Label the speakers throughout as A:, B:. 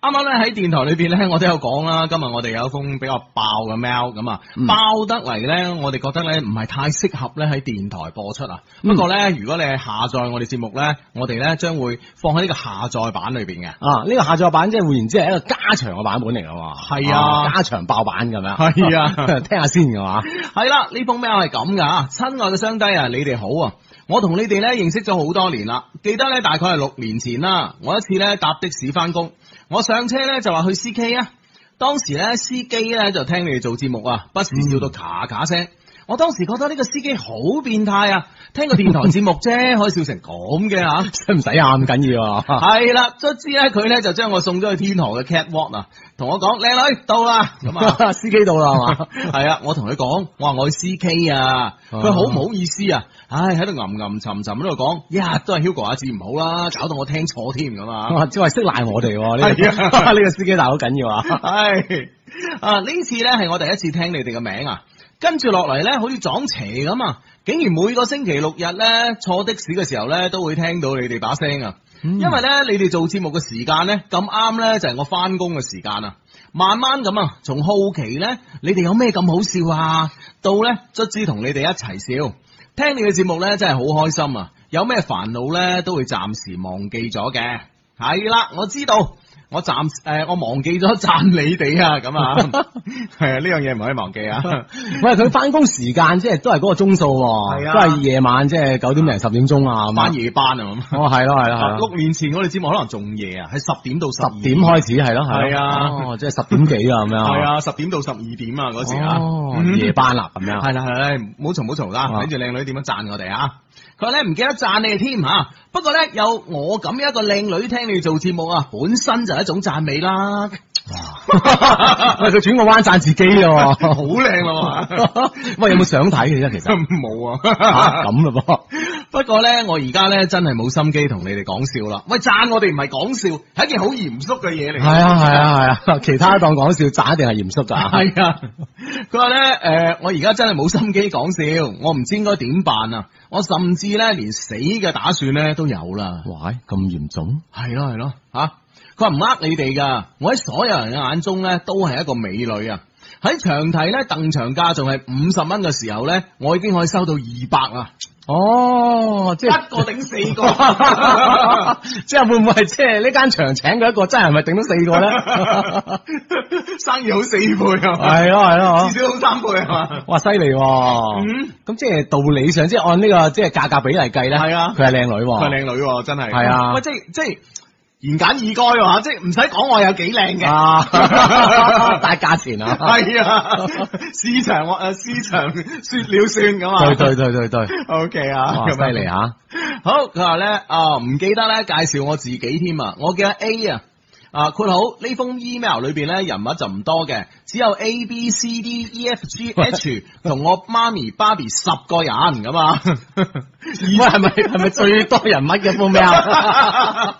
A: 啱啱咧喺電台裏邊咧，我都有講啦。今日我哋有一封比較爆嘅 mail 咁啊，
B: 嗯
A: 爆得嚟咧，我哋覺得咧唔係太適合咧喺電台播出啊。不
B: 嗯
A: 過咧，如果你係下載我哋節目咧，我哋咧將會放喺呢個下載版裏邊嘅。
B: 啊，呢、個下載版即係換言之係一個加長嘅版本嚟㗎嘛，
A: 係啊
B: 加長爆版咁樣，
A: 係啊
B: 聽下先㗎嘛，
A: 係啦，呢封 mail 係咁噶啊，親愛嘅雙低啊，你哋好啊！我同你哋咧認識咗好多年啦，記得咧大概係六年前啦，我一次咧搭的士翻工，我上車咧就話去 C K 啊，當時咧司機咧就聽你哋做節目啊，不時笑到咔咔聲。我當時覺得呢個司機好變態啊！聽個電台節目啫，可以笑成咁嘅嚇。
B: 使唔使啊咁緊要啊？
A: 係啦，卒之咧佢咧就將我送咗去天河嘅 catwalk 啊，同我講靚女到啦咁啊。
B: 咁啊， 司機到啦係 嘛？
A: 系啊，我同佢講，我話我去 C K 啊，佢好唔好意思啊，唉喺度吟吟沉沉喺度講，一日都係 Hugo 阿志唔好啦，搞到我聽錯添咁啊，
B: 啊， 只係識賴我哋喎，
A: 係
B: 呢個
A: 啊
B: 呢個司機大佬緊要 啊！
A: 唉啊呢次呢係我第一次聽你哋嘅名啊，跟住落嚟呢，好似撞邪咁啊，竟然每個星期六日呢，坐的士嘅時候呢，都會聽到你哋把聲啊。因為咧，你哋做節目嘅時間咧咁啱咧，就係我翻工嘅時間啊。慢慢咁啊，從好奇咧，你哋有咩咁好笑啊？到咧卒之同你哋一齊笑，聽你嘅節目咧真係好開心啊！有咩煩惱咧都會暫時忘記咗嘅。係啦，我知道，我暫誒、呃我忘記咗讚你哋啊，咁啊， 係啊，呢樣嘢唔可以忘記啊。
B: 喂，佢翻工時間即係都係嗰個鐘數喎，
A: 係啊
B: 都係夜晚即係九點零十點鐘啊，咁
A: 翻
B: 啊
A: 夜班啊，咁
B: 哦係咯係咯係咯，
A: 六年前我哋節目可能仲夜啊，喺十點到十
B: 十點開始係咯係咯
A: 係啊
B: 哦即係十點幾啊咁樣，
A: 係，啊，十點到十二點啊，嗰時啊，
B: 哦
A: 嗯
B: 夜班啦咁樣，
A: 係啦係啦，唔好嘈唔好嘈啦，
B: 啊
A: 睇住靚女點樣讚我哋啊！佢話咧唔記得讚你哋添吓，不過咧有我咁樣一個靚女聽你哋做節目啊，本身就係一種讚美啦，
B: 喂，佢轉個彎讚自己喎。
A: 好靚啦 嘛，
B: 喂，有冇想睇嘅啫？ 其實
A: 冇
B: 啊
A: 啊！
B: 咁嘞噃，
A: 不過咧，我而家咧真係冇心機同你哋講笑啦。喂，讚我哋唔係講笑，係一件好嚴肅嘅嘢嚟。
B: 係啊係啊係啊，其他當講笑，賺一定係 嚴肅㗎。
A: 系啊，佢話咧，诶、我而家真係冇心機講笑，我唔知應該點辦啊！我甚至咧連死嘅打算咧都有啦。
B: 喂，咁嚴重？
A: 係咯係咯吓，佢話唔呃你哋㗎，我喺所有人嘅眼中咧都係一個美女啊！喺長堤咧鄧長價仲係五十蚊嘅時候咧，我已經可以收到二百啦，
B: 哦，即係
A: 一個頂四個。
B: 即係會唔會係即係呢間場請佢一個，真係咪頂到四個 咧？
A: 生意好四倍啊，
B: 係 咯係咯，
A: 至少好三倍啊嘛。
B: 哇，犀利喎！
A: 嗯，
B: 咁即係道理上，即係按呢個即係價格比例計咧，
A: 係啊
B: 佢係靚女
A: 佢係
B: 喎，
A: 靚女喎，真係。
B: 哦係啊
A: 喂，即係即係言簡意賅啊，即係唔使講我有幾靚嘅。
B: 啊， 大價錢啊，
A: 係啊，市場我誒市場説了算咁啊。
B: 對對對對對，
A: O K 啊，
B: 哇，
A: 咁
B: 犀
A: 樣
B: 利！啊！
A: 好，佢話咧啊，唔記得咧介紹我自己添啊，我叫 A 啊。啊，括好呢封 email 裏邊咧人物就唔多嘅，只有 A B C D E F G H 同我媽咪、爸比十個人咁啊，
B: 喂，係咪係咪最多人物嘅封咩 啊？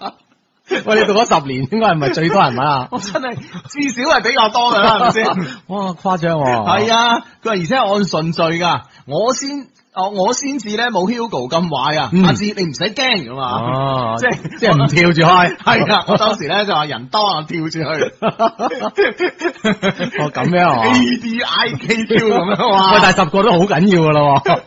B: 喂，你讀咗十年，應該係咪最多人物啊？
A: 我真係至少係比較多㗎啦，係咪 先？
B: 哇，誇張喎！
A: 係啊，佢話而且係按順序噶，我先哦我先至咧冇 Hugo 咁壞啊，
B: 嗯
A: 阿志你唔使驚噶嘛。
B: 哦，
A: 即
B: 即
A: 係
B: 係即係唔跳住開，
A: 係啊，我當時咧就話人多啊，跳住 去。哦
B: 咁樣啊
A: ，A D I K Q 咁樣
B: 喂，但
A: 哇，
B: 係十個都好緊要噶咯 喎！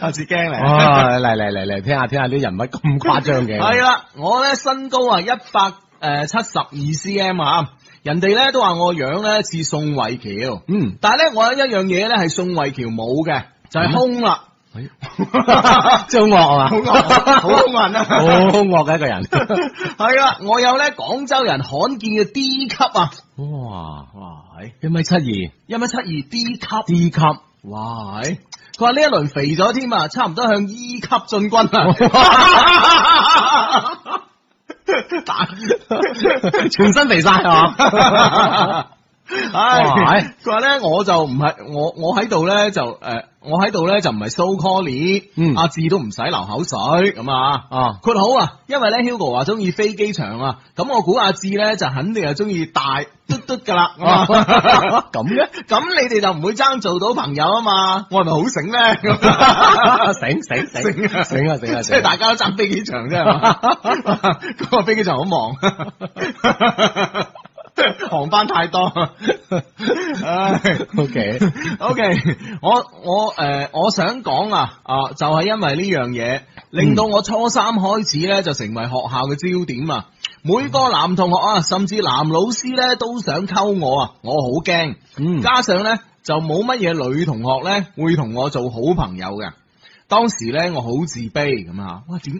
A: 阿志驚嚟。
B: 哇，嚟嚟嚟嚟，聽下聽下啲人物咁誇張嘅，
A: 係啊啦，我咧身高啊一百诶七十二 cm 啊，人哋咧都話我樣咧似宋慧喬，
B: 嗯，
A: 但係咧我有一樣嘢咧係宋慧喬冇嘅，就係胸 啦。
B: 哎即係好惡啊
A: 好
B: 嘛，
A: 惡，好兇狠啊！
B: 好惡嘅一個 人，
A: 係啦，我有咧廣州人罕見嘅 D 級啊，
B: 哇，
A: 哇，哎
B: 一米七二
A: 一米七二 D 級，
B: D 級，
A: 哇，係佢話呢一輪肥咗添啊，差唔多向 E 級進軍 啊！打
B: 全身肥晒啊！哇
A: 唉，佢話咧我就唔係我我喺度咧就诶、呃我喺度咧就唔係 so cally，
B: 嗯
A: 阿志都唔使流口水咁啊。
B: 啊，
A: 括好啊，因為咧 Hugo 話中意飛機場啊，咁我估阿志咧就肯定係中意大嘟嘟噶啦。咁啊
B: 咁嘅，
A: 咁你哋就唔會爭做到朋友啊嘛？我係咪好醒啊咧？
B: 醒醒
A: 醒啊
B: 醒醒啊醒
A: 即係
B: 啊醒啊！
A: 大家都爭飛機場啫，係嘛嗰個飛機場好忙， 航班太多。
B: 啊
A: 唉
B: O K，
A: O、k 我我诶、呃我想講啊，啊，就係因為呢樣嘢，令到我初三開始咧就成為學校嘅焦點啊！每個男同學啊，甚至男老師咧都想溝我啊，我好驚。
B: 嗯
A: 加上咧就冇乜嘢女同學咧會同我做好朋友嘅。當時咧我好自卑咁啊！哇，點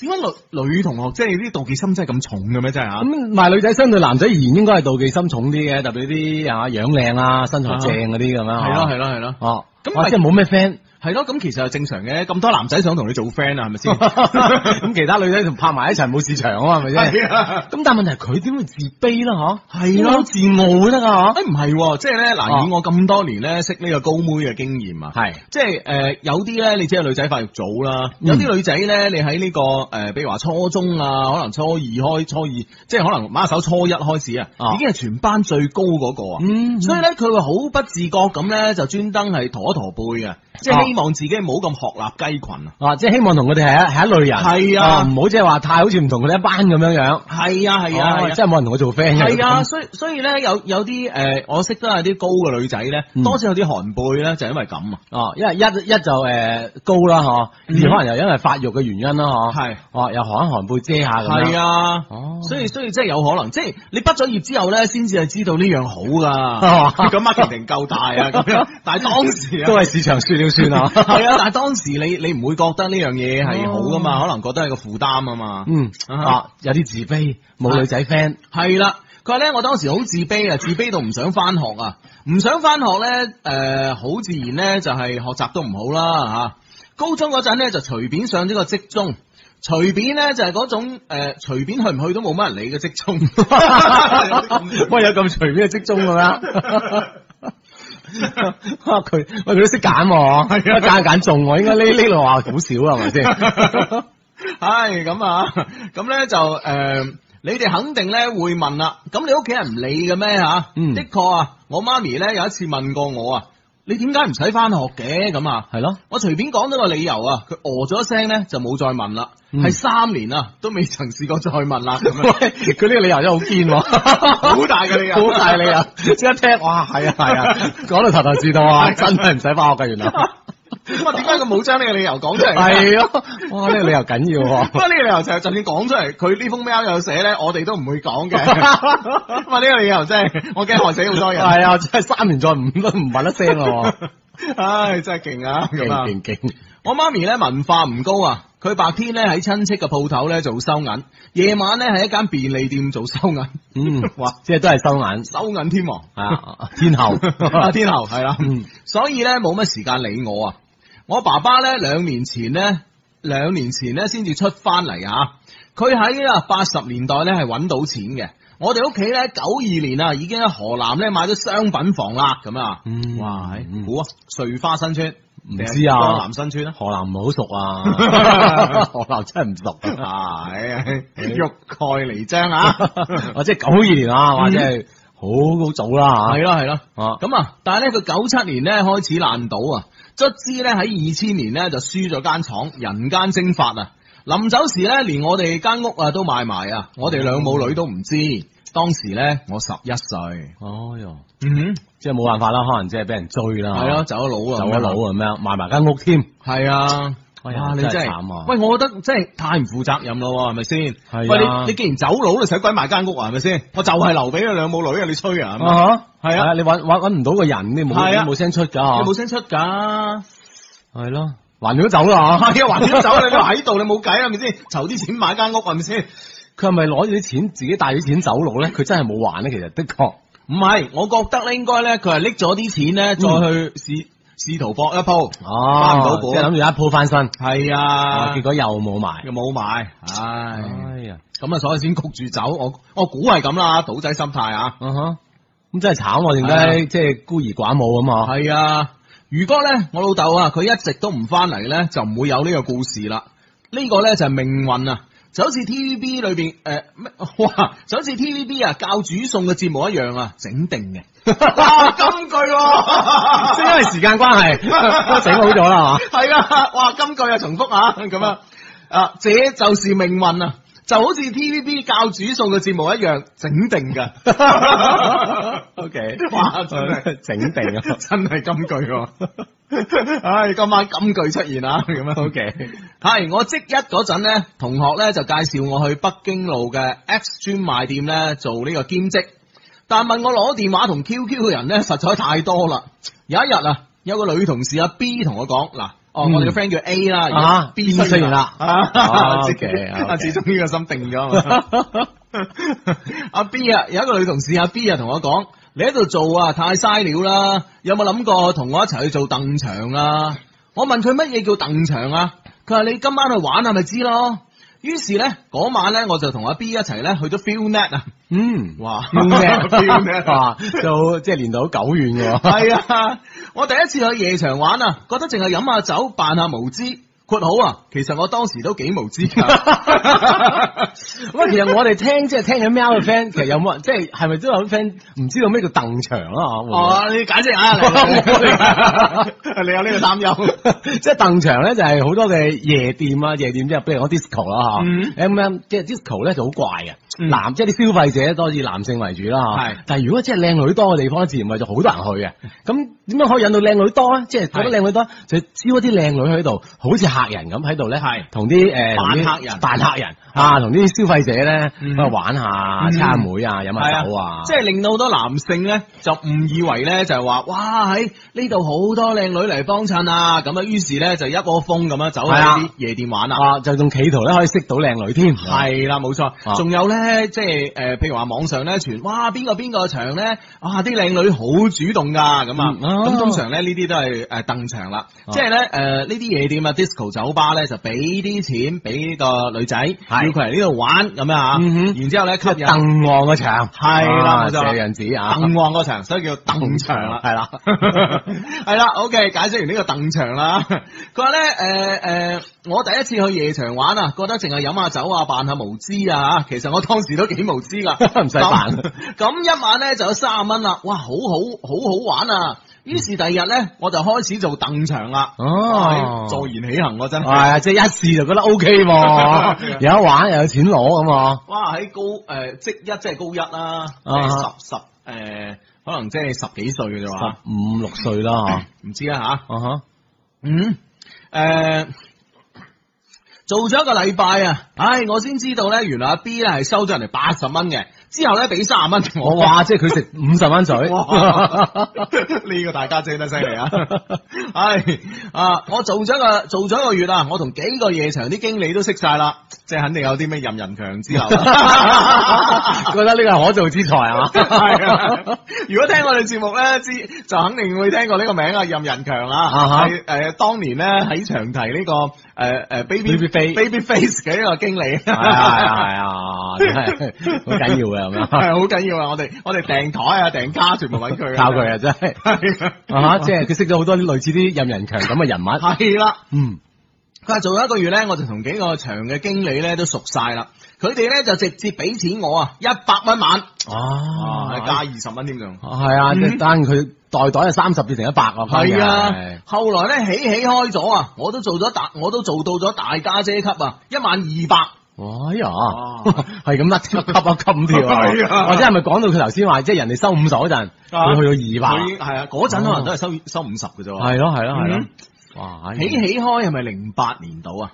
A: 點解女女同學即係啲妒忌心真係咁重嘅咩？真係啊！
B: 咁唔係女仔相對男仔而言應該係妒忌心重啲嘅，特別啲啊樣靚啊、身材正嗰啲咁樣。
A: 係咯係咯係咯，
B: 哦，
A: 咁
B: 咁
A: 咪
B: 即係冇咩 friend，
A: 係咯，咁其實係正常嘅。咁多男仔想同你做 friend 啊，係咪先？
B: 咁其他女仔同拍埋一齊冇市場啊嘛，係咪先？
A: 係啊
B: 咁但係問題係佢點會自卑啦？嗬，
A: 係咯
B: 好自傲得㗎嗬。
A: 誒唔係喎，即係咧嗱，
B: 哦
A: 以我咁多年咧識呢個高妹嘅經驗啊，
B: 係
A: 即係誒、呃有啲咧，你知係女仔發育早啦，
B: 嗯
A: 有啲女仔咧，你喺呢、個誒、呃比如話初中啊，可能初二開初二，即係可能馬手初一開始啊，
B: 啊
A: 已經係全班最高嗰個啊。
B: 嗯
A: 所以咧，佢會好不自覺咁咧，就專登係駝一駝背嘅，即
B: 哦
A: 係希望自己冇咁鶴立雞群啊。
B: 啊，即係希望同佢哋係一係一類人，哦
A: 係啊
B: 唔好即係話太好似唔同佢哋一班咁樣樣，
A: 係啊，係啊，
B: 哦
A: 係啊
B: 真係冇人同我做 friend 嘅，
A: 係啊，所以所以咧有有啲誒、呃我識得有啲高嘅女仔咧，
B: 嗯
A: 多少有啲寒背咧，就因為咁啊。
B: 哦，因為一一就誒高啦嗬，
A: 嗯
B: 二可能又因為發育嘅原因啦嗬，
A: 係
B: 哦又寒一寒背遮下咁樣，
A: 係啊，
B: 哦
A: 所以所以即係有可能，即係你畢咗業之後咧，先至係知道呢樣好
B: 嘛
A: 噶。咁 marketing 夠大啊，咁 樣。但係當時啊
B: 哦都。係市場説了算啊，
A: 係啊，但係當時你你唔會覺得呢樣嘢係好噶
B: 哦
A: 嘛，可能覺得係個負擔啊嘛。
B: 嗯
A: 啊
B: 啊有啲自卑，冇女仔 friend，
A: 係啦，佢話咧，我當時好自卑啊，自卑到唔想翻學啊，唔想翻學咧，诶、好自然咧就係學習都唔好啦吓、高中嗰陣咧就隨便上咗個職中。隨便咧就係嗰種誒、呃，隨便去唔去都冇乜人理嘅職中，
B: 喂有咁隨便嘅職中咁樣。啊 佢喂佢都識揀 喎，
A: 係啊
B: 揀一揀中喎，應該呢呢類話好少啊，係咪先？
A: 唉，咁啊，咁咧就诶、呃你哋肯定咧會問啦，咁你屋企人唔理嘅咩吓？
B: 嗯
A: 的確啊，我媽咪咧有一次問過我啊，你點解唔使翻學嘅咁啊？
B: 係咯，
A: 我隨便講咗個理由啊，佢哦咗一聲咧就冇再問啦，
B: 嗯
A: 係、三年啊都未曾試過再問啦，咁
B: 喂
A: 樣
B: 佢呢個理由真係好堅喎。
A: 好大嘅理由，
B: 好大理由，即啊 係一聽，哇，係啊係啊，講到頭頭是道啊，真係唔使翻學噶原來，
A: 咁啊，點解佢冇將呢個理由講出嚟？
B: 係啊咯，哇，呢個理由緊要喎
A: 不，過呢個理由就係就算講出嚟，佢呢封 mail 有寫咧，我哋都唔會講 嘅。咁啊，呢個理由真係我驚害死好多人。
B: 係啊，真係三年再唔都唔問一聲咯，
A: 唉，真係勁啊！
B: 勁
A: 咁啊，
B: 勁勁，
A: 我媽咪咧文化唔高啊，佢白天咧喺親戚嘅鋪頭咧做收銀，夜晚咧喺一間便利店做收銀，
B: 嗯，
A: 哇，
B: 即係都係收眼
A: 收銀天王
B: 啊，天 后，
A: 啊，天 后係啦，
B: 嗯
A: 所以咧冇乜時間理我啊。我爸爸咧兩年前咧，兩年前咧先至出翻嚟啊。佢喺啊八十年代咧係揾到錢嘅。我哋屋企咧九二年啊已經喺河南咧買咗商品房啦，咁啊，
B: 嗯
A: 哇，
B: 嗯
A: 估啊，穗花新村
B: 唔
A: 定係
B: 知啊
A: 江南新 村啊。
B: 河南唔好熟 啊，河南真係唔熟啊，
A: 啊，欲蓋彌彰啊！
B: 或者九二年啊，或者係好好早啦
A: 係咯係咯，
B: 嚇，啊，
A: 咁啊，但係咧佢九七年咧開始爛賭啊，卒之咧喺二千年咧就輸咗間廠，人間蒸發啊！臨走時咧，連我哋間屋啊都賣埋啊，我哋兩母女都唔知。當時咧我十一歲，
B: 哦哟，
A: 嗯，
B: 即係冇辦法啦，可能即係俾人追啦，
A: 係咯，，走咗佬啊，
B: 走咗佬咁樣，賣埋間屋添。
A: 係啊。
B: 哎呀
A: 哇！你
B: 真係
A: 真
B: 慘啊
A: 係，喂，我覺得真係太唔負責任咯，係咪先？
B: 係
A: 喂，
B: 啊
A: 你你既然走佬，你使鬼買間屋啊？係咪先？我就係留俾佢兩母女啊！你吹啊？係咪
B: 啊哈，
A: 係啊
B: 係啊，你揾揾揾唔到個人，你冇
A: 係啊
B: 你冇聲出㗎
A: 你冇
B: 嗬，
A: 聲出㗎，
B: 係咯，還咗走
A: 係
B: 啦
A: 啊，
B: 嗬，
A: 還咗走你都喺度，你冇計啦，係咪先？籌啲錢買間屋係咪先？
B: 佢係咪攞住啲錢自己帶住啲錢走佬咧？佢真係冇還咧，其實的確，
A: 唔係，我覺得咧應該咧，佢係拎咗啲錢
B: 嗯
A: 咧，再去試試圖搏一鋪。
B: 哦，
A: 唔到本
B: 即係諗住一鋪翻身，
A: 係
B: 啊
A: 啊
B: 結，果又冇埋，
A: 又冇買，唉，
B: 哎呀，
A: 咁啊，所以先焗住走。我我估係咁啦，賭仔心態啊。
B: 啊哈，咁真係慘喎，剩
A: 係
B: 低即係孤兒寡母咁啊！
A: 系啊，如果咧我老豆啊，佢一直都唔翻嚟咧，就唔會有呢個故事啦。呢、個咧就係命運啊，就好似 TVB 裏边诶呃咩 哇，就好似 TVB 啊教煮餸嘅節目一樣啊，整定嘅。哇，金句喎、
B: 即係因為時間關係， 都整好咗啦，
A: 系啊，哇，金句啊，重複啊，咁啊，啊，这就是命運啊，就好似 TVB 教煮餸嘅節目一樣，整定噶。
B: 係嘛？OK，
A: 哇真係
B: 整定啊！
A: 真係金句喎、 唉，今晚金句出現啊，咁樣
B: OK，
A: 係我即一嗰陣咧，同學咧就介紹我去北京路嘅 X 專賣店咧做呢個兼職，但問我攞電話同 QQ 嘅人咧實在太多啦。有一日啊，有個女同事阿 B 同我講嗱。哦，
B: 嗯
A: 我哋嘅 friend 叫 A 啦，而家
B: 啊
A: B
B: 雖然啦
A: 啊，自己
B: OK，OK
A: 啊，始終呢個心定咗啊嘛。 阿 B 啊，有一個女同事阿 B 啊，同我講：你喺度做啊，太嘥料啦！有冇諗過同我一齊去做鄧場啊？我問佢乜嘢叫鄧場啊？佢話你今晚去玩啊，咪知咯。於是咧，嗰晚咧，我就同阿 B 一齊咧去咗 FeelNet 啊！
B: 嗯，
A: 哇
B: 要 咩
A: 要咩
B: 哇，就即係連到久遠嘅喎。
A: 係啊，我第一次去夜場玩啊，覺得淨係飲下酒，扮下無知。括好啊，其實我當時都幾無知㗎。
B: 喂，其實我哋聽即係聽緊喵嘅 friend，其實有冇人即係係咪都有啲 friend 唔知道咩叫鄧場 啊？
A: 哦，你解釋下，嚟嚟嚟你有呢個擔憂。
B: 會唔會 即係鄧場咧，就係好多嘅夜店啊，夜店即係譬如講 disco 啦
A: 嗯
B: 嚇，咁樣即係 disco 咧就好怪嘅，
A: 嗯
B: 男即係啲消費者多以男性為主啦嚇
A: 係。
B: 但係如果即係靚女多嘅地方咧，自然咪就好多人去嘅。咁點樣可以引到靚女多咧？即係覺得靚女多，就招一啲靚女喺度，好似客人咁喺度咧
A: 係，
B: 同啲誒
A: 扮
B: 同啲
A: 客人
B: 扮客人啊，同啲消費者咧
A: 嗯
B: 喺度玩下、
A: 嗯
B: 餐會啊、飲
A: 係
B: 下酒 啊，
A: 即係令到好多男性咧就誤以為咧就係話，哇喺呢度好多靚女嚟幫襯啊，咁啊於是咧就一窩蜂咁樣走去
B: 係啊
A: 啲夜店玩啊。
B: 啊，就仲企圖咧可以識到靚女添，
A: 係啦，冇錯
B: 啊。
A: 仲有咧，即係诶，呃譬如話網上咧傳，哇邊個邊個場咧，啊啲靚女好主動㗎咁啊。
B: 嗯啊哦
A: 咁通常咧呢啲都係诶凳場啦，即係咧诶呢啲夜店啊、disco 酒吧咧就俾啲錢俾個女仔，要佢嚟呢度玩咁樣啊。
B: 嗯哼
A: 然之後咧吸
B: 即係
A: 引
B: 鄧岸個場，
A: 係啦
B: 啊
A: 冇錯啦嗯
B: 謝人子啊，
A: 鄧旺嗰場，所以叫鄧場 啦。
B: 係啦，
A: 系啦，OK，解釋完呢個鄧場啦。佢話咧，诶、诶、我第一次去夜場玩啊，覺得淨係飲下酒啊，扮下無知啊，其實我當時都幾無知噶，
B: 唔使扮
A: 咁咁一晚咧就有三十蚊啦，哇，好好好好玩啊！於是第二日咧，我就開始做鄧場啦。
B: 哦
A: 哇坐言起行我真
B: 係
A: 係。
B: 啊，即係一試就覺得 O K 喎，有得玩又有錢攞咁啊，
A: 哇！喺高誒即一即係高一啦，即
B: 啊
A: 係十十誒，可能即係十幾歲嘅啫話，
B: 十五六歲啦 嚇，
A: 唔知啦嚇。
B: 啊哈，
A: 嗯，诶、做咗一個禮拜啊，唉，我先知道咧，原來阿 B 咧係收咗人哋八十蚊嘅，之後咧俾三十蚊
B: 我
A: 我，
B: 話即係佢食 五十蚊水，
A: 哇！呢個大家姐得犀利啊！唉啊，我做咗一個做咗一個月啊，我同幾個夜場啲經理都識晒啦，即係肯定有啲咩任人強之流啊啦。
B: 覺得呢個係可造之 才啊嘛，
A: 係啊！ 如果聽我哋節目咧，知就肯定會聽過呢個名啊，任人強
B: 啊
A: 啊，
B: 哈
A: 係誒當年咧喺長堤呢個誒誒
B: Baby
A: baby
B: Face
A: baby face 嘅呢個經理。
B: 係啊係啊，真係好緊要嘅咁
A: 係
B: 樣，
A: 好緊要啊！我哋我哋訂台啊、訂卡，全部揾佢啊，
B: 靠佢啊真 係，
A: 係
B: 啊哈即係佢識咗好多類似啲任人強咁嘅人物，
A: 啊，係啦。
B: 嗯，
A: 佢話做咗一個月咧，我就同幾個場嘅經理咧都熟晒啦。佢哋咧就直接俾錢我啊，一百蚊晚，
B: 啊
A: 加二十蚊添仲。
B: 係啊，即係
A: 嗯
B: 單佢袋袋係三十變成一百啊，
A: 系
B: 係
A: 啊，後來咧起起開咗啊，我都做咗大，我都做到咗大家姐級啊，一萬二百。
B: 哎呀
A: 啊，
B: 係咁 甩級級啊咁跳
A: 係
B: 啊！
A: 啊
B: 或者係咪講到佢頭先話，即係人哋收五十嗰陣，佢去到二百啊
A: 佢，係啊，嗰陣可能都係收收五十嘅啫喎。
B: 係咯係咯係咯
A: 嗯，
B: 哇！
A: 起起開係咪零八年度啊？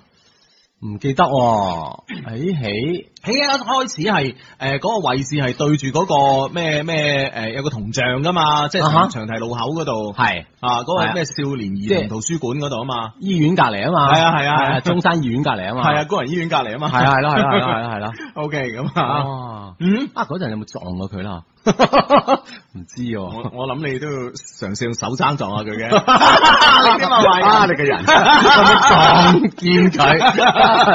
B: 唔記得喎，哎起起
A: 起起開始係誒嗰個位置係對住嗰個咩咩誒有個銅像噶嘛，即
B: 啊哈
A: 係長堤路口嗰度
B: 係
A: 啊，嗰
B: 係啊
A: 個咩少年兒童圖書館嗰度啊嘛，
B: 醫院隔離啊嘛，
A: 係啊係啊係啊
B: 中山醫院隔離啊嘛，
A: 係啊，，工人醫院隔離啊嘛，
B: 係啊係咯係咯 係咯係咯，
A: ，OK 咁啊，
B: 哇！
A: 嗯。
B: 啊嗰陣有冇撞過佢啦？唔知
A: 我
B: 喎。
A: 我諗你都要嘗試用手踭撞下佢嘅， 你點啊喂
B: 啊！你個人 有冇 撞見佢？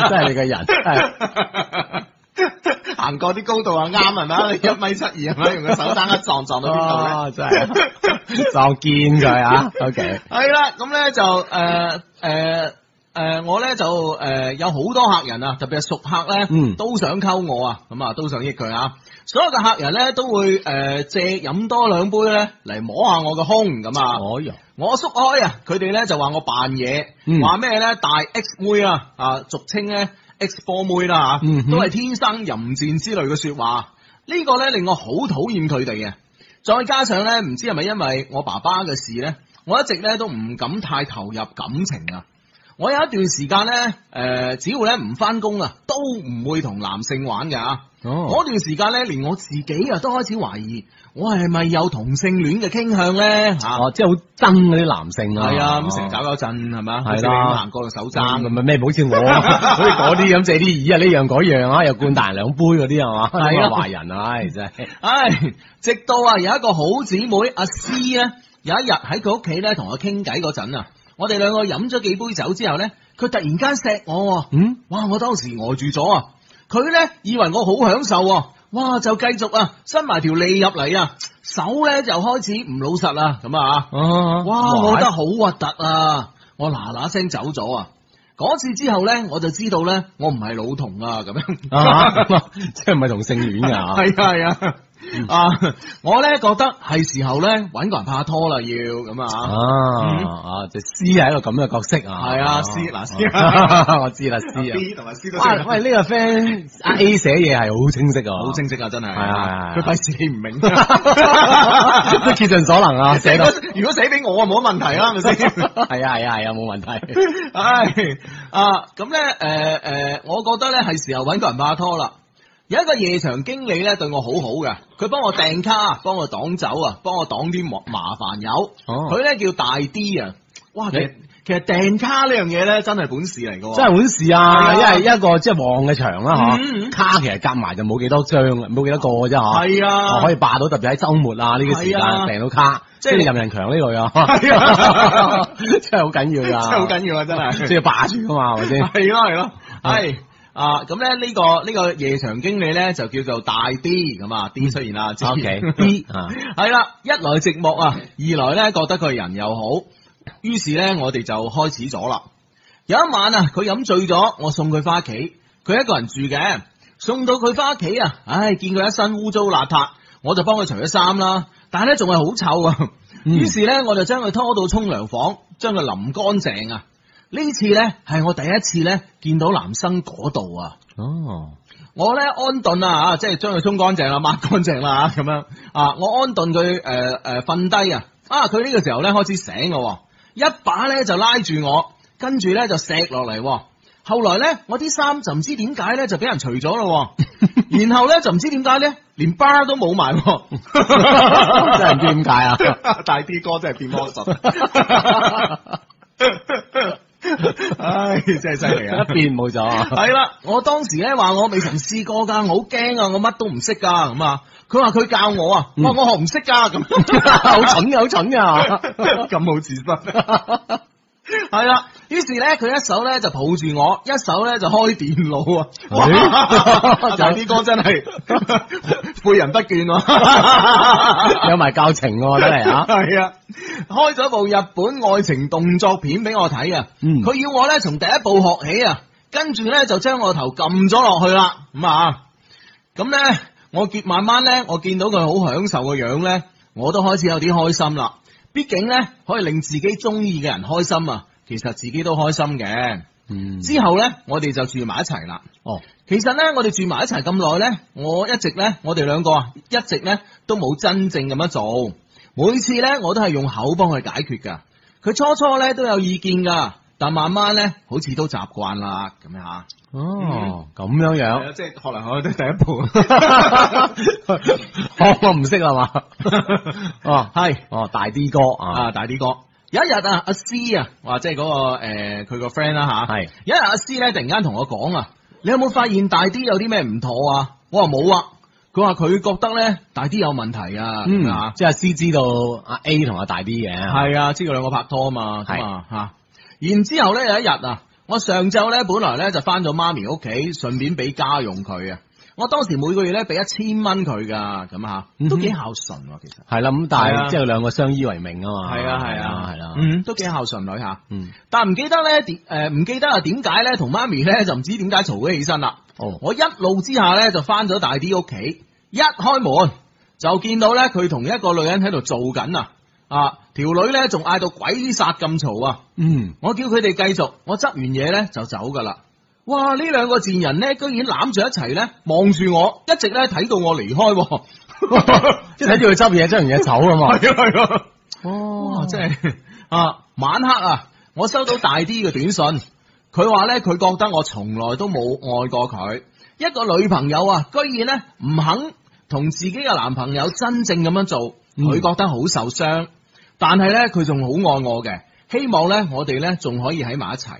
B: 真係你個人，真係
A: 下 行過啲高度啊啱係咪啊？你一米七二係咪？用個手踭一撞撞到邊度咧？
B: 哦真係撞見佢啊！OK，
A: 係啦，咁咧就誒誒誒，我咧就誒、呃有好多客人啊，特別係熟客咧，
B: 嗯
A: 都想溝我啊，咁啊都想益佢啊。所有嘅客人咧都會誒、呃借飲多兩杯咧嚟摸下我個胸咁啊。
B: 哦哟，
A: 我縮開啊，佢哋咧就話我扮嘢
B: 嗯，
A: 話咩咧大 X 妹啊，啊俗稱咧 X 波妹啦吓，
B: 嗯哼
A: 都係天生淫賤之類嘅说話。呢個咧令我好討厭佢哋嘅，再加上咧唔知係咪因為我爸爸嘅事咧，我一直咧都唔敢太投入感情啊。我有一段時間咧，诶、只要咧唔翻工啊，都唔會同男性玩嘅啊。
B: 哦，
A: 嗰段時間咧，連我自己啊都開始懷疑，我係咪有同性戀嘅傾向啊咧？吓、
B: 哦，即係好憎嗰啲男性啊，
A: 系啊，咁
B: 哦
A: 成搞搞震係咪啊？好
B: 係啦
A: 似你行過個手踭
B: 咁
A: 咁。
B: 咪咩？好似我， 好似嗰啲咁借啲椅啊，呢樣嗰樣啊，又灌大人兩杯嗰啲係嘛？
A: 係啊
B: 咁壞人啊，唉真係。
A: 唉，直到啊有一個好姊妹阿詩咧，有一日喺佢屋企咧同我傾偈嗰陣啊，我哋兩個飲咗幾杯酒之後咧，佢突然間錫我喎，
B: 嗯，
A: 哇！我當時呆住咗啊，佢咧以為我好享受喎，哇！就繼續啊伸埋條脷入嚟啊，手咧就開始唔老實啦，咁啊。
B: 哦，
A: 哇！我覺得好核突啊！我嗱嗱聲走咗啊！嗰次之後咧，我就知道咧，我唔係老童啊，咁樣
B: 啊， 即係唔係同性戀㗎啊？嗯
A: 係啊係啊啊！我咧覺得係時候咧揾個人拍拖啦，要咁啊！
B: 啊啊，就 C 係一個咁嘅角色啊。
A: 係啊，C，嗱，C
B: 啊 我知啦，C 啊。
A: 同埋 C
B: 哇，喂，呢個 friend 阿 A 寫嘢係好清晰啊，
A: 好清晰啊，真係
B: 係啊係啊
A: 佢費事你唔明。
B: 都竭盡所能啊， 寫
A: 如
B: 到
A: 果如果寫俾我啊，冇乜問題啦，係咪先？
B: 係啊係啊係啊，冇問題。
A: 唉啊，咁咧誒誒，我覺得咧係時候揾個人拍拖啦。有一個夜場經理咧對我好好嘅，佢幫我訂卡，幫我擋酒啊，幫我擋啲麻麻煩友。
B: 哦
A: 佢，咧叫大 D 啊，哇！其實
B: 你
A: 其實訂卡呢樣嘢咧真係本事嚟嘅喎，
B: 真係本事
A: 哦係啊
B: 啊，因為一個即係旺嘅場啦，
A: 嗯嗯
B: 嗬，卡其實夾埋就冇幾多張嘅，冇幾多個嘅啫，嗬。
A: 係
B: 哦
A: 啊，
B: 可以霸到，特別喺周末啊呢個時間
A: 係啊
B: 訂到卡，
A: 即
B: 即
A: 係
B: 係任人強呢類啊，
A: 係啊
B: 真係好緊
A: 真係
B: 要
A: 好
B: 㗎，
A: 緊要啊，真係
B: 即。係霸住㗎嘛，係 咪先？
A: 係咯係咯，係啊咁咧呢個呢個夜場經理咧就叫做大 D 咁啊 D 出現啦
B: O K D 啊
A: 係啦，一來寂寞啊，二來咧覺得佢人又好，於是咧我哋就開始咗啦。有一晚啊，佢飲醉咗，我送佢翻屋企，佢一個人住嘅，送到佢翻屋企啊，唉，見佢一身污糟邋遢，我就幫佢除咗衫啦，但係咧仲係好臭啊。
B: 嗯
A: 於是咧我就將佢拖到沖涼房，將佢淋乾淨啊。呢次咧係我第一次咧見到男生嗰度啊。
B: 哦，
A: 我咧安頓啊，啊即係將佢沖乾淨啦，抹乾淨啦咁樣啊，我安頓佢誒誒瞓低啊，啊佢呢個時候咧開始醒咯喎，一把咧就拉住我，跟住咧就錫落嚟喎。後來咧，我啲衫就唔知點解咧就俾人除咗咯 喎，然後咧就唔知點解咧連疤都冇埋喎，
B: 真係唔知點解啊！
A: 大 D 哥真係變魔 術，唉，真係犀利
B: 一邊冇 咗啊，
A: 系啦，我當時咧話我未曾試過㗎，我好驚啊，我乜都唔識㗎咁啊。佢話佢教我啊，
B: 嗯
A: 我我學唔識㗎咁，
B: 好蠢啊嘅，好蠢啊嘅，
A: 咁好自信。 係啦，於是咧佢一手咧就抱住我，一手咧就開電腦啊！哇，
B: 咦
A: 大 D 哥真係 背人不倦喎。
B: 有埋教程喎，真 係啊！
A: 系啊，开咗部日本爱情动作片俾我睇啊，
B: 嗯
A: 佢、要我咧从第一部学起啊，跟住咧就将我頭揿咗落去啦，咁啊，咁咧我見慢慢咧，我見到佢好享受個樣咧，我都開始有啲開心啦，畢竟咧可以令自己中意嘅人開心啊，其實自己都開心嘅。
B: 嗯，
A: 之後咧，我哋就住埋一齊啦。
B: 哦，
A: 其實咧，我哋住埋一齊咁耐咧，我一直咧，我哋兩個啊，一直咧都冇真正咁樣做。每次咧，我都係用口幫佢解決噶。佢初初咧都有意見噶，但慢慢咧，好似都習慣啦咁樣吓。嗯
B: 哦，咁 樣樣，
A: 即係學嚟學去都第一步。
B: 我我唔識啦嘛，哦
A: 係
B: 哦，大 D 哥啊，
A: 啊，大啲哥。有一日啊，阿詩啊，話即係嗰個誒佢個 friend 啦吓。
B: 係
A: 有一日阿師咧突然間同我講啊，你有冇發現大啲有啲咩唔妥啊？我話冇啊，佢話佢覺得咧大啲有問題啊，咁
B: 嗯
A: 啊，，
B: 即係 C 知道阿 A 同阿大 D 嘅，
A: 係啊，知佢兩個拍拖啊嘛，咁啊吓，然之後咧有一日啊，我上晝咧本來咧就翻咗媽咪屋企，順便俾家用佢啊。我當時每個月咧俾一千蚊佢㗎，咁啊吓都幾孝順喎，其實。
B: 係啦，咁
A: 係
B: 但
A: 啊
B: 係即係兩個相依為命啊嘛。
A: 係啊係啊
B: 係啦。
A: 嗯，都幾孝順女吓。
B: 嗯，
A: 但唔記得咧點誒唔記得啊點解咧同媽咪咧就唔知點解嘈咗起身啦。
B: 哦，
A: 我一路之下咧就翻咗大啲屋企，一開門就見到咧佢同一個女人喺度做緊啊！啊，條女咧仲嗌到鬼殺咁嘈啊！
B: 嗯，
A: 我叫佢哋繼續，我執完嘢咧就走噶啦。哇！呢兩個賤人咧，居然攬住一齊咧，望住我，一直咧睇到我離開喎。
B: 即係睇住佢執嘢，執完嘢走啊 嘛。
A: 係啊係啊！
B: 哦
A: 哇！真係啊，晚黑啊，我收到大啲嘅短信，佢話咧佢覺得我從來都冇愛過佢，一個女朋友啊，居然咧唔肯同自己嘅男朋友真正咁樣做，
B: 嗯
A: 佢覺得好受傷，但係咧佢仲好愛我嘅，希望咧我哋咧仲可以喺埋一齊。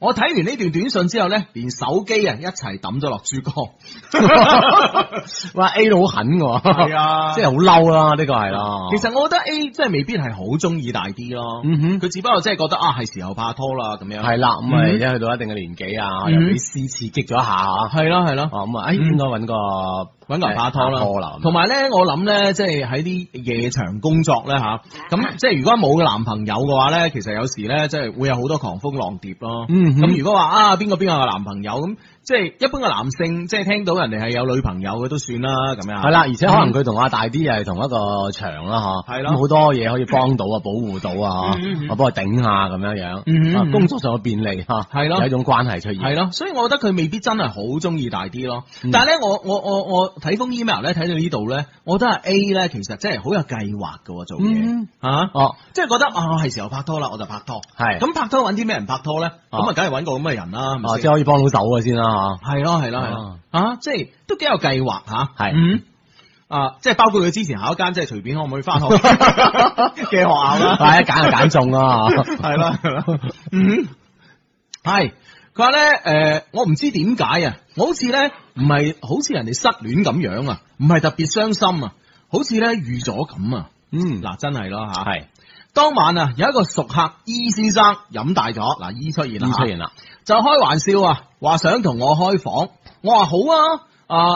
A: 我睇完呢段短信之後咧，連手機啊一齊抌咗落珠江。
B: 哇，A 到好狠喎，
A: 啊
B: 即係好嬲啦，呢個係啦。
A: 其實我覺得 A 真係未必係好中意大啲咯，
B: 哦嗯哼
A: 佢只不過真係覺得啊係時候拍拖啦咁樣，
B: 係啦，咁啊，
A: 嗯
B: 而家去到一定嘅年紀啊，
A: 嗯
B: 又俾詩刺激咗一下啊，
A: 係啦係啦，
B: 哦咁啊，哎，
A: 嗯
B: 應該揾個
A: 搵個人拍拖
B: 拍拖啦
A: 啦，同埋咧我諗咧即係喺啲夜場工作咧吓，咁即係如果冇男朋友嘅話咧，其實有時咧即係會有好多狂風浪蝶咯，
B: 嗯哼
A: 咁如果話啊邊個邊個有男朋友咁，即係一般嘅男性即係聽到人哋係有女朋友嘅都算啦咁樣，
B: 係啦，而且可能佢同阿大啲又係同一個場啦，嗬，
A: 嗯係咯
B: 咁好多嘢可以幫到啊，保護到啊，
A: 嗯嗯嗯
B: 嗬，我幫佢頂下咁樣
A: 嗯嗯
B: 樣，
A: 嗯
B: 啊工作上嘅便利吓，
A: 係咯
B: 有一種關係出現，
A: 係咯，所以我覺得佢未必真係好中意大啲咯。
B: 嗯
A: 但係咧，我我我我睇封 email 咧，睇到呢度咧，我覺得阿 A 咧其實真係好有計劃㗎喎，做嘢
B: 嗯
A: 啊，
B: 哦，
A: 即係覺得啊係時候拍拖啦，我就拍拖。
B: 係，
A: 咁拍拖揾啲咩人拍拖咧？咁
B: 啊
A: 啊，梗係揾個咁嘅人啦，係咪
B: 哦，即
A: 先
B: 係可以幫到手嘅先啦，
A: 係咯係咯係咯啊！即係都幾有計劃嚇，
B: 係
A: 嗯啊，即係包括佢之前考一間即係隨便可唔可以 翻學嘅學校
B: 嗬，
A: 啦。
B: 係一哎揀就揀 中啦，嗬
A: 系啦，系啦，嗯，系。佢話咧，誒、我唔知點解啊，我好似咧唔係好似人哋失戀咁樣啊，唔係特別傷心啊，好似咧預咗咁啊。
B: 嗯，
A: 嗱，真係咯嚇。
B: 係，
A: 當晚啊，有一個熟客 E 先生飲大咗，嗱 E 出現啦
B: 咁
A: 嚇
B: 出現啦，
A: 就開玩笑啊，話想同我開房，我話好啊，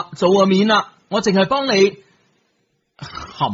A: 啊做個面啦，我淨係幫你 含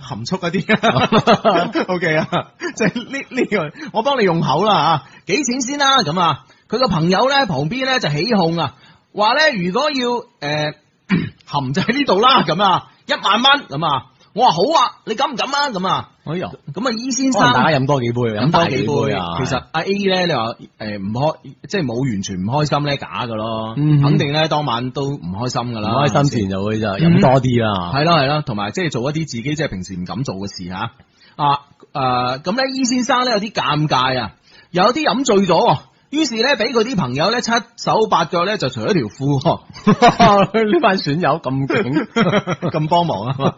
A: 含蓄一啲 ，OK 啊，即係呢呢個我幫你用口啦啊，幾錢先啦咁啊？佢個朋友咧旁邊咧就起哄啊，話咧如果要誒、呃 含就喺呢度啦咁啊，一萬蚊咁啊，我話好啊，你敢唔敢啊咁啊？
B: 哎呦，
A: 咁啊，伊先
B: 可
A: 生
B: 能大家飲多幾杯，飲
A: 飲
B: 大
A: 多
B: 幾
A: 幾
B: 杯
A: 杯
B: 啊，
A: 其實阿 A 咧，你話誒唔開，即係冇完全唔開心咧，假嘅咯，
B: 嗯
A: 肯定咧當晚都唔開心噶
B: 唔
A: 啦，
B: 開心自然就會就飲多啲啦，
A: 係咯係咯，同埋即係做一啲自己即係平時唔敢做嘅事嚇。啊誒咁咧，伊，E 先生咧有啲尷尬啊，有啲飲醉咗喎，於是咧俾佢啲朋友咧七手八腳咧就除咗條褲喎。
B: 呢班損友咁勁，
A: 咁幫忙啊嘛！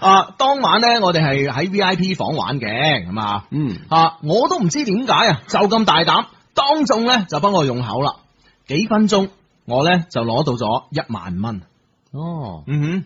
A: 啊，當晚咧，我哋係喺 V I P 房玩嘅，咁啊，
B: 嗯，
A: 啊，我都唔知點解啊，就咁大膽，當眾咧就幫我用口啦。幾分鐘，我咧就攞到咗一萬蚊。
B: 哦，
A: 嗯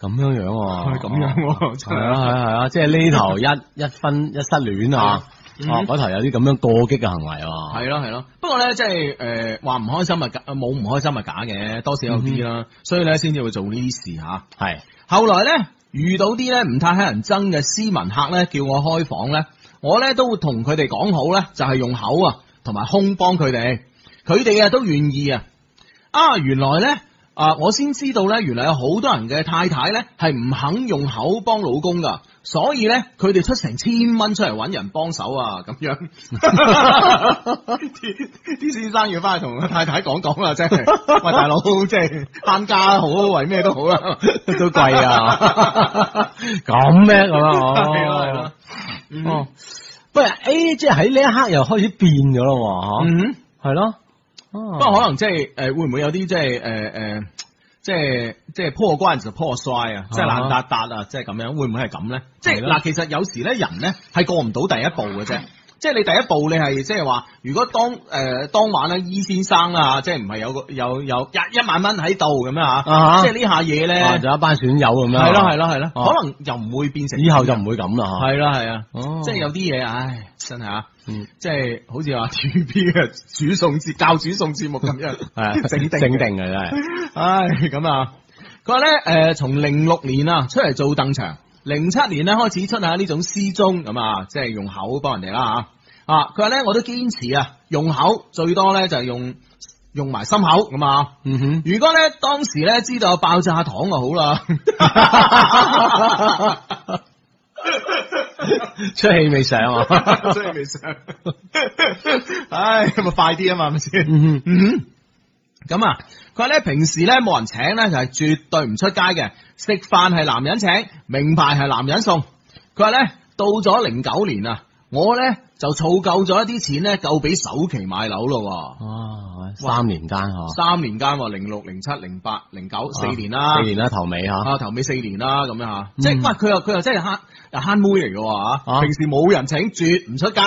B: 咁樣樣喎，
A: 係咁樣喎真
B: 係
A: 係
B: 啊係啊係啊，即係呢頭一一分一失戀啊，
A: 嗯
B: 哦嗰頭有啲咁樣過激嘅行為
A: 哼，
B: 喎，
A: 係咯係咯。不過咧，即係誒話唔開心咪假，冇唔開心咪假嘅，多少有啲啦。所以咧，先至會做呢啲事嚇、
B: 係
A: 後來咧遇到啲咧唔太乞人憎嘅斯文客咧，叫我開房咧，我咧都會同佢哋講好咧，就係、用口啊同埋胸幫佢哋，佢哋啊都願意啊。啊，原來咧啊，我先知道咧，原來有好多人嘅太太咧係唔肯用口幫老公噶，所以咧佢哋出成千蚊出嚟揾人幫手啊，咁 樣。啲啲先生要翻去同太太講講啦，真係，喂大佬，即係慳家好，為咩都好啦。
B: 都貴啊，咁咩咁
A: 係咯係
B: 啊
A: 咯，嗯
B: 哦，哦，不過 A 即係喺呢一刻又開始變咗咯喎，
A: 嗯，
B: 嚇，係咯，哦
A: 不
B: 不
A: 過可能即係誒會唔會有啲即係誒誒，即係即係破關就破衰啊，即係爛達達啊，即係咁樣，會唔會係咁咧？即係
B: 係咯
A: 嗱，其實有時咧人咧係過唔到第一步嘅啫。即係你第一步你係即係話，如果當誒、呃、當晚咧，伊先生啦，即係唔係有個有有一一萬蚊喺度咁樣嚇，
B: 啊哈
A: 即係呢下嘢
B: 啊
A: 咧，
B: 就一班損友咁樣，
A: 係咯係咯係咯，
B: 哦
A: 可能又唔會變成
B: 以後就唔會咁啦，
A: 係啦係啊，
B: 哦
A: 即係有啲嘢，唉，真係啊，
B: 嗯
A: 即係好似話 TVB 嘅煮餸節教煮餸節目咁樣，
B: 係啊
A: 整定
B: 整定嘅真係。
A: 唉，咁啊，佢話咧，誒、從零六年啊出嚟做凳場，零七年咧開始出下呢種詩中咁啊，即係用口幫人哋啦嚇。啊，佢話咧，我都堅持啊，用口最多咧就係用用埋心口咁啊。
B: 嗯哼，
A: 如果咧當時咧知道有爆炸糖就好啦。
B: 出氣未上 啊！
A: 所以未上，唉，咪快啲啊嘛，係咪先？
B: 嗯
A: 嗯，咁啊，佢話咧平時咧冇人請咧就係、絕對唔出街嘅，食飯係男人請，名牌係男人送。佢話咧到咗零九年啊，我咧就儲夠咗一啲錢咧，夠俾首期買樓咯喎。
B: 哇，三年間嗬，
A: 三年間喎，零六、零七、零八、零九，四年啦
B: 啊四，年啦，頭尾吓，
A: 啊頭尾四年啦，咁樣吓，
B: 嗯
A: 即係喂佢又佢又真係慳又慳妹嚟嘅喎嚇
B: 啊
A: 平時冇人請，絕唔出街。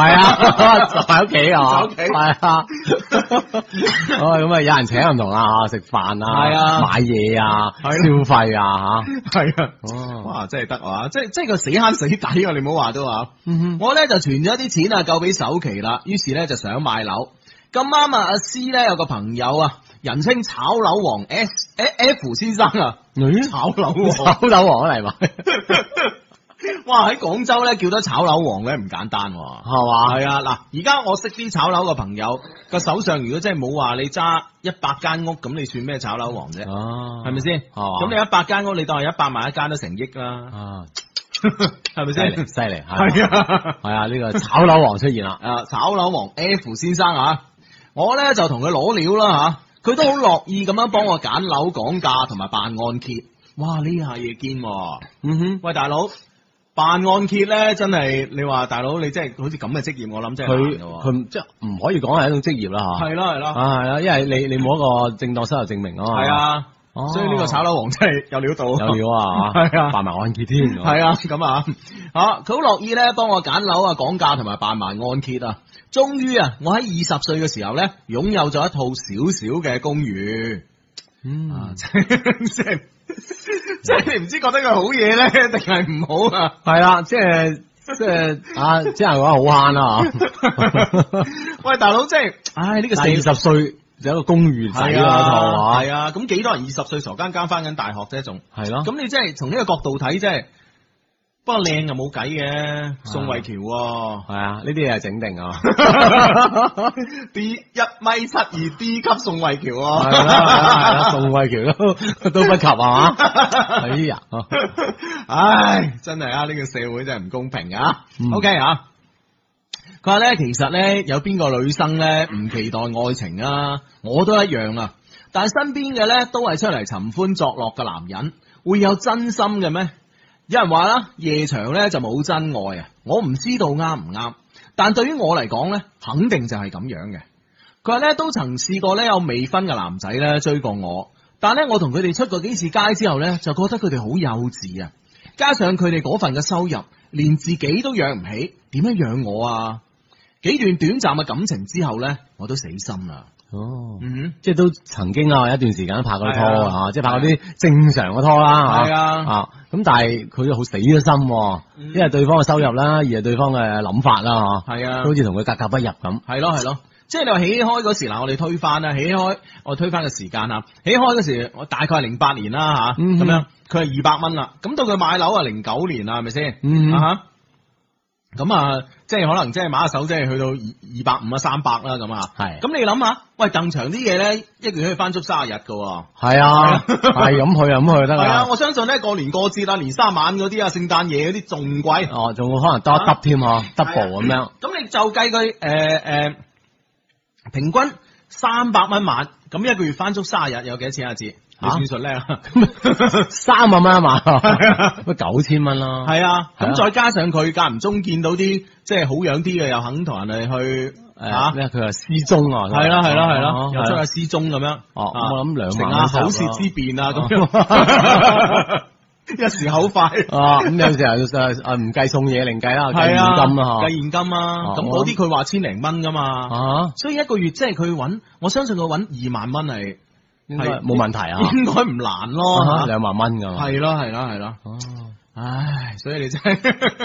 B: 啊， 就喺屋企啊，
A: 就喺屋企
B: 係啊， 哦咁啊，有人請唔同啦吓，食飯啊，
A: 係啊
B: 買嘢啊，
A: 係
B: 消費啊
A: 係啊，
B: 吓，哦，
A: 哇，真係得啊！即係即係個死慳死抵啊！你唔好話都話，
B: 嗯哼
A: 我咧就存咗啲錢啊，夠俾首期啦。於是咧就想買樓。咁啱啊，阿 C 咧有個朋友啊，人稱炒樓王 S 誒 F 先生啊，
B: 咦
A: 炒樓王，
B: 手樓王嚟嘛，
A: 哇！喺廣州咧叫得炒樓王咧唔簡單喎、
B: 係嘛，
A: 係啊，嗱，而家我識啲炒樓嘅朋友，個手上如果真係冇話你揸一百間屋，咁你算咩炒樓王啫？
B: 哦
A: 係咪先？
B: 係嘛
A: 咁你一百間屋，你當係一百萬一間都成億 啦，
B: 啊，
A: 係咪
B: 犀
A: 先
B: 利？犀利，
A: 係
B: 係啊，
A: 啊。
B: 係啊，呢個炒樓王出現啦，
A: 啊炒樓王 F 先生啊，我咧就同佢攞料啦吓，佢都好樂意咁樣幫我揀樓講價同埋辦按揭。哇！呢下嘢堅喎，
B: 嗯哼。
A: 喂大佬，辦按揭咧真係你話大佬你真係好似咁嘅職業，我諗真係難
B: 佢
A: 㗎喎
B: 佢即係唔可以講係一種職業啦吓，
A: 係啦係啦，
B: 啊係啊，因為你你冇一個正當收入證明啊嘛，
A: 係，啊，
B: 哦
A: 所以呢個炒樓王真係有料到，
B: 有料 啊，
A: 係啊
B: 辦埋按揭添，
A: 係啊，咁啊，啊，佢好樂意咧幫我揀樓啊、講價同埋辦埋按揭啊。終於啊，我喺二十歲嘅時候咧，擁有咗一套小小嘅公寓。啊
B: 嗯，
A: 即係即係你唔知覺得佢好嘢咧，定係唔好啊？
B: 係啦，即係即係啊，即係話好慳啦
A: 喂，大佬，即係， 唉，呢個
B: 嚇，
A: 四
B: 四十歲就有一個公寓仔
A: 係
B: 啦，套
A: 啊，
B: 嚇，
A: 係啊，咁幾多人二十歲傻更更翻緊大學啫，仲啊
B: 係咯，
A: 咁你即係從呢個角度睇，即係不過靚就冇計嘅，宋慧喬喎
B: 係啊，呢啲嘢係整 定啊，
A: ，D 一米七二 D 級宋慧喬
B: 係啊
A: 喎。
B: 啦係啦係啦，宋慧喬都 都不及係嘛，哎呀，
A: 唉，真係啊！呢、個社會真係唔公平啊。
B: 嗯
A: OK 啊，佢話咧，其實咧有邊個女生咧唔期待愛情啊？我都一樣啊，但係身邊嘅咧都係出嚟尋歡作樂嘅男人，會有真心嘅咩？有人話啦，夜場咧就冇真愛啊！我唔知道啱唔啱，但對於我嚟講咧，肯定就係咁樣嘅。佢話咧都曾試過咧有未婚嘅男仔咧追過我，但咧我同佢哋出過幾次街之後咧，就覺得佢哋好幼稚啊！加上佢哋嗰份嘅收入，連自己都養唔起，點樣養我啊？幾段短暫嘅感情之後咧，我都死心啦。
B: 哦。
A: 嗯
B: 即係都曾經啊，有一段時間拍過啲拖
A: 係
B: 啊，即係拍過啲正常嘅拖啦，
A: 係啊
B: 啊咁但係佢好死咗心喎，
A: 嗯
B: 一係對方嘅收入啦，二係對方嘅諗法啦，
A: 哼，
B: 嚇，
A: 係啊
B: 都好似同佢格格不入咁，
A: 係咯係咯，即係你話起開嗰時嗱，我哋推翻啦，起開我推翻個時間啊，起開嗰時我大概係零八年啦吓，
B: 嗯
A: 咁、樣佢係二百蚊啦，咁到佢買樓啊零九年啦，係咪先？
B: 嗯
A: 啊哈咁啊，即係可能即係買下手，即係去到二二百五啊三百啦咁啊，
B: 係
A: 咁你諗下，喂，鄧長啲嘢咧，一個月可以翻足三十日噶喎。
B: 係啊，係咁去啊，咁去得
A: 係啊，
B: 啦，
A: 我相信咧過年過節啊、年三晚嗰啲啊、聖誕夜嗰啲仲貴。
B: 哦，仲可能多
A: 啊
B: 一揼添嗬，double 咁樣，
A: 咁你就計佢誒誒平均三百蚊晚，咁一個月翻足卅日有幾多錢啊？字你
B: 啊
A: 算 術叻啊！
B: 三萬蚊啊一晚，乜啊九千蚊啦，
A: 係啊，
B: 係啊
A: 咁再加上佢間唔中見到啲即係好樣啲嘅，又肯同人哋去嚇
B: 誒，咩佢話失蹤啊，
A: 係啦係啦係
B: 哦
A: 啦，又出
B: 係
A: 下
B: 啦
A: 私鐘咁樣。啊
B: 哦咁我諗兩萬
A: 成啊
B: 都
A: 口
B: 差唔多
A: 舌之辯啊咁
B: 哦
A: 樣。 一時口快。
B: 啊，咁有時候啊唔計送嘢另計啦，哦計
A: 係啊
B: 現金啦
A: 計
B: 嗬。
A: 現金啊，
B: 哦
A: 咁嗰啲佢話千零蚊噶嘛，
B: 啊，
A: 所以一個月即係佢揾，我相信佢揾二萬蚊係
B: 應該
A: 係
B: 冇問題 啊，
A: 應該唔難
B: 啊
A: 咯，
B: 兩萬蚊㗎嘛。
A: 係咯係咯係咯，
B: 哦，
A: 唉，所以你真係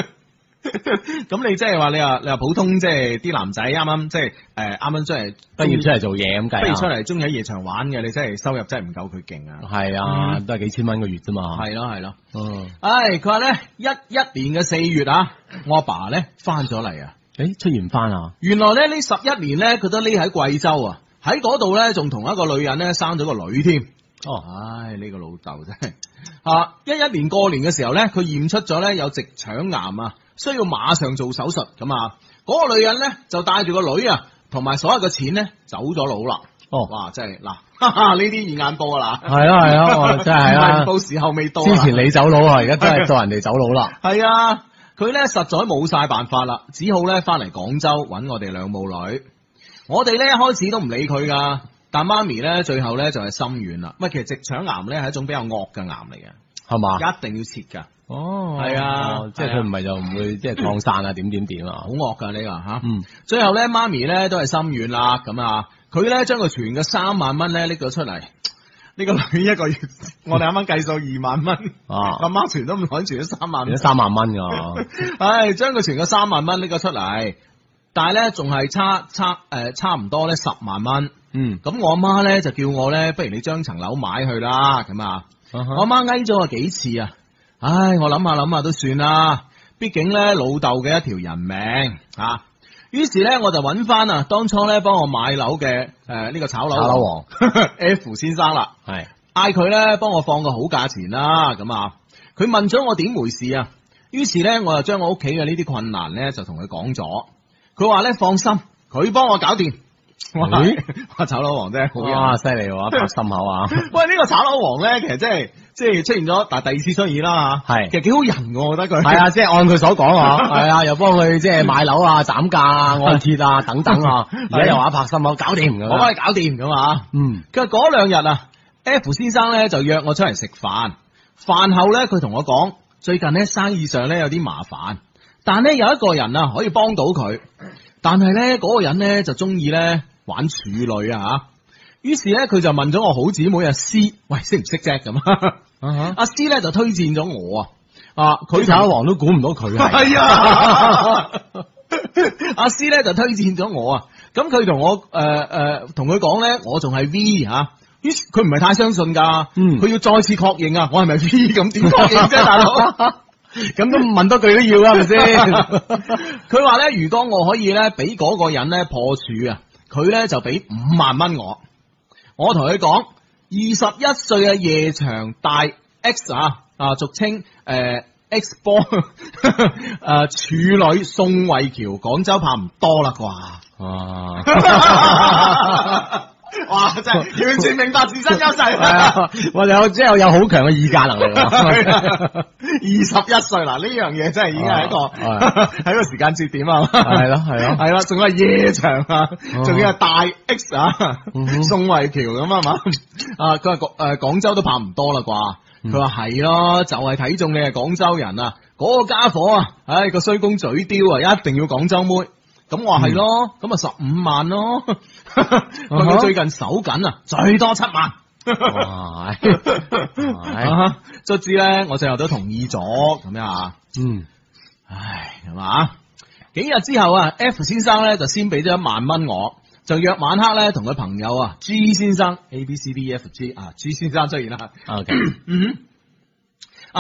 A: 咁你即係話你話你話普通即係啲男仔啱啱即係誒啱啱出嚟
B: 畢業出嚟做嘢咁計啊
A: 不如出嚟中意喺夜場玩嘅，你真係收入真係唔夠佢勁啊！
B: 係啊，
A: 嗯
B: 都係幾千蚊個月啫嘛。
A: 係咯係咯，
B: 嗯，
A: 唉，佢話咧一一年嘅四月啊，我阿爸咧翻咗嚟啊，
B: 誒出現翻啊，
A: 原來咧呢十一年咧佢都匿喺貴州啊，喺嗰度咧仲同一個女人咧生咗個女添。
B: 哦，
A: 唉，呢、個老豆真係啊！一一年過年嘅時候咧，佢驗出咗咧有直腸癌啊，需要馬上做手術咁啊。嗰、個女人咧就帶住個女啊，同埋所有嘅錢咧走咗佬啦。
B: 哦
A: 哇！真係嗱， 哈哈呢啲現眼報啊嗱，
B: 係啊係啊，哇 真係
A: 唔
B: 啊
A: 係。 到時候未到啊。
B: 之前你走佬啊，而家真係到人哋走佬啦。
A: 係啊，佢咧實在冇晒辦法啦，只好咧翻嚟廣州揾我哋兩母女。我哋咧一開始都唔理佢噶，但媽咪咧最後咧就係心軟啦。喂，其實直腸癌咧係一種比較惡嘅癌嚟嘅，
B: 係嘛？
A: 一定要切㗎，
B: 哦
A: 係啊
B: 哦即係佢唔係就唔會 即係擴散啊，點點點啊
A: 好，惡㗎呢個吓。
B: 嗯，
A: 最後咧媽咪咧都係心軟啦，咁啊，佢咧將佢存嘅三萬蚊咧拎咗出嚟。呢個女一個月，我哋啱啱計數二萬蚊，
B: 啊
A: 阿媽存都唔肯存咗三萬
B: 變
A: 蚊
B: 咗。三萬蚊 㗎，
A: 唉，將佢存嘅三萬蚊拎咗出嚟，但係咧仲係差差誒、呃差唔多咧十萬蚊。
B: 嗯，
A: 咁我阿媽咧就叫我咧，不如你將層樓買去啦咁啊！我阿
B: 咁
A: 媽翳咗我幾次啊！唉，我諗下諗下都算啦，畢竟咧老豆嘅一條人命啊！於是咧我就揾翻啊，當初咧幫我買樓嘅誒呢個炒樓
B: 炒樓王
A: F 先生啦。
B: 係
A: 嗌佢咧幫我放個好價錢啦，咁啊，佢問咗我點回事啊，於是咧我就將我屋企嘅呢啲困難咧就同佢講咗，佢話咧放心，佢幫我搞掂。哇
B: 咦！
A: 哇炒樓王真係好人
B: 哇，
A: 啊。
B: 犀利喎，拍心口啊，
A: 喂，呢個炒樓王咧，其實真係即係出現咗，但係第二次出現啦吓，
B: 係
A: 其實幾好人喎，我覺得佢
B: 係啊，即係按佢所講 啊，係啊，又幫佢即係買樓啊、斬價啊、按揭啊等等啊，而家又話拍心口搞掂咁
A: 我幫
B: 樣，
A: 你搞掂咁啊。
B: 嗯，
A: 佢話嗰兩日啊，F 先生咧就約我出嚟食飯。飯後咧，佢同我講，最近咧生意上咧有啲麻煩，但咧有一個人啊可以幫到佢，但係咧嗰個人咧就中意咧玩處女啊吓。於是咧佢就問咗我好姊妹阿詩，喂識唔識啫咁？ 阿詩咧就推薦咗我啊，啊
B: 佢
A: 佢
B: 炒樓王都估唔到 佢係，
A: 係啊， 阿師咧就推薦咗我啊，咁佢同我誒誒同佢講咧，我仲係 V 吓、於是佢唔係太相信㗎，
B: 嗯
A: 佢要再次確認啊，我 係咪 V 咁點確認啫，大 佬？
B: 咁都問多句都要啊，係咪先？
A: 佢話咧，如果我可以咧俾嗰個人咧破處啊，佢咧就俾五萬蚊我。我同佢講，二十一歲嘅夜場大 X 啊啊，俗稱誒、呃 X 波 誒、處女宋慧喬，廣州怕唔多啦啩？
B: 哇！
A: 哇！真係完全明白自身優勢
B: 係啊，我有即係有好強嘅議價能力
A: 係
B: 喎。
A: 啊 二十一歲嗱，呢樣嘢真係已經係一個
B: 啊
A: 喺一個時間節點啊，
B: 係咯係 咯哦
A: 係啦，仲係夜場啊，仲要係大 X 啊
B: 嗯哼，
A: 宋慧喬咁啊嘛，啊佢話誒廣州都拍唔多啦啩，
B: 嗯
A: 佢話係咯，就係睇中你係廣州人啊，嗰個家伙啊，唉個衰公嘴刁啊，一定要廣州妹。咁我話係咯，
B: 嗯
A: 咁啊十五萬咯， 佢話佢最近手緊啊，最多七萬。
B: 哇！
A: 啊哈卒之咧，我最後都同意咗咁樣啊，
B: 嗯，
A: 唉，係嘛？幾日之後啊，F 先生咧就先俾咗一萬蚊我，就約晚黑咧同佢朋友啊 G 先生 A B C D E F G 啊 G 先生出現啦，
B: OK，
A: 嗯哼，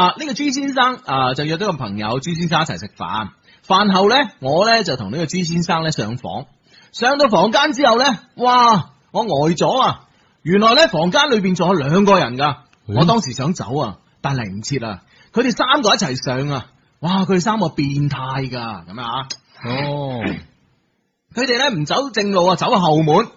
A: 啊呢、個 G 先生啊就約咗個朋友 G 先生一齊食飯，飯後咧我咧就同呢個 G 先生咧上房，上到房間之後咧，哇我呆咗啊！原來咧房間裏邊仲有兩個人噶，
B: 咦
A: 我當時想走啊，但嚟唔切啊！佢哋三個一齊上啊，哇佢哋三個變態噶咁啊！
B: 哦，
A: 佢哋咧唔走正路啊，走後門。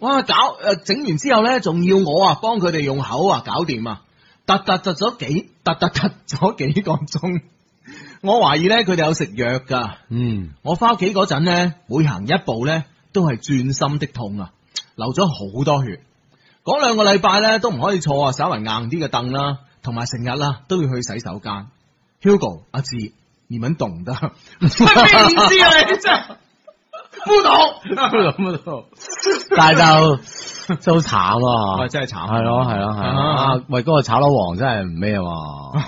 A: 哇，搞誒、呃整完之後咧，仲要我啊幫佢哋用口啊搞掂啊，突突突咗幾突突突咗幾個鐘。我懷疑咧佢哋有食藥㗎。
B: 嗯，
A: 我翻屋企嗰陣咧，每行一步咧都係鑽心的痛啊，流咗好多血。嗰兩個禮拜咧都唔可以坐啊稍為硬啲嘅凳啦，同埋成日啦都要去洗手間。Hugo 阿志，你們懂的。咩意思啊？你真係不懂。
B: 咁度，但係就真係好慘啊
A: 喂，！真係慘。
B: 係咯係咯係
A: 啊
B: 咯，啊喂，嗰個炒樓王真係唔咩喎，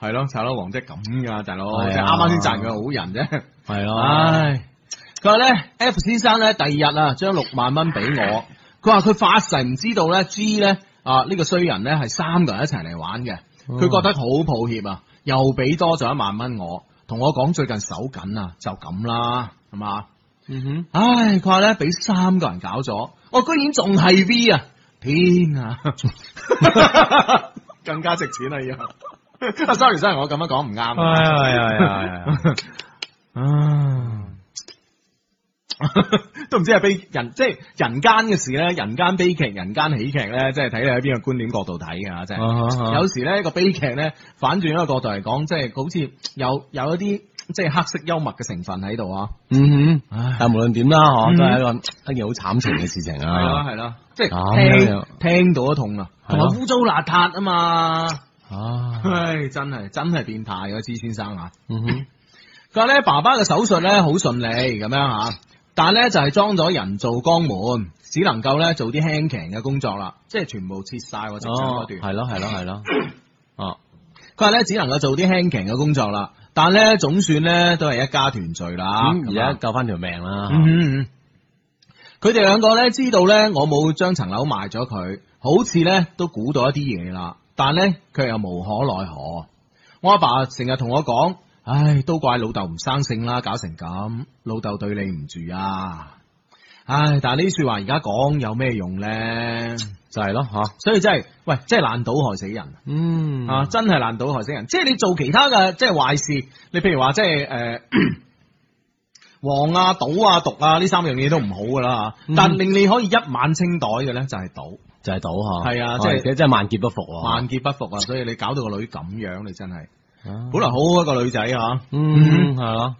A: 係咯，炒樓王即係咁噶，大佬，
B: 係啊
A: 即係啱啱先賺佢好人啫。
B: 係咯，
A: 唉，佢話咧，F 先生咧，第二日啊，將六萬蚊俾我。佢話佢發誓唔知道咧，G 咧啊呢、個衰人咧係三個人一齊嚟玩嘅。
B: 哦
A: 佢覺得好抱歉啊，又俾多咗一萬蚊我，同我講最近手緊啊，就咁啦，係嘛？
B: 嗯
A: Mm-hmm
B: 哼，
A: 唉，佢話咧俾三個人搞咗，我居然仲係 V 啊！天 啊，更加值錢啦啊以後。sorry sorry，我咁樣講唔啱啊。
B: 係啊係啊係啊係啊。
A: 啊， 都唔知係悲人，即係人間嘅事咧，人間悲劇、人間喜劇咧，即係睇你喺邊個觀點角度睇㗎，
B: 哦
A: 真係。
B: 有
A: 有時咧個悲劇咧，反轉一個角度嚟講，即係好似有有一啲即係黑色幽默嘅成分喺度啊。
B: 嗯哼
A: 唉，
B: 但無論點啦，
A: 嗯
B: 嗬，都係一個 一件好慘情嘅事情
A: 係啦
B: 啊！
A: 係啦，即
B: 咁
A: 係
B: 樣
A: 聽聽到都痛啊，同埋
B: 係咯
A: 污糟邋遢啊嘛。
B: 啊，
A: 唉，真係真係變態嗰支先生啊！
B: 嗯哼，
A: 佢話咧爸爸嘅手術咧好順利咁樣吓，但咧就係裝咗人造肛門，只能夠咧做啲輕騎嘅工作啦，即係全部切晒 我直腸嗰
B: 哦，
A: 段。
B: 係咯係咯係咯，哦，
A: 佢話咧只能夠做啲輕騎嘅工作啦，但咧總算咧都係一家團聚啦。
B: 咁而
A: 咁
B: 家
A: 啊
B: 救翻條命啦，
A: 嗯嗯嗯佢哋兩個咧知道咧我冇將層樓賣咗佢，好似咧都估到一啲嘢啦，但咧佢又無可奈何。我阿爸成日同我講，唉，都怪老豆唔生性啦，搞成咁，老豆對你唔住啊！唉，但係呢啲說話而家講有咩用咧？
B: 就係咯嚇，
A: 所以真係，喂，真係爛賭害死人。
B: 嗯
A: 啊，真係爛賭害死人。即係你做其他嘅即係壞事，你譬如話即係 誒黃啊、賭啊、毒啊呢三樣嘢都唔好噶啦。啊
B: 嗯
A: 但令你可以一晚清袋嘅咧就係賭，
B: 就係賭嗬，
A: 係啊
B: 哦
A: 即係
B: 而且真係萬劫不復喎，
A: 萬劫不復啊！所以你搞到個女咁樣，你真係
B: 啊
A: 本來好好一個女仔啊，
B: 嗯係咯，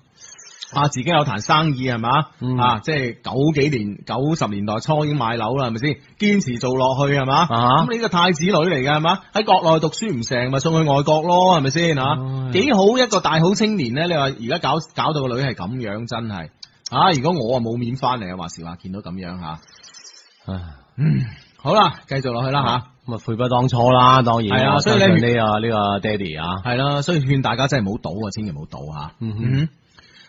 A: 啊自己有談生意係嘛
B: 嗯
A: 啊，即係九幾年九十年代初已經買樓啦，係咪先？堅持做落去係嘛？
B: 啊
A: 咁你呢個太子女嚟嘅係嘛？喺國內讀書唔成，咪送去外國咯，係咪先吓？
B: 唉
A: 幾好一個大好青年咧！你話而家搞搞到個女係咁樣，真係啊！如果我啊冇面翻嚟啊，話時話見到咁樣吓，嗯
B: 唉
A: 好啦，繼續落去啦
B: 啊咁啊悔不當初啦，當然
A: 係啊所以你
B: 相信呢個呢個爹哋啊，
A: 吓，係啦，所以勸大家真係唔好賭啊，千祈唔好賭吓。
B: 嗯哼
A: 嗯哼，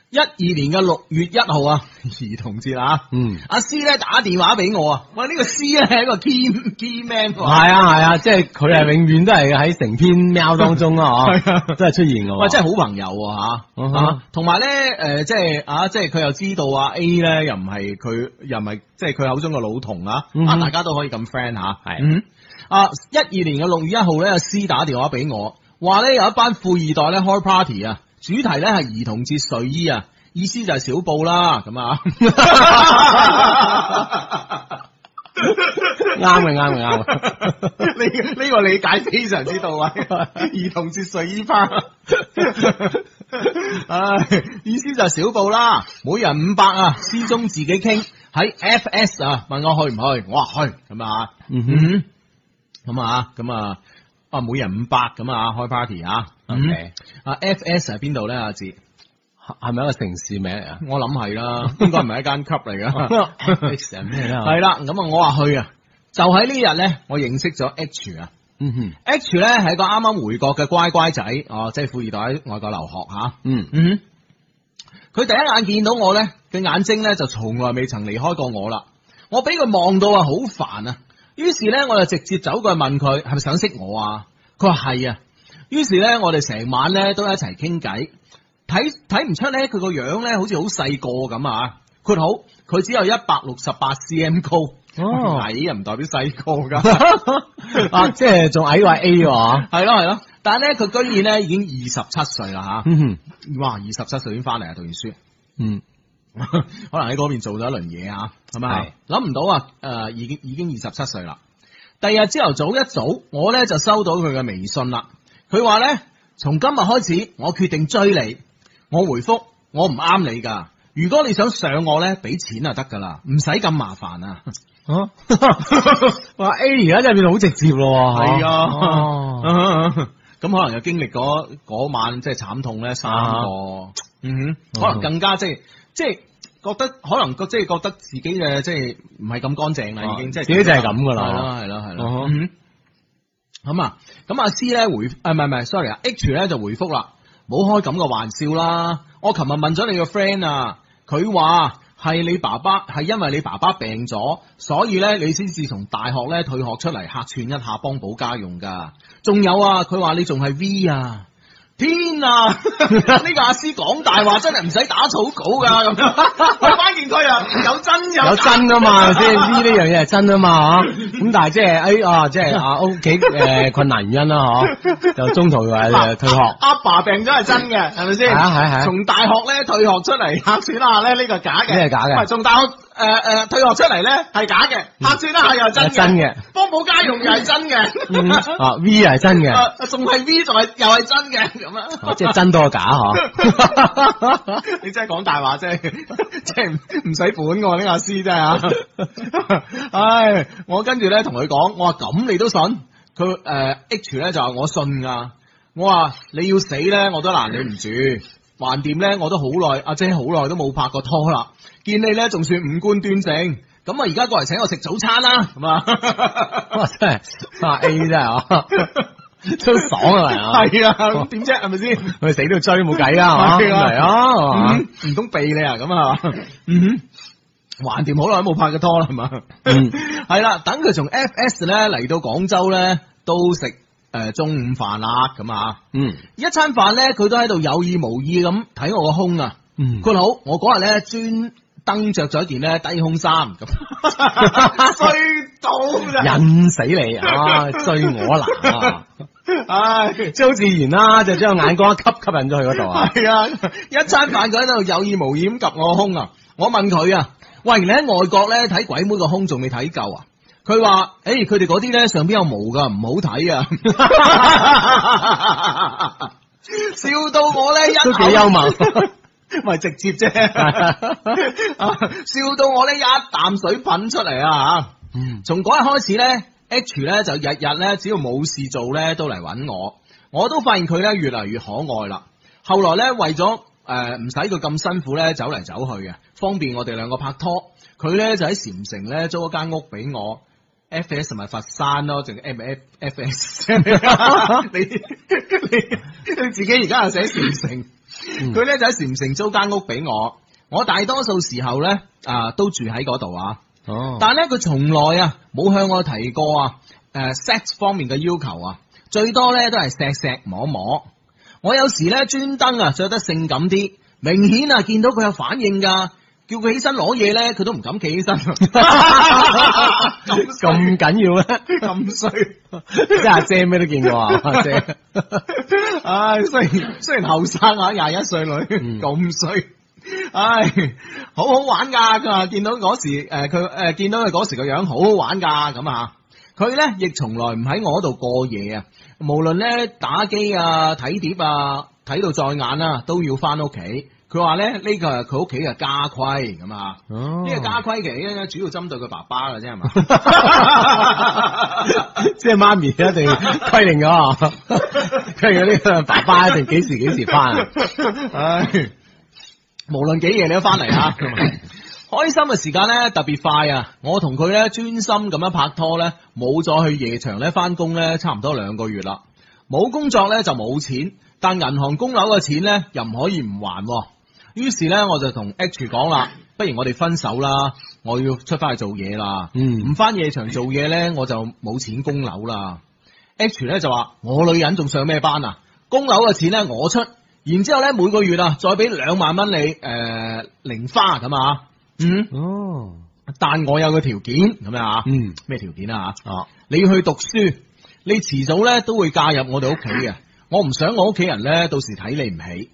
A: 一二年嘅六月一號啊， 兒童節啊，
B: 嗯。
A: 阿 C 咧打電話俾我啊，喂，呢個 C 咧係一個 key key man
B: 係
A: 喎，
B: 啊係啊，即係佢係永遠都係喺成篇喵當 中啊，
A: 係啊
B: 嗬，真係出現嘅喎，
A: 喂，真係好朋友啊吓，
B: 嗯哼
A: 啊同埋咧，诶，即係啊，即係佢又知道啊 A 咧，又唔係佢，又唔係即係佢口中嘅老同啊，
B: 嗯
A: 啊，
B: 哼
A: 大家都可以咁 friend 吓，
B: 係
A: 嗯，啊，一二年嘅六月一號咧，阿 C 打電話俾我，話咧有一班富二代咧開 party 啊，主題咧係兒童節睡衣啊，意思就係小布啦，咁 啊。
B: 啱嘅啱嘅 啱嘅。
A: 呢呢個理解非常之到 位，兒童節睡衣花。 唉，意思就係小步啦，每人五百啊，私中自己傾。喺 FS 啊，問我去唔去，我話去咁啊，
B: 嗯
A: 嗯，咁啊，咁啊，啊每人五百咁啊，開 party 啊，
B: OK，
A: 啊 FS 係邊度咧？阿志，
B: 係咪一個城市名嚟啊？
A: 我諗係 啦，應該唔係一間 club 嚟噶。
B: X 係咩啦？
A: 係啦，咁啊，我話去啊，就喺呢日咧，我認識咗 H 啊。
B: 嗯哼，
A: H 咧係一個啱啱回國嘅乖乖仔，哦，即係富二代喺外國留學吓。
B: 嗯
A: 嗯，佢第一眼見到我咧，嘅眼睛咧就從來未曾離開過我啦。我俾佢望到啊，好煩啊。於是咧，我就直接走過去問佢係咪想識我啊？佢話係啊。於是咧，我哋成晚咧都一齊傾偈，睇睇唔出咧佢個樣咧好似好細個咁啊。括好，佢只有一百六十八 cm 高，
B: 哦
A: 矮啊又唔代表細個噶。
B: 啊，即係仲矮過 A 喎，哦
A: 系咯系咯，但系咧佢居然咧已經二十七歲啦
B: 嗯哼，
A: 吓，哇二十七歲已經翻嚟啊讀完書，
B: 嗯
A: 可能喺嗰邊做咗一輪嘢啊，係咪
B: 係？
A: 諗唔到啊，诶、已經已经二十七歲啦。第二日朝頭早一早，我咧就收到佢嘅微信啦，佢話咧從今日開始，我決定追你。我回覆我唔啱你噶，如果你想上我咧，俾錢就得噶啦，唔使咁麻煩啊。
B: 啊 哇 A 而家真係變到好直接咯喎，
A: 係
B: 哦
A: 啊， 咁可能又經歷嗰嗰晚即係慘痛咧三
B: 啊
A: 個，嗯哼，可能更加即係即係覺得可能即係覺得自己嘅即係唔係咁乾淨啦，已經
B: 啊
A: 即係
B: 自己就係咁㗎啦
A: 係啦係啦係啦
B: 啊哈，
A: 嗯哼咁啊咁阿 C 咧回啊唔係唔係，sorry 啊 H 咧就回覆啦，冇開咁嘅玩笑啦，我琴日問咗你個 friend 啊，佢話。係你爸爸，係因為你爸爸病咗，所以咧你先至從大學咧退學出嚟客串一下幫補家用㗎。仲有啊，佢話你仲係 V 啊，天啊！ 呢個阿師講大話真係唔使打草稿㗎咁樣， 喂關鍵佢啊有真有假
B: 有真啊嘛，係咪 先呢呢樣嘢係真啊嘛，嗬咁但係即係哎啊，即係啊屋企 誒困難原因啦，嗬，就中途話誒退學，
A: 阿爸病咗係真嘅，係咪先？
B: 係啊係啊係啊
A: 從大學咧退學出嚟客串一下咧，呢個係假嘅。
B: 呢係假嘅
A: 唔係從大學誒誒退學出嚟咧係假嘅，客串一下又係真嘅。
B: 嗯係真嘅，
A: 幫補家用又係真
B: 嗯
A: 嘅。
B: 啊 V 係真嘅，
A: 啊仲係 V 仲係又係真嘅咁啊！
B: 啊即係真多過假 嗬。
A: 你真係講大話，真 係真係唔使本我呢個師真係啊！ 唉，我跟住咧同佢講，我話咁你都信？佢誒、呃 H 咧就話我信啊！我話你要死咧，我都攔你唔住。橫掂咧，我都好耐，阿姐好耐都冇拍過拖啦。見你咧，仲算五官端正。咁啊，而家過嚟請我食早餐啦，咁啊，
B: 哇！真係啊 A 真 係啊，都爽啊！係啊
A: 係啊，咁點啫？係咪先？
B: 佢死都要追冇計啊，係
A: 係啊
B: 嘛？係啊係嘛，
A: 唔通避你啊？咁啊，嗯哼，橫掂好耐都冇拍過拖啦，係嘛？
B: 嗯
A: 係啦，等佢從 FS 咧嚟到廣州咧，都食誒、呃中午飯啦，咁啊，
B: 嗯
A: 一餐飯咧佢都喺度有意無意咁睇我個胸啊！
B: 嗯，
A: 佢好，我嗰日咧專登着咗一件咧低胸衫 咁， 衰到咋！
B: 引死你 啊！追我男啊！
A: 唉。
B: 即係好自然啦，就將個眼光一吸吸引咗 去嗰度啊！
A: 系啊，一餐飯佢喺度有意無意咁及我個胸啊！我問佢啊，喂，你喺外國咧睇鬼妹個胸仲未睇夠啊？佢話：，誒、佢哋嗰啲咧上邊有毛噶，唔好睇啊！ 笑到我咧一
B: 都
A: 口
B: 幾幽默，
A: 咪直接啫， 啊笑到我呢一啖水噴出嚟啊！嚇
B: 嗯
A: 從嗰日開始咧，H 咧就日日咧，只要冇事做咧，都嚟揾我。我都發現佢咧越嚟越可愛啦。後來咧，為咗呃誒唔使佢咁辛苦咧，走嚟走去嘅，方便我哋兩個拍拖。佢咧就喺禪城咧租咗間屋俾我。F S 咪佛山咯，淨 M F F S。你你你自己而家又寫禪城，佢咧就喺禪城租間屋俾我。我大多數時候咧啊都住喺嗰度啊。
B: 哦，
A: 但係咧，佢從來啊冇向我提過啊，誒、sex 方面嘅要求啊，最多咧都係錫錫摸摸。我有時咧專登啊着得性感啲，明顯啊見到佢有反應㗎，叫佢起身攞嘢咧，佢都唔敢企起 身。咁衰
B: 咁緊要 咩？
A: 咁衰，
B: 即係阿姐咩都見過啊！阿姐，
A: 唉，雖然雖然後生啊，廿一歲女
B: 嗯
A: 咁衰。唉，好好玩噶！佢話見到嗰時，誒佢誒見到佢嗰時個樣好好玩噶咁啊！佢咧亦從來唔喺我嗰度過夜啊，無論咧打機啊、睇碟啊、睇到再眼啊，都要翻屋企。佢話咧呢個係佢屋企嘅家規咁啊，
B: 哦
A: 呢個家規其實主要針對佢爸爸嘅啫係嘛？
B: 即係媽咪一定規定咗啊，規定咗呢個爸爸一定幾時幾時翻啊！
A: 唉，無論幾夜你都翻嚟啊！開心嘅時間咧特別快啊！我同佢咧專心咁樣拍拖咧，冇再去夜場咧翻工咧，差唔多兩個月啦。冇工作咧就冇錢，但銀行供樓嘅錢咧又唔可以唔還喎。於是咧我就同 H 講啦，不如我哋分手啦，我要出翻去做嘢啦。
B: 嗯
A: 唔翻夜場做嘢咧，我就冇錢供樓啦。H 咧就話：我女人仲上咩班啊？供樓嘅錢咧我出，然之後咧每個月啊再俾兩萬蚊你誒、呃零花咁啊。嗯，
B: 哦，
A: 但我有個條件咁樣啊，
B: 嗯
A: 咩條件啊？
B: 哦，
A: 你要去讀書，你遲早咧都會嫁入我哋屋企嘅。我唔想我屋企人咧到時睇你唔起。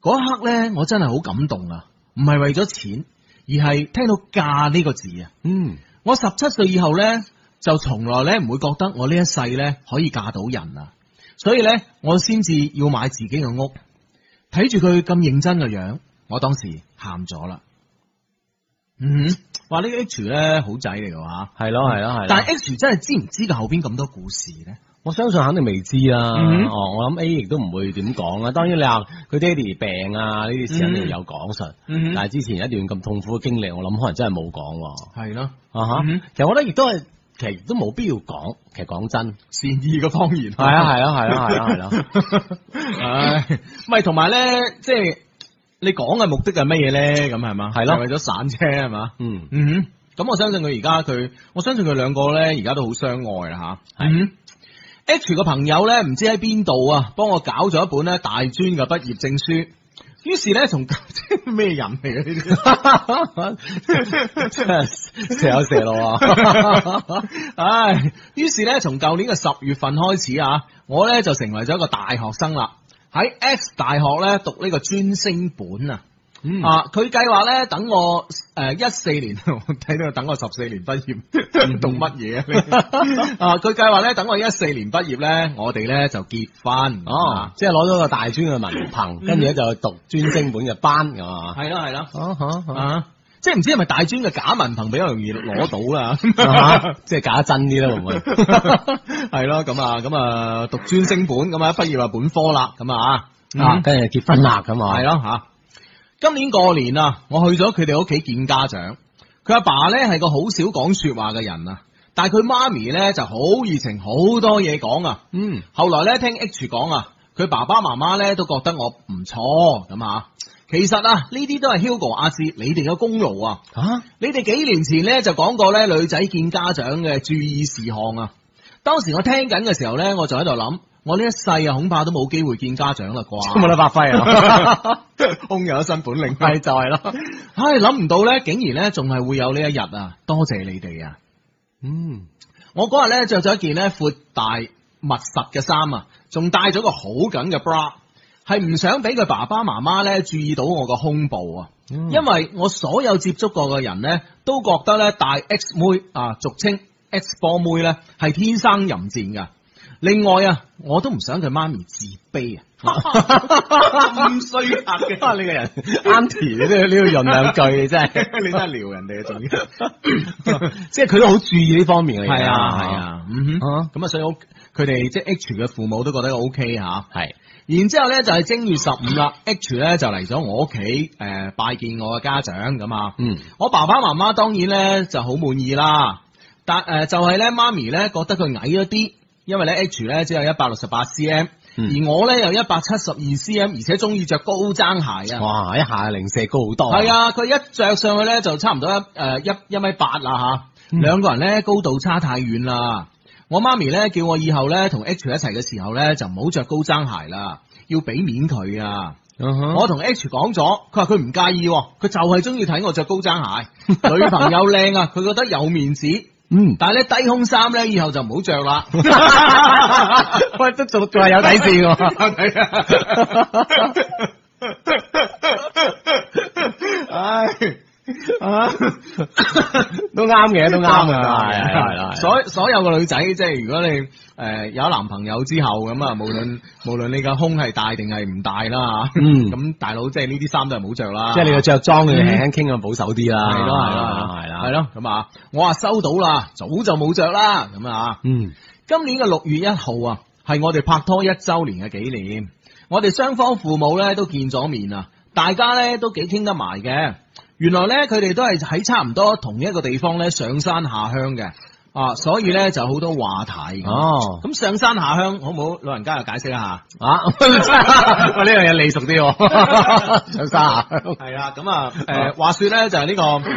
A: 嗰一刻咧，我真係好感動啊！唔係為咗錢，而係聽到嫁呢個字啊！
B: 嗯
A: 我十七歲以後咧，就從來咧唔會覺得我呢一世咧可以嫁到人啊，所以咧我先至要買自己嘅屋。睇住佢咁認真嘅樣，我當時喊咗啦。嗯哼，話呢個 H 咧好仔嚟嘅話，
B: 係咯係咯啊係咯。
A: 但係 H 真係知唔知佢後邊咁多故事咧？
B: 我相信肯定未知啦。
A: 嗯
B: 哦，我諗 A 亦都唔會點講啦。當然你話佢爹哋病啊呢啲事肯定有講述，
A: 嗯
B: 但係之前一段咁痛苦嘅經歷，我諗可能真係冇講喎。
A: 係咯，
B: 啊哈，
A: 嗯
B: 其實我覺得亦都係，其實都冇必要講。其實講真，
A: 善意嘅方言。
B: 係啊係啊係啊係啊係啦。
A: 唉，咪同埋咧，即係你講嘅目的係乜嘢咧？咁係嘛？
B: 係咯
A: 係為咗散車係嘛？
B: 嗯，
A: 嗯哼，咁我相信佢而家佢，我相信佢兩個咧而家都好相愛啦吓。
B: 係
A: 嗯哼 H 個朋友咧唔知喺邊度啊，幫我搞咗一本咧大專嘅畢業證書。於是咧，從 咩人嚟嘅呢啲？
B: 真係射有射路啊！
A: 唉，於是咧，從舊年嘅十月份開始啊，我咧就成為咗一個大學生啦。喺 X 大學咧讀呢個專升本啊，
B: 嗯
A: 啊，佢計劃咧等我誒一四年， 我睇到等我十四年畢
B: 嗯
A: 業， 讀乜嘢啊你？ 啊，佢計劃咧等我一四年畢業咧，我哋咧就結婚。啊
B: 哦，，即係攞咗個大專嘅文憑，跟住咧就讀專升本嘅班，係嘛？
A: 係咯係咯，
B: 啊哈啊哈
A: 啊，即係唔知係咪大專嘅假文憑比較容易攞到啦？
B: 啊哈 即係假真啲啦，會唔會？
A: 係咯，咁啊，咁啊，讀專升本，咁啊，畢業啊本科啦，咁啊，
B: 啊，
A: 啊，
B: 跟住結婚啦咁啊，
A: 係咯吓。今年過年啊，我去咗佢哋屋企見家長。佢阿爸咧係個好少講说話嘅人啊，但係佢媽咪咧就好熱情，好多嘢講啊。
B: 嗯，
A: 後來咧聽 H 講啊，佢爸爸媽媽咧都覺得我唔錯咁啊。其實啊，呢啲都係 Hugo 阿志你哋嘅功勞啊。
B: 啊，
A: 你哋幾年前咧就講過咧女仔見家長嘅注意事項啊。當時我聽緊嘅時候咧，我就喺度諗，我呢一世啊恐怕都冇機會見家長啦
B: 都冇
A: 啩。
B: 得發揮啊，
A: 空有一身本領，
B: 係就係咯，
A: 唉，諗唔到咧，竟然咧仲係會有呢一日啊！多謝你哋啊！
B: 嗯，
A: 我嗰日咧着咗一件咧闊大密實嘅衫啊，仲戴咗個好緊嘅 bra，係唔想俾佢爸爸媽媽咧注意到我個胸部啊。
B: 嗯
A: 因為我所有接觸過嘅人咧，都覺得咧大 X 妹啊，俗稱 X 波妹咧，係天生淫賤噶。另外啊，我都唔想佢媽咪自 卑啊，咁衰格嘅呢個人
B: Auntie 你都要你要潤兩句，你真係，
A: 你真係撩人哋啊，仲要
B: 即係佢都好注意呢方面嘅嘢，
A: 係啊係，啊，嗯哼，
B: 啊，
A: 咁啊，所以屋佢哋即係 H 嘅父母都覺得 O K 嚇。
B: 係，
A: 然之後咧就係正月十五啦，H 咧就嚟咗我屋企誒拜見我嘅家長咁啊。
B: 嗯，
A: 我爸爸媽媽當然咧就好滿意啦，但誒、呃就係咧媽咪咧覺得佢矮咗啲，因為咧 H 咧只有一百六十八 cm，、
B: 嗯
A: 而我咧有一百七十二 cm，而且中意着高踭鞋啊。
B: 嗯哇，一下零舍高好多，
A: 係，啊，佢一着上去咧就差唔多一誒一一米八啦吓，
B: 嗯
A: 兩個人咧高度差太遠啦。我媽咪咧叫我以後咧同 H 一齊嘅時候咧就唔好着高踭鞋啦，要俾面佢啊。我
B: 我
A: 同 H 講咗，佢話佢唔介意喎，佢就係中意睇我着高踭 鞋。女朋友靚啊，佢覺得有面子，
B: 嗯，
A: 但係咧低胸衫咧以後就唔好着啦。
B: 喂，都仲仲係有底線喎，
A: 唉。啊，
B: 都啱嘅， 都啱嘅，
A: 係
B: 係係係，
A: 所所有嘅女仔，即係如果你誒、呃有男朋友之後咁啊，無論無論你嘅胸係大定係唔大啦嚇，
B: 嗯
A: 咁大佬即係呢啲衫都係唔好着啦，
B: 即係你個着裝要輕輕傾咁保守啲啦，
A: 係咯係咯
B: 係啦，
A: 係，咯咁啊！我話收到啦，早就冇着啦咁啊！
B: 嗯，
A: 今年嘅六月一號啊，係我哋拍拖一周年嘅紀念，我哋雙方父母咧都見咗面啊，大家咧都幾傾得埋嘅。原來咧佢哋都係喺差唔多同一個地方咧上山下鄉嘅啊，所以咧就好多話題。
B: 哦，
A: 咁上山下鄉好唔好？老人家又解釋一下。
B: 啊， 我呢樣嘢利熟啲喎， 上山啊，
A: 系啦，咁啊，诶，話说咧就係呢個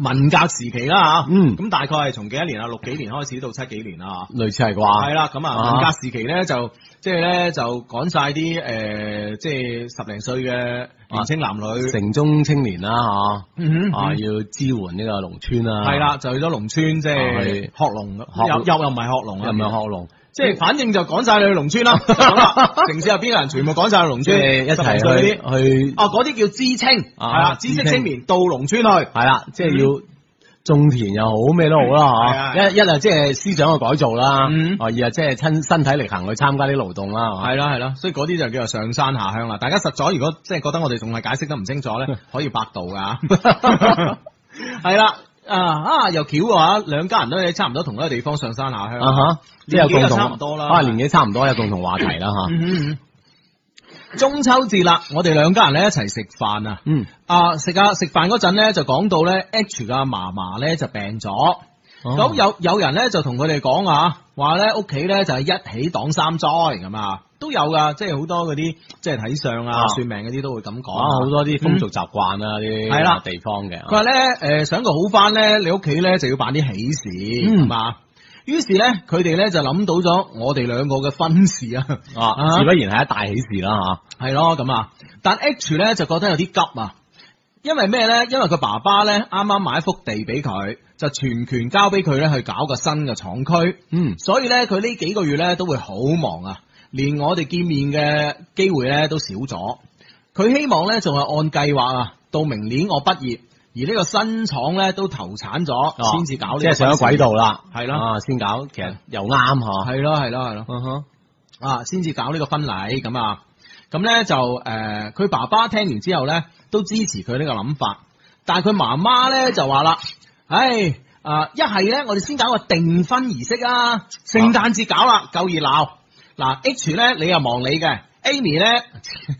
A: 文革時期啦吓，啊
B: 嗯
A: 咁大概係從幾多年啊？六幾年開始到七幾年啊啦
B: 類似係
A: 吓，
B: 啩
A: 係，啦，咁啊，
B: 啊
A: 文革時期咧就即係咧就趕晒啲诶，即係十零歲
B: 啊
A: 嘅年青男女，
B: 城中青年啦
A: 嗯
B: 嚇，啊
A: 哼，
B: 要支援呢個農村啊啦，
A: 係，啦，就去咗農村，即係
B: 啊係
A: 學農，
B: 學
A: 又又又唔係學農啊，
B: 又唔係學農，
A: 即係反正就趕晒你去農村 啦，咁啦城市入邊嘅人全部趕晒去農
B: 即
A: 村，
B: 係一
A: 10
B: 齊
A: 零歲嗰啲
B: 去去，
A: 哦，嗰啲叫知青，係
B: 啊
A: 啦，知識
B: 知青
A: 青年到農村去。
B: 係啦，即係要。種田又好，咩都好
A: 嗯係啊
B: 啦
A: 係
B: 嚇，一一啊即係思想嘅改造啦，
A: 嗯啊
B: 哦二啊即係親身體力行去參加啲勞動啦，係嘛
A: 系啦系啦，所以嗰啲就叫做上山下 鄉啦。大家實在如果即係覺得我哋仲係解釋得唔清楚咧，可以百度噶。系啦。啊啊又巧嘅話，兩家人都係差唔多同一個地方上山下鄉。
B: 啊哈，即係有
A: 年紀
B: 共
A: 就
B: 同
A: 差唔多啦
B: 啊年紀差唔多有共同話題啦吓，
A: 嗯嗯嗯中秋節啦，我哋兩家人咧一齊食飯啊！
B: 嗯，
A: 啊食啊食飯嗰陣咧就講到咧 H 嘅嫲嫲咧就病咗，咁、
B: 哦
A: 有有人咧就同佢哋講啊，話咧屋企咧就係一起擋三災咁啊，都有噶，即係好多嗰啲即係睇相啊、
B: 啊
A: 算命嗰啲都會咁講
B: 啊
A: 啊
B: 好多啲風俗習慣啦，啲
A: 嗯係啦
B: 地方嘅，啊
A: 佢話咧，誒、想佢好翻咧，你屋企咧就要辦啲喜事，
B: 嗯
A: 係嘛、於是咧，佢哋咧就諗到咗我哋兩個嘅婚事啊，
B: 啊
A: 啊
B: 自不然係一大喜事啦
A: 係咯咁啊。但 H 咧就覺得有啲急啊，因為咩咧？因為佢爸爸咧啱啱買一幅地俾佢，就全權交俾佢咧去搞個新嘅廠區，
B: 吓，嗯
A: 所以咧佢呢幾個月咧都會好忙啊，連我哋見面嘅機會咧都少咗。佢希望咧仲係按計劃啊，到明年我畢業，而呢個新廠咧都投產咗，先至搞呢個
B: 哦即係上咗軌道啦，
A: 係咯
B: 啊先搞，其實又啱
A: 婚
B: 吓，
A: 禮。係咯係咯係咯
B: 嗯哼，
A: 啊，先至搞呢個婚禮咁啊。咁咧就誒，呃佢、爸爸聽完之後咧都支持佢呢個諗法，但係佢媽媽咧就話啦：，唉啊，一係咧我哋先搞個訂婚儀式啊，聖誕節搞啦，夠熱鬧。嗱、H 咧你又忙你嘅。Amy 咧，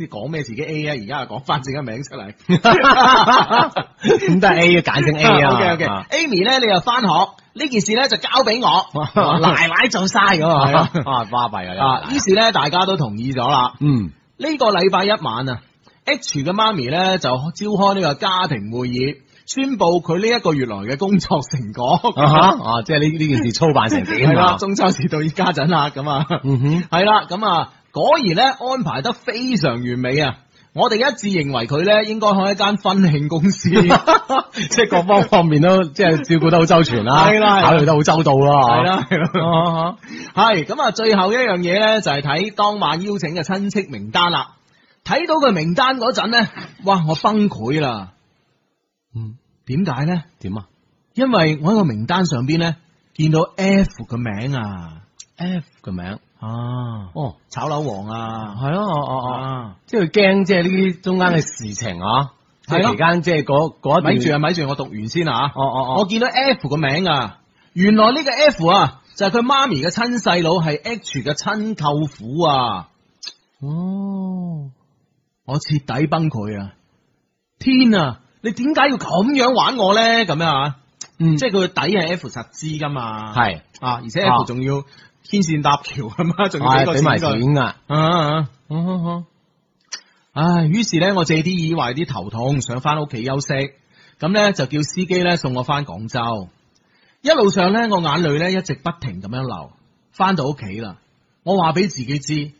A: 你 講咩自己 A 啊？而家又講翻自己名出嚟，
B: 咁都係 A 嘅簡稱 A 啊
A: OK OK。
B: 啊
A: Amy 咧，你又翻學，呢件事咧就交俾 我，奶奶做晒咁
B: 係
A: 啊
B: 啊，啊巴閉啊
A: 啊，，於是咧大家都同意咗啦。
B: 嗯
A: 呢個禮拜一晚啊，H 嘅媽咪咧就召開呢個家庭會議，宣布佢呢一個月來嘅工作成果。
B: 啊哈啊，即係呢呢件事操辦 成
A: 係
B: 點
A: 啦，
B: 啊？
A: 中秋時到依家陣啦，咁啊，
B: 嗯哼，
A: 係啦，咁啊，果然咧安排得非常完美啊！我哋一致認為佢咧應該開一間婚慶公 司。
B: 即係各方方面都 即係照顧得好周全啦，
A: 係啦係啦
B: 考慮得好周到啦，啊
A: 係啦，係 啦，啊係咁啊！最後一樣嘢咧，就係睇當晚邀請嘅親戚名單啦。睇到佢名單嗰陣咧，哇！我崩潰啦。
B: 嗯，
A: 點解咧？
B: 點啊
A: 因為我喺個名單上邊咧見到 F 嘅名啊，
B: ？F 嘅名，
A: 啊，
B: 哦，
A: 炒樓王啊，
B: 係咯，哦哦哦。
A: 啊，
B: 即係佢驚，即係呢啲中間嘅事情啊，即
A: 係咯
B: 係期間，即係嗰嗰
A: 咪
B: 一
A: 住啊，
B: 段，
A: 咪住，我讀完先啊，
B: 哦哦
A: 我
B: 哦，
A: 見到 F 嘅名啊，原來呢個 F 啊就係佢媽咪嘅親細佬，係 H 嘅親舅父啊。
B: 哦，
A: 我徹底崩潰啊！天啊，你點解要咁樣玩我咧？咁樣啊，
B: 嗯，
A: 即係佢底係 F 實知噶嘛，
B: 係
A: 啊，而且
B: 啊
A: F 仲要牽線搭橋啊嘛，仲要俾
B: 係
A: 個
B: 俾
A: 錢
B: 埋
A: 佢
B: 錢啊，
A: 啊啊！啊
B: 嗯哼哼
A: 唉，於是咧我借啲意懷啲頭痛，想翻屋企休息，咁咧就叫司機咧送我翻廣州。一路上咧，我眼淚咧一直不停咁樣流。翻到屋企啦，我話俾自己知，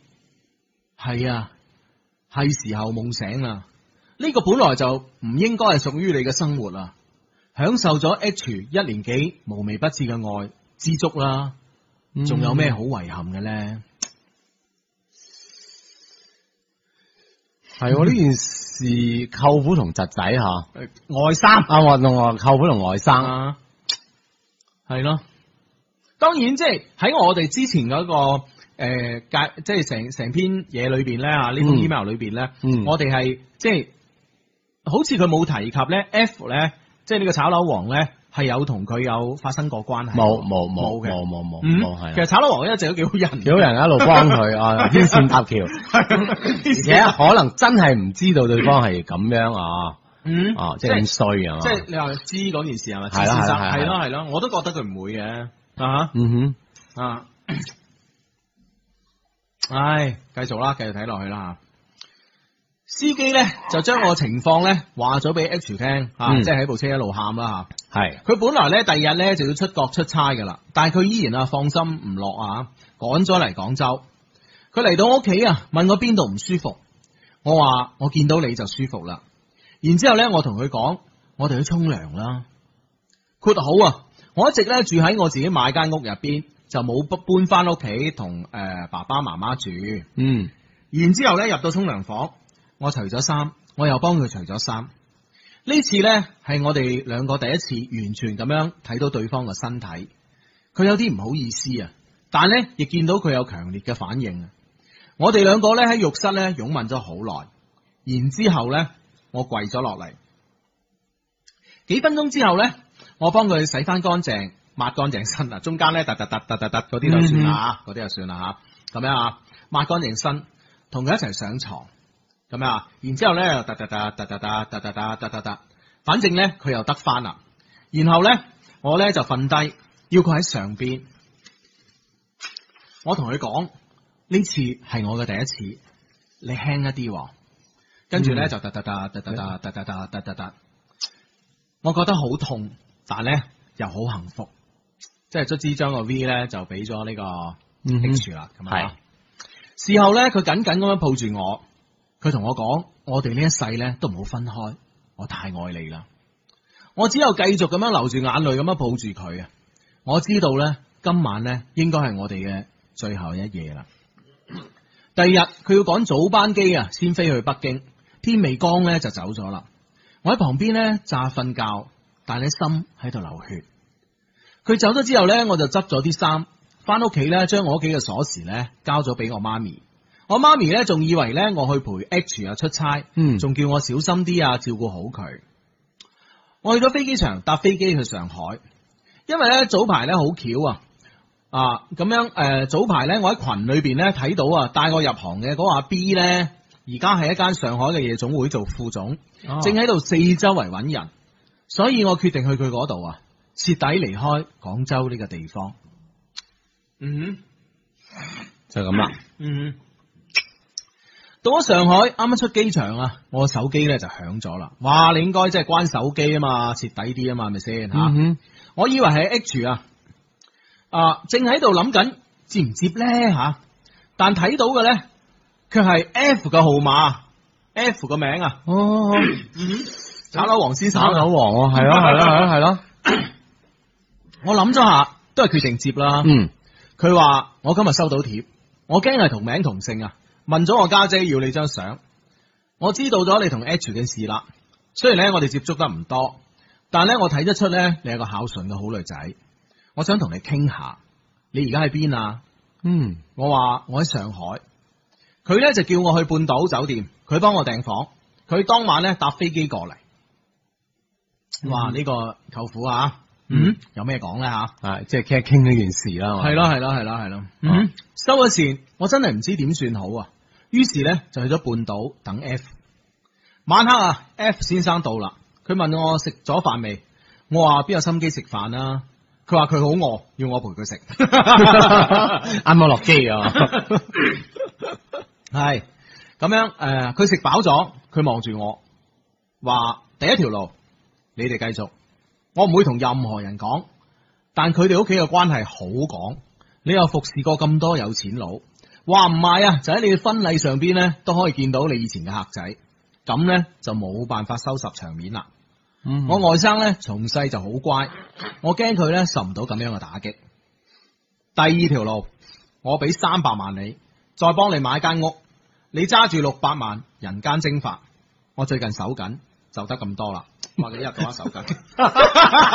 A: 係啊，係時候夢醒啦。呢、個本來就唔應該係屬於你嘅生活啦。享受咗 H 一年幾無微不至嘅愛，知足啦。
B: 嗯
A: 仲有咩好遺憾嘅咧？
B: 係喎？呢件事舅父同侄仔吓，
A: 外三。
B: 啊我同我舅父同外甥，
A: 啊，系咯。當然，即係喺我哋之前嗰、個诶介、即係成成篇嘢裏边咧啊，呢封
B: 嗯
A: email 裏边咧，
B: 嗯
A: 我哋係即係好似佢冇提及咧，F 咧，即係呢個炒樓王咧，係有同佢有發生過關係。
B: 冇冇
A: 冇
B: 冇
A: 嘅
B: 冇冇冇
A: 嗯
B: 冇
A: 其
B: 係
A: 實
B: 啊，
A: 炒樓王一直都幾好人，
B: 幾好人啊一路幫佢啊，牽線搭橋，而 且
A: 而
B: 可能真係唔知道對方係咁樣啊，
A: 嗯，
B: 啊即係咁衰啊，
A: 即係你話知嗰件事係咪？
B: 係
A: 知
B: 啦
A: 先生
B: 係啦
A: 係
B: 係
A: 咯
B: 啦
A: 係咯，我都覺得佢唔會嘅啊。
B: 嗯哼，
A: 啊， 唉，繼續啦，繼續睇落去啦啊司機咧就將我情況咧話咗俾 H 聽啊，
B: 嗯
A: 即係喺部車一路喊啦啊
B: 係
A: 嚇。佢本來咧第二日咧就要出國出差噶啦，但係佢依然啊放心唔落啊，趕咗嚟廣州。佢嚟到我屋企啊，問我邊度唔舒服，我話我見到你就舒服啦。然之後咧，我同佢講，我哋去沖涼啦。括好啊，我一直咧住喺我自己買間屋入邊，就冇搬翻屋企同誒爸爸媽媽住。
B: 嗯。
A: 然之後咧入到沖涼房，我除咗衫，我又幫佢除咗衫。呢次呢，係我哋兩個第一次完全咁樣睇到對方嘅身體，佢有啲唔好意思啊，但呢，亦見到佢有強烈嘅反應啊。我哋兩個呢，喺浴室呢擁吻咗好耐，然之後呢，我跪咗落嚟，幾分鐘之後咧，我幫佢洗翻乾淨，抹乾淨身啊，中間咧突突突突突突嗰啲就算啦嚇，嗰啲就算啦嚇，咁樣啊，抹乾淨身，同佢一齊上床，咁樣啊，然之後咧突突突突突突突突突突突，反正咧佢又得翻啦，然後咧我咧就瞓低，要佢喺上邊，我同佢講呢次係我嘅第一次，你輕一啲喎。跟住咧就突突突突突突突突突突突突，我覺得好痛，但係咧又好幸福，即係卒之將個 V 咧就俾咗呢個
B: 嗯哼
A: H 啦，咁啊。事後咧，佢緊緊咁樣抱住我，佢同我講：我哋呢一世咧都唔好分開，我太愛你啦。我只有繼續咁樣流住眼淚咁樣抱住佢啊！我知道咧，今晚咧應該係我哋嘅最後一夜啦。第二日佢要趕早班機啊，先飛去北京。天未光咧就走咗啦。我喺旁邊咧詐瞓覺，但係啲心喺度流血。佢走咗之後咧，我就執咗啲衫，翻屋企咧將我屋企嘅鎖匙咧交咗俾我媽咪。我媽咪咧仲以為咧我去陪 H 啊出差，
B: 嗯
A: 仲叫我小心啲啊，照顧好佢。我去咗飛機場搭飛機去上海，因為咧早排咧好巧啊。啊，咁樣誒、呃早排咧，我喺群裏邊咧睇到啊，帶我入行嘅嗰個阿 B 咧，而家喺一間上海嘅夜總會做副總，
B: 哦
A: 正啊喺度四周圍揾人，所以我決定去佢嗰度啊，徹底離開廣州呢個地方。嗯
B: 就咁啦。
A: 嗯，到咗上海，啱啱出機場啊，我手機咧就響咗啦。哇，你應該即係關手機啊嘛，徹底啲啊嘛，係咪先嚇？
B: 嗯
A: 我以為係 H 啊，啊，正喺度諗緊接唔接咧吓、但睇到嘅咧，卻係 F 嘅號碼，F 嘅名啊，嗯
B: 哼，哦，
A: 炒樓黃先生
B: 炒
A: 啊，
B: 口王喎，係咯係咯係咯 係咯，
A: 我諗咗下，都係決定接啦。
B: 嗯，
A: 佢話我今日收到帖，我驚係同名同姓啊，問咗我家姐要你張相，我知道咗你同 H 嘅事啦。雖然咧我哋接觸得唔多，但咧我睇得出咧你係個孝順嘅好女仔，我想同你傾下，你而家喺邊啊？
B: 嗯，
A: 我話我喺上海，佢咧就叫我去半島酒店，佢幫我訂房，佢當晚咧搭飛機過嚟。哇！呢、個舅父啊，嗯，有咩講咧吓？
B: 啊，即係傾一傾呢件事啦，係嘛啊
A: 係咯，係咯係咯係咯，嗯，收咗線，我真係唔知點算好啊！於是咧就去咗半島等 F。晚黑啊，F 先生到啦，佢問我食咗飯未，我話邊有心機食飯啊？佢話佢好餓，要我陪佢食。
B: 啱啱落 機啊，
A: 系咁樣诶，呃佢食飽咗，佢望住我話：第一條路，你哋繼續，我唔會同任何人講，但佢哋屋企嘅關係好講。你又服侍過咁多有錢佬，話唔埋啊，就喺你嘅婚禮上邊咧，都可以見到你以前嘅客仔。咁咧就冇辦法收拾場面啦。
B: 嗯
A: 我外甥咧從細就好乖，我驚佢咧受唔到咁樣嘅打擊。第二條路，我俾三百萬你，再幫你買間屋，你揸住六百萬，人間蒸發。我最近手緊，就得咁多啦。或者一日到黑手緊。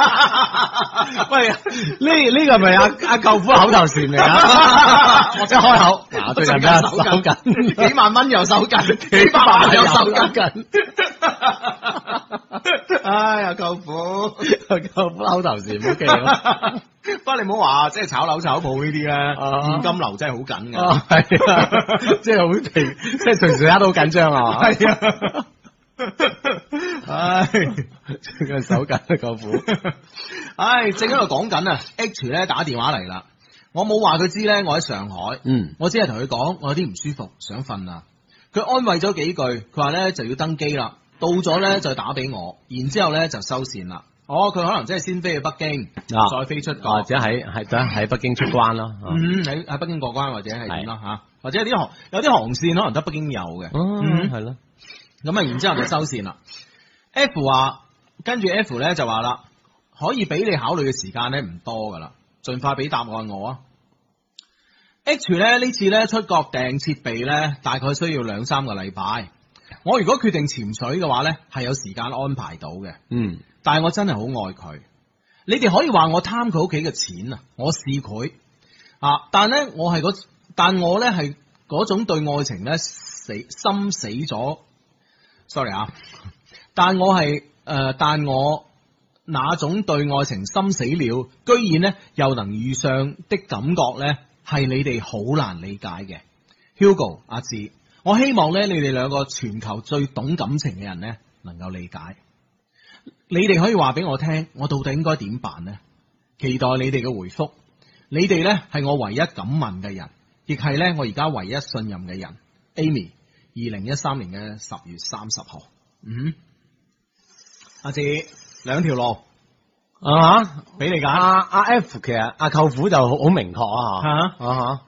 B: 喂，呢呢個係咪阿阿舅父口頭禪嚟啊？我即係開口， 嗱，最近咩啊手緊，
A: 幾萬蚊又手緊，幾百萬又手緊。
B: 緊， 哎
A: 唉呀，舅父。
B: 舅父口頭禪 OK 咯，
A: 不過你唔好話，即係炒樓炒鋪呢啲咧，
B: 啊
A: 現金流真係好緊㗎。
B: 啊係 啊，即係好平，即係隨時刻都好緊張啊，係啊，
A: 唉，
B: 最近手緊啊，舅父。
A: 唉，正喺度講緊啊，H 咧打電話嚟啦，我冇話佢知咧，我喺上海，
B: 嗯，
A: 我只係同佢講我有啲唔舒服，想瞓啦。佢安慰咗幾句，佢話咧就要登機啦，到咗咧就打俾我，然之後咧就收線啦。哦，佢可能真係先飛去北京，
B: 啊
A: 再飛出國，
B: 或者喺喺等喺北京出關啦。啊
A: 嗯喺喺北京過關或者係點啦嚇，或者有啲航有啲航線可能得北京有嘅。
B: 哦，
A: 嗯
B: 係咯，
A: 咁啊，然之後就收線啦。F 話，跟住 F 咧就話啦，可以俾你考慮嘅時間咧唔多噶啦，盡快俾答案我啊。H 咧呢次咧出國訂設備咧，大概需要兩三個禮拜。我如果決定潛水嘅話咧，係有時間安排到嘅。
B: 嗯，
A: 但係我真係好愛佢。你哋可以話我貪佢屋企嘅錢啊，我試佢啊，但咧我係嗰，但我咧係嗰種對愛情咧死心死咗。sorry 啊，但我係誒、呃但我那種對愛情心死了，居然呢又能遇上的感覺呢，係你哋好難理解嘅。Hugo 阿志，我希望呢，你哋兩個全球最懂感情嘅人呢，能夠理解。你哋可以話俾我聽，我到底應該點辦呢？期待你哋嘅回覆。你哋呢係我唯一敢問嘅人，亦係呢我而家唯一信任嘅人。Amy，二零一三年嘅十月三十號。嗯，阿志，兩條路
B: 啊，
A: 俾你揀。
B: 阿阿 F 其實阿舅父就好好明確啊嚇。
A: 吓，
B: 啊哈！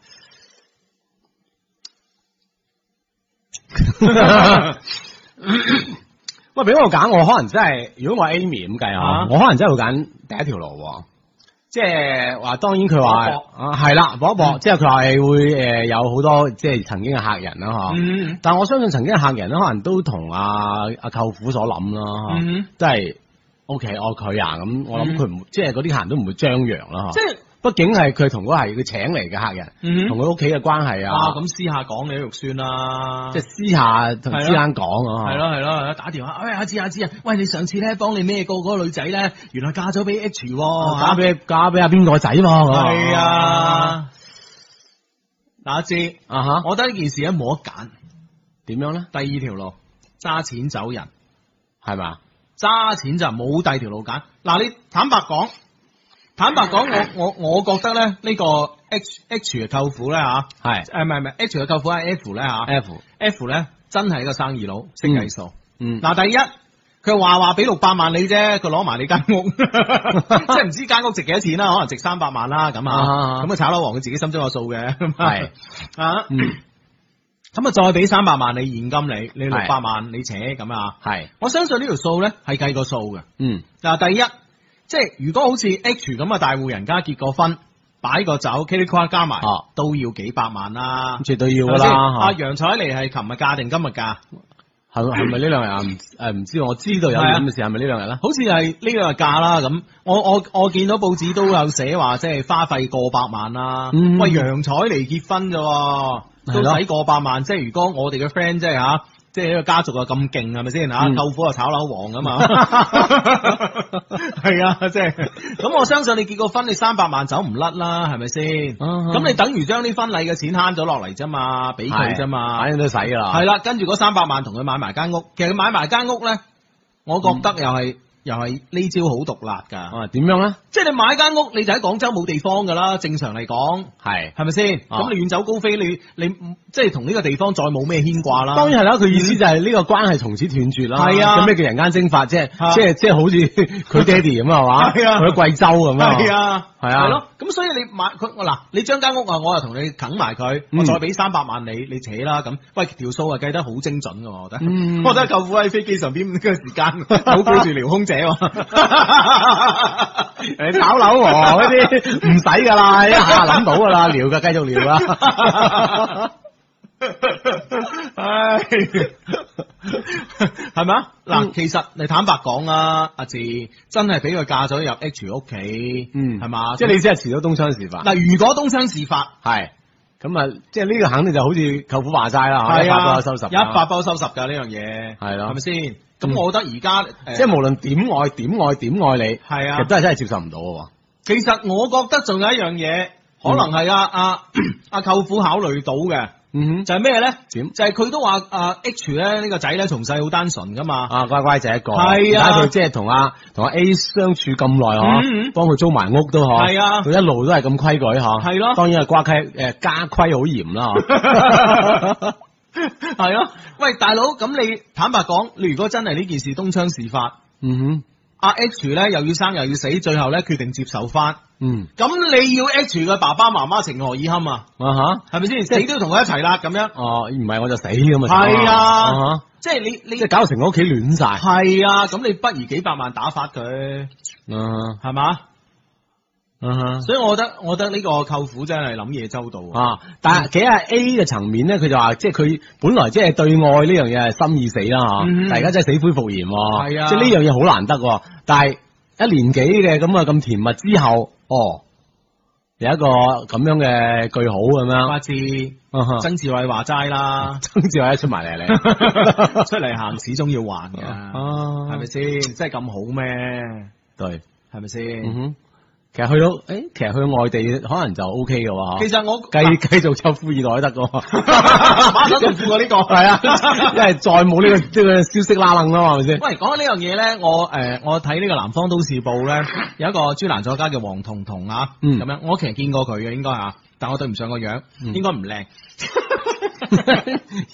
B: 啊喂，俾我揀，我可能真係，如果我係 Amy 咁計
A: 啊
B: 啊，我可能真係會揀第一條路喎。即係話，當然佢話
A: 搏
B: 啊，係啦，搏一搏
A: 嗯。
B: 即係佢話係會誒有好多即係曾經嘅客人啦，嗬。
A: 嗯
B: 但我相信曾經嘅客人咧，可能都同阿阿舅父所諗啦，嗬。
A: 嗯，
B: 即係 O K，我佢啊，咁我諗佢唔即係嗰啲客人都唔會張揚啦，
A: 即
B: 嗬。
A: 係
B: 畢竟係佢同嗰個係佢請嚟嘅客人。
A: 嗯
B: 同佢屋企嘅關係
A: 啊，
B: 啊，
A: 咁私下講你都肉酸啦。
B: 即係私下同
A: 係咯
B: 之間講啊，
A: 係咯係咯，係咯打電話，喂阿志阿志啊，喂你上次咧幫你咩個嗰個女仔咧，原來嫁咗俾 H 喎，
B: 啊，嫁俾嫁俾阿邊個仔喎，哦咁
A: 哦係，啊，嗱阿志，
B: 啊吓，
A: 我覺得呢件事咧冇得揀，
B: 點樣咧？
A: 第二條路揸錢走人，
B: 係咪啊？
A: 揸錢就冇第二條路揀。嗱你坦白講，坦白講，我我我覺得咧呢個 H H 嘅舅父咧吓，
B: 係
A: 誒唔係唔係 H 嘅舅父係 F 咧吓。
B: F，
A: F 咧真係一個生意佬，識計數。
B: 嗯，
A: 嗱、第一，佢話話俾六百萬你啫，佢攞埋你間 屋，即係唔知間屋值幾多錢啦，可能值三百萬啦咁啊。
B: 啊
A: 咁啊，炒樓王佢自己心中有數嘅。
B: 係
A: 啊，
B: 嗯
A: 咁啊，再俾三百萬你現金你，你六
B: 係
A: 百萬你扯咁啊。
B: 係，
A: 我相信呢條數咧係計過數嘅。
B: 嗯
A: 嗱，第一，即係如果好似 H 咁嘅大戶人家結過婚，擺個酒 k i t t 加埋
B: 哦
A: 都要幾百萬啦
B: 咁。絕對要
A: 係咪
B: 㗎
A: 先啊阿
B: 啦，
A: 楊彩妮係琴日嫁定今日嫁？
B: 嚇係係咪呢兩日啊？唔誒唔知，我知道有
A: 係啊
B: 咁嘅事，係咪呢兩日啦？
A: 好似係呢個價啦咁，我我我見到報紙都有寫話，即係花費過百萬啦。
B: 嗯
A: 喂，楊彩嚟結婚咋喎，
B: 係
A: 都
B: 咯
A: 使過百萬。即係如果我哋嘅 friend 即係嚇，即係呢個家族啊咁勁係咪先嚇？
B: 嗯
A: 舅父啊炒樓王啊 嘛，係啊，即係咁我相信你結個婚你三百萬走唔甩啦，係咪先？
B: 嗯
A: 咁
B: 咁
A: 你等於將啲婚禮嘅錢慳咗落嚟啫嘛，俾佢啫嘛。
B: 反正都使㗎啦，
A: 系啦，跟住嗰三百萬同佢買埋間屋，其實佢買埋間屋咧，我覺得又係、又係呢招好毒辣㗎。
B: 嗯啊點樣咧？
A: 即係你買間屋，你就喺廣州冇地方㗎啦，正常嚟講，
B: 係。
A: 係咪先？
B: 啊
A: 咁你遠走高飛，你你即係同呢個地方再冇咩牽掛啦。
B: 當然係啦，佢意思就係呢個關係從此斷絕啦。
A: 啊係啊
B: 咁咩叫人間蒸發？即係
A: 啊
B: 即係即係好似 佢爹哋咁啊係嘛？
A: 係啊
B: 佢喺貴州咁啊，
A: 係啊，
B: 係啊
A: 係咯。咁所以你買佢我嗱，你將間屋啊，我又同你啃埋佢，
B: 嗯
A: 我再俾三百萬你，你扯啦咁。喂，條數啊計得好精準㗎喎，我覺得。
B: 嗯
A: 我覺得舅父喺飛機上邊嘅時間，好顧住撩空姐 喎。
B: 誒炒樓喎嗰啲唔使噶啦，一下諗到噶啦，聊噶繼續聊 啦。
A: 唉，系咪啊？嗱，
B: 嗯
A: 其實你坦白講啊，阿志真係俾佢嫁咗入 H 屋企，
B: 嗯
A: 係嘛？
B: 即係你先係遲咗東窗事發，
A: 嗱，如果東窗事發，
B: 係咁啊，即係呢個肯定就好似舅父話齋啦，嚇啊一發不可收拾啦，
A: 啊一發不可收拾㗎呢樣嘢，
B: 係咯
A: 係咪先？
B: 嗯
A: 咁我覺得而家
B: 即係無論點愛點愛點愛你，
A: 係
B: 其
A: 啊
B: 實。都係真係接受唔到嘅喎。
A: 其實我覺得仲有一樣嘢，可能係阿阿 阿舅父考慮到嘅，
B: 嗯
A: 就係咩咧？
B: 點
A: 就係佢都話啊 H 咧呢個仔咧從細好單純噶嘛。
B: 啊乖乖仔一個，
A: 係啊
B: 而家佢即係同阿同阿 A 相處咁耐
A: 嗯嗯
B: 嗬，幫佢租埋屋都嗬，
A: 係啊
B: 佢一路都係咁規矩嗬，
A: 係咯
B: 當然係瓜規誒家規好嚴啦嗬。
A: 係咯，喂大佬，咁你坦白講，你如果真係呢件事東窗事發，
B: 嗯哼，
A: 阿 H 咧又要生又要死，最後咧決定接受翻，
B: 嗯
A: 咁你要 H 嘅爸爸媽媽情何以堪啊？
B: 啊嚇。
A: 係咪先？死都要同佢一齊啦，咁樣，
B: 哦，唔係我就死咁啊！
A: 係啊
B: 哈，
A: 即係你
B: 即
A: 你
B: 係搞到成個屋企亂晒。
A: 係啊，咁你不如幾百萬打發佢，
B: 啊
A: 係嘛？
B: 啊
A: 所以我覺得，我覺得呢個舅父真係諗嘢周到啊！
B: 啊！但係企喺 A 嘅層面咧，佢就話即係佢本來即係對愛呢樣嘢係心已死啦嚇，
A: 嗯
B: 但係而家真係死灰復燃喎，
A: 係啊
B: 即係呢樣嘢好難得喎。但係一年幾嘅咁啊咁甜蜜之後，哦，有一個咁樣嘅句號咁樣，
A: 阿志，
B: 啊哈，
A: 曾志偉話齋啦
B: 曾志偉一出埋嚟
A: 出
B: 你，
A: 嚟行始終要還嘅，
B: 啊
A: 係咪先？真係咁好咩？
B: 對，
A: 係咪
B: 嗯
A: 先？
B: 哼，其實去到，诶、其實去外地可能就 O K 嘅喎，
A: 其實我
B: 繼繼續抽富二代都得嘅喎，
A: 馬上仲富過呢個係啊。
B: 因為再冇呢、個呢、個消息拉楞啦，係咪先？
A: 喂，講起呢樣嘢咧，我诶、呃我睇呢個《南方都市報》咧，有一個專欄作家叫黃彤彤啊，咁、
B: 嗯
A: 樣我其實見過佢嘅應該啊，但我對唔上個樣，
B: 嗯
A: 應該唔 靚。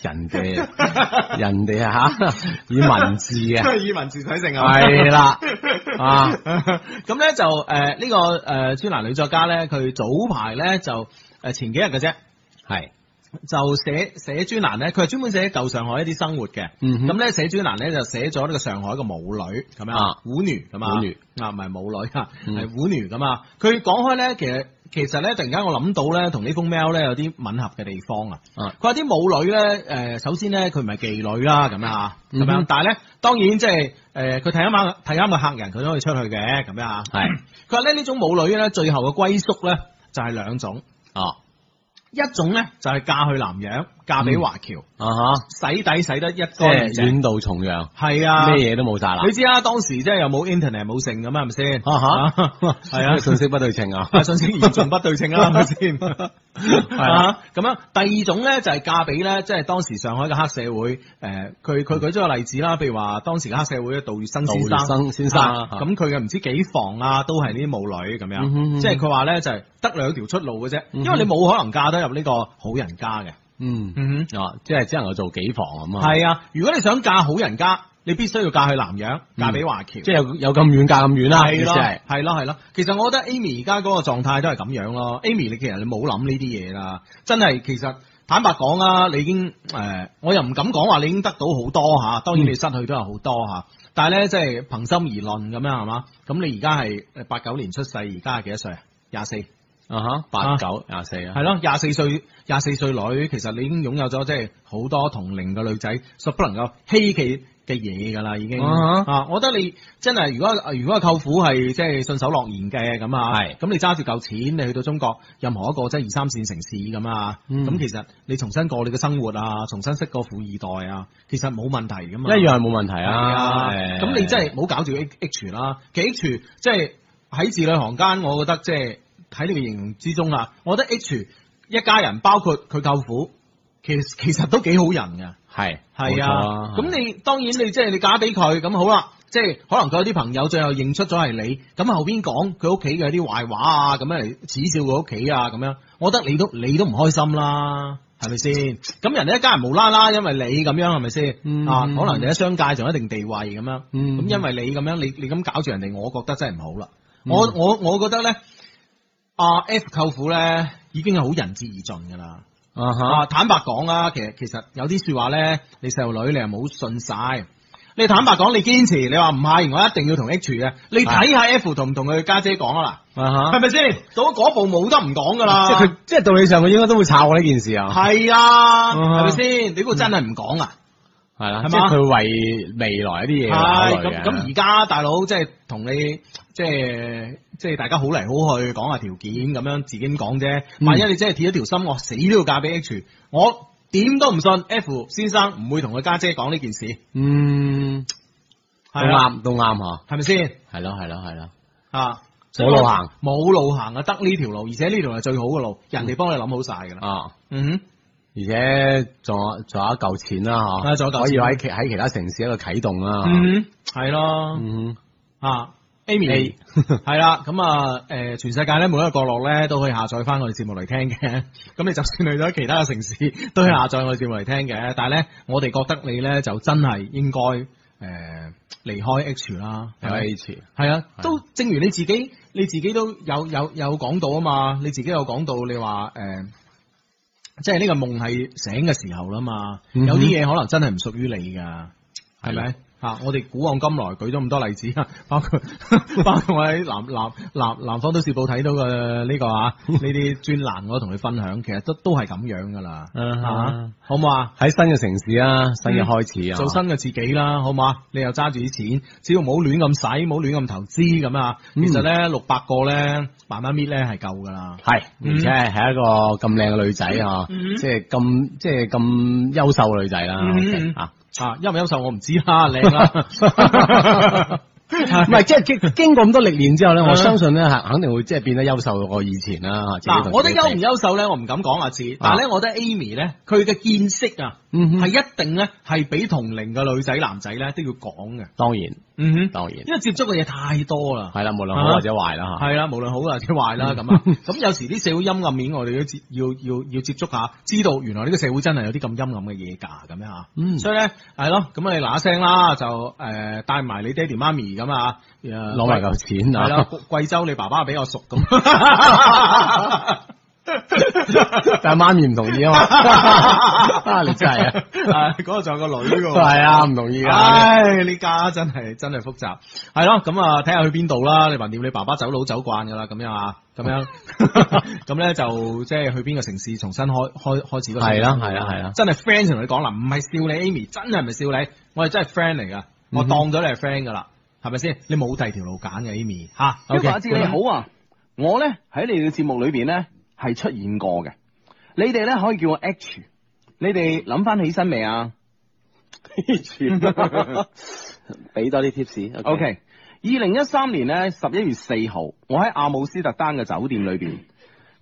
B: 人 哋，人哋啊吓，以文字嘅，
A: 以文字取勝啊！
B: 係啦，啊，
A: 咁咧就诶呢、個个诶专欄女作家咧，佢早排咧就诶前幾日嘅啫，
B: 係，
A: 就寫寫專欄咧，佢係專門寫舊上海一啲生活嘅。
B: 嗯哼
A: 咁咧寫專欄咧就寫咗呢個上海嘅舞女咁樣
B: 啊，
A: 舞女咁啊，
B: 舞女
A: 啊唔係舞女啊，
B: 嗯
A: 係舞女咁啊。佢講開咧，其實其實咧，突然間我諗到咧，同呢封 mail 咧有啲吻合嘅地方啊。
B: 啊，
A: 佢話啲舞女咧，誒、首先咧佢唔係妓女啦，咁樣啊，咁
B: 嗯
A: 樣，
B: 哼
A: 但係咧當然即係誒佢睇啱啱睇啱個客人，佢都可以出去嘅咁樣啊。
B: 係，
A: 佢話咧呢種舞女咧，最後嘅歸宿咧就係、兩種，
B: 哦，
A: 一種咧就係、嫁去南洋，嫁俾華僑，
B: 啊哈，
A: 洗底洗得一乾
B: 即
A: 二
B: 係
A: 淨，
B: 遠道重洋，
A: 係啊，
B: 咩嘢都冇晒啦
A: 你，知啦，當時即係又冇 internet 冇剩咁啊，係咪 先？
B: 啊哈，
A: 係啊
B: 信息不對稱啊，
A: 啊信息嚴重不對稱啊啦，係咪 先？係啊，咁樣第二種咧就係嫁俾咧，即係當時上海嘅黑社會，誒、佢佢舉咗個例子啦，譬如話當時嘅黑社會嘅杜月笙先生，
B: 嗯杜月笙先生
A: 啊
B: 啊
A: 咁佢嘅唔知幾房啊，都係呢啲舞女咁
B: 嗯哼嗯
A: 樣，
B: 哼
A: 即係佢話咧就係得兩條出路嘅啫，
B: 嗯哼
A: 因為你冇可能嫁得入呢個好人家嘅，
B: 嗯，
A: 嗯
B: 啊，即係只能夠做幾房咁
A: 哼，
B: 啊，
A: 係啊，如果你想嫁好人家，你必須要嫁去南洋，嫁俾華僑。
B: 嗯即係有有咁遠嫁咁遠啦，
A: 係
B: 意思
A: 咯，
B: 係，
A: 係咯，係咯。其實我覺得 Amy 而家嗰個狀態都係咁樣咯。Amy，你其實你冇諗呢啲嘢啦，真係其實坦白講啊，你已經誒、呃我又唔敢講話你已經得到好多嚇，當
B: 嗯
A: 然你失去都有好多嚇。但係咧，即係憑心而論咁樣係嘛？咁你而家係呃八九年出世，而家係幾多歲啊？廿四，係
B: 啊哈，
A: 啊
B: 八九廿四啊，
A: 咯，廿四歲，廿四歲女，其實你已經擁有咗即係好多同齡嘅女仔所不能夠稀奇嘅嘢㗎啦，已經
B: 啊哈
A: 啊！我覺得你真係如果如果個舅父係即係信守諾言嘅咁啊，
B: 係
A: 咁你揸住嚿錢，你去到中國任何一個即係二三線城市咁啊，
B: 嗯
A: 咁、其實你重新過你嘅生活啊，重新識個富二代啊，其實冇問題噶嘛，
B: 一樣係冇問題
A: 係
B: 啊，
A: 啊。
B: 誒
A: 咁你真係冇搞住 H H 啦，其實 H 即係喺字裏行間，我覺得即係喺你嘅形容之中啊，我覺得 H 一家人包括佢舅父，其實其實都幾好人㗎。
B: 係
A: 係啊，
B: 冇錯
A: 咁你當然你即係你嫁俾佢，咁好啦，即係可能佢有啲朋友最後認出咗係你，咁後邊講佢屋企嘅啲壞話啊，咁樣嚟恥笑佢屋企啊，咁樣，我覺得你都你都唔開心啦，係咪先？咁人哋一家人無啦啦因為你咁樣係咪先？
B: 嗯
A: 啊，可能你喺商界仲有一定地位咁樣，咁、
B: 嗯
A: 因為你咁樣，你你咁搞住人哋，我覺得真係唔好啦。
B: 嗯
A: 我我我覺得咧，阿 F 舅父咧已經係好仁至義盡㗎啦。
B: 啊哈，
A: 啊，坦白講啦，其實其實有啲说話咧，你細路女你又冇信晒。你坦白講，你堅持，你話唔係，我一定要同 H 嘅。你睇下 F 同唔同佢家姐講啊
B: 啊
A: 嗱，
B: 哈
A: 係。咪先？到咗嗰步冇得唔講噶啦。
B: 即係佢，即係道理上，佢應該都會炒我呢件事啊，
A: 係啊，
B: 嗯哼
A: 係咪先？你估真係唔講啊？
B: 係
A: 係
B: 啦，
A: 嘛
B: 即係佢為未來一啲嘢考
A: 係
B: 慮
A: 咁
B: 嘅
A: 咁而家大佬即係同你即係即係大家好嚟好去講下條件咁樣自己咁講啫。
B: 嗯
A: 萬一你真係鐵咗條心，我死都要嫁俾 H，我點都唔信 F 先生唔會同佢家姐講呢件事。
B: 嗯，都
A: 係啊，
B: 啱，都啱吓，
A: 係咪先
B: 係咯，係咯，係咯，
A: 啊？
B: 冇路行，
A: 冇路行啊！得呢條路，而且呢條係最好嘅路，人哋幫你諗好晒㗎啦。
B: 啊，
A: 嗯
B: 而且仲有仲有一嚿錢啦
A: 啊
B: 吓，
A: 仲有一嚿
B: 可以
A: 錢
B: 喺其喺其他城市一度啟動啦
A: 哼，，嗯哼，係咯，
B: 嗯
A: 啊
B: ，A
A: ，Amy 係啦，咁啊，誒，全世界咧每一個角落咧都可以下載翻我哋節目嚟聽嘅。 咁你就算去咗其他嘅城市，都可以下載我哋節目嚟聽嘅。但係咧，我哋覺得你咧就真係應該誒離開 H 啦，係咪？
B: 係 H，
A: 係啊，
B: 係
A: 都正如你自己，你自己都有有有講到啊嘛，你自己有講到你話誒、呃即係呢個夢係醒嘅時候啦嘛，
B: 嗯哼
A: 有啲嘢可能真係唔屬於你㗎，係
B: 係
A: 咪
B: 啊？
A: 啊！我哋古往今來舉咗咁多例子 啊，包括包括我喺南南南南方都市報睇到嘅呢個 啊，呢啲專欄我都同你分享，其實都都係咁樣㗎啦，
B: 嗯哼
A: 啊好唔好啊？
B: 喺新嘅城市啊，新嘅開始啊，
A: 做新嘅自己啦，好嘛？你又揸住啲錢，只要冇亂咁使，冇亂咁投資咁啊。其
B: 嗯
A: 實咧，六百個咧，慢慢搣咧係夠噶啦。
B: 係，
A: 嗯
B: 而且係一個咁靚嘅女仔啊，
A: 嗯
B: 即係咁即係咁優秀嘅女仔啦
A: 嗯
B: ，OK，啊，
A: 啊，優唔優秀我唔知啦，靚啦。
C: 唔係，即係經經過咁多歷練之後咧，
D: 嗯
C: 我相信咧，肯定會即係變得優秀過以前啦。自己同
D: 嗱，我覺得
C: 自己
D: 優唔
C: 比
D: 優秀咧，我唔敢講阿志，但係咧，我覺得 Amy 咧，佢嘅見識啊，
C: 嗯哼
D: 係一定咧係比同齡嘅女仔男仔咧都要講嘅。
C: 當然
D: 嗯哼，
C: 當然
D: 因為接觸嘅嘢太多啦。
C: 係啦，無論
D: 啊
C: 好或者壞啦嚇。
D: 係啦，無論好或者壞
C: 嗯
D: 啦， 咁啊，咁有時啲社會陰暗面，我哋都接要要要接觸下，知道原來呢個社會真係有啲咁陰暗嘅嘢㗎，咁樣嚇。
C: 嗯
D: 所以咧係咯，咁你嗱嗱聲啦，就誒帶埋你爹哋媽咪咁啊，誒
C: 攞埋嚿錢
D: 係啦
C: 啊！，
D: 貴州你爸爸比較熟咁。
C: 但係媽咪唔同 意啊嘛，啊你真係啊，
D: 啊！嗰度仲有個女㗎喎。
C: 係啊，唔同意 啊，
D: 唉，呢家真係真係複雜，係咯，咁啊睇下去邊度啦。你橫掂你爸爸走佬走慣㗎啦，咁樣啊，咁 樣，咁咧就即係去邊個城市重新開開開始嗰個
C: 係啦係啦係啦
D: 真係 friend 同你講啦，唔係笑你 Amy，真係唔係笑你，我哋真係 friend 嚟噶，我
C: 嗯哼
D: 當咗你係 friend 㗎啦，係咪先？你冇第二條路揀嘅 Amy 吓
A: 一
D: OK，
A: 華志你好啊，我咧喺你哋嘅節目裏邊咧係出現過嘅，你哋咧可以叫我 H，你哋諗翻起身未啊
B: 俾多啲 tips。
A: ？OK，二零一三年咧十一月四號，我喺阿姆斯特丹嘅酒店裏邊。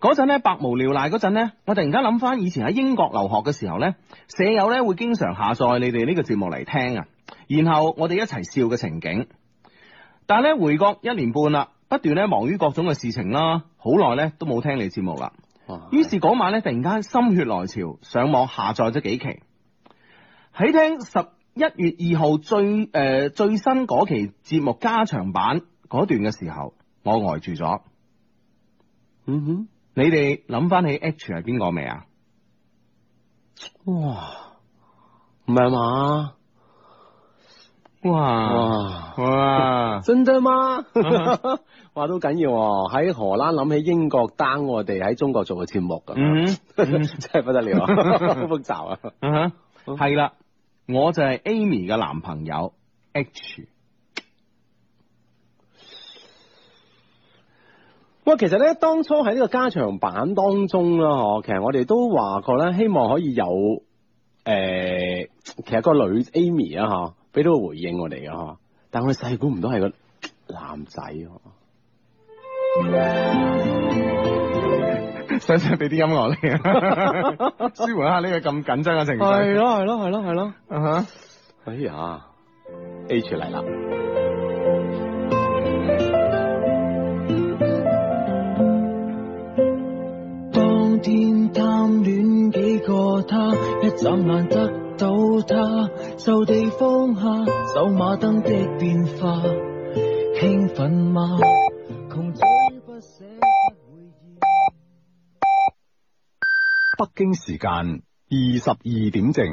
A: 嗰陣咧百無聊賴嗰陣咧，我突然間諗翻以前喺英國留學嘅時候咧，舍友咧會經常下載你哋呢個節目嚟聽啊，然後我哋一齊笑嘅情景。但係咧回國一年半啦，不斷咧忙於各種嘅事情啦，好耐咧都冇聽你節目啦。
B: 哇
A: 於是嗰晚咧，突然間心血來潮，上網下載咗幾期。喺聽十一月二號最誒、呃最新嗰期節目加長版嗰段嘅時候，我呆住咗。
B: 嗯哼，
A: 你哋諗翻起 H 係邊個未啊？
B: 哇，唔係嘛？
A: 哇啊
B: 哇，
A: 哇！
B: 真的嗎？嗯 哇，都緊要喎！喺荷蘭諗起英國單，我哋喺中國做嘅節目咁，
A: 嗯哼
B: 真係不得了，啊，好複雜啊！
A: 嗯哼，係啦，我就係 Amy 嘅男朋友 H。
B: 喂，其實咧，當初喺呢個加長版當中啦，嗬，其實我哋都話過咧，希望可以有誒、呃其實個女 Amy 啊，嗬，俾到個回應我哋嘅嗬，但我哋細估唔到係個男仔喎，
A: 使唔使俾啲音樂你 啊？舒緩下呢個咁緊張嘅情緒。
B: 咯係咯係咯係咯，
A: 啊哈
B: 哎呀，H 嚟啦，
E: 當天貪戀幾個他，一眨眼得到他，就地放下，走馬燈的變化，興奮嗎？窮追不捨不會厭。
F: 北京時間二十二點正，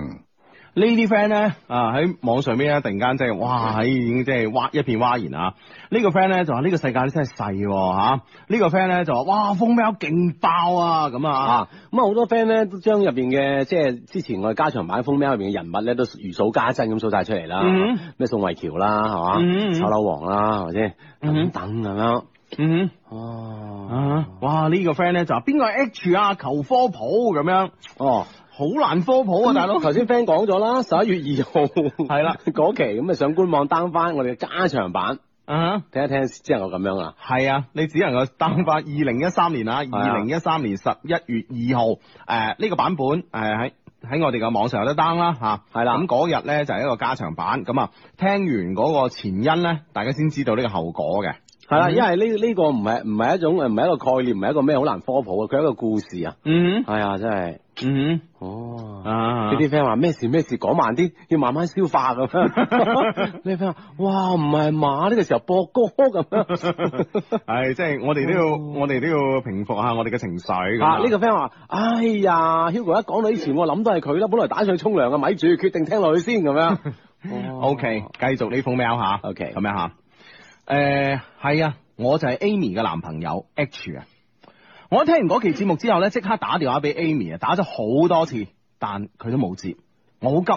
A: 呢啲 friend 咧啊喺網上邊咧，突然間即係哇喺已經即係嘩一片嘩然啊！呢、個 friend 咧就話呢個世界真係細喎嚇，呢、個 friend 咧就話哇風喵勁爆啊咁啊！
B: 啊，咁啊好多 friend 咧都將入邊嘅即係之前我哋加長版封面入邊嘅人物咧都如數家珍咁數晒出嚟啦，
A: 嗯
B: 咩、宋慧喬啦，係嘛，
A: 嗯嗯
B: 丑樓王啦，係咪先？
A: 嗯
B: 等等咁樣，
A: 嗯
B: 哦。
A: 啊哇呢、個 friend 咧就話邊個係 H 啊求科普咁樣，
B: 哦，
A: 好難科普啊大佬！
B: 頭先 friend 講咗啦，十一月二號係
A: 啦
B: 嗰期咁啊上官網 down 翻我哋嘅加長版，
A: 啊
B: 聽一聽之後我咁樣啦。
A: 係啊，你只能夠 down 翻二零一三年啊，
B: 啊
A: 二零一三年十一月二號，誒、呢個版本誒喺喺我哋嘅網上有得 down 啦嚇，
B: 係啦
A: 咁嗰日咧就係一個加長版，咁啊聽完嗰個前因咧，大家先知道呢個後果嘅。
B: 係啊啦，因為呢呢個唔係唔係一種唔係一個概念，唔係一個咩好難科普嘅，佢係一個故事啊。
A: 嗯
B: 係啊，真係
A: 嗯
B: 哦。
A: 啊
B: 呢啲 friend 話咩事咩事講慢啲，要慢慢消化咁樣。 呢啲 friend 話：哇，唔係嘛？呢、個時候播歌咁樣。
A: 係即係我哋都要，我哋都要平復下我哋嘅情緒咁
B: 哦啊！呢、個 friend 話：哎呀，Hugo 一講到以前，我諗都係佢啦。本來打算去沖涼嘅，啊咪住，決定聽落去先咁 樣。哦
A: O K，繼續呢封 mail 吓
B: OK
A: 咁樣吓。誒係啊，我就係 Amy 嘅男朋友 H 啊。我聽完嗰期節目之後咧，即刻打電話俾 Amy 啊，打咗好多次，但佢都冇接。我好急，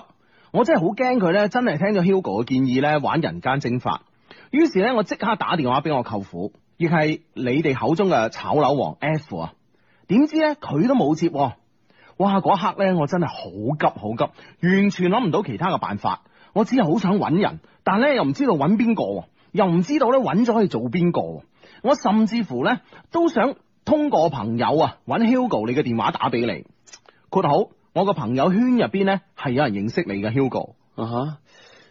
A: 我真係好驚佢咧，真係聽咗 Hugo 嘅建議咧，玩人間蒸發。於是咧，我即刻打電話俾我舅父，亦係你哋口中嘅炒樓王 F 啊。點知咧，佢都冇接喎、哇！嗰一刻咧，我真係好急好急，完全諗唔到其他嘅辦法。我只係好想揾人，但咧又唔知道揾邊個喎。又唔知道咧揾咗去做邊個。我甚至乎咧都想通過朋友啊揾 Hugo 你嘅電話打俾你。括號我個朋友圈入邊咧係有人認識你嘅 Hugo，
D: 啊哈！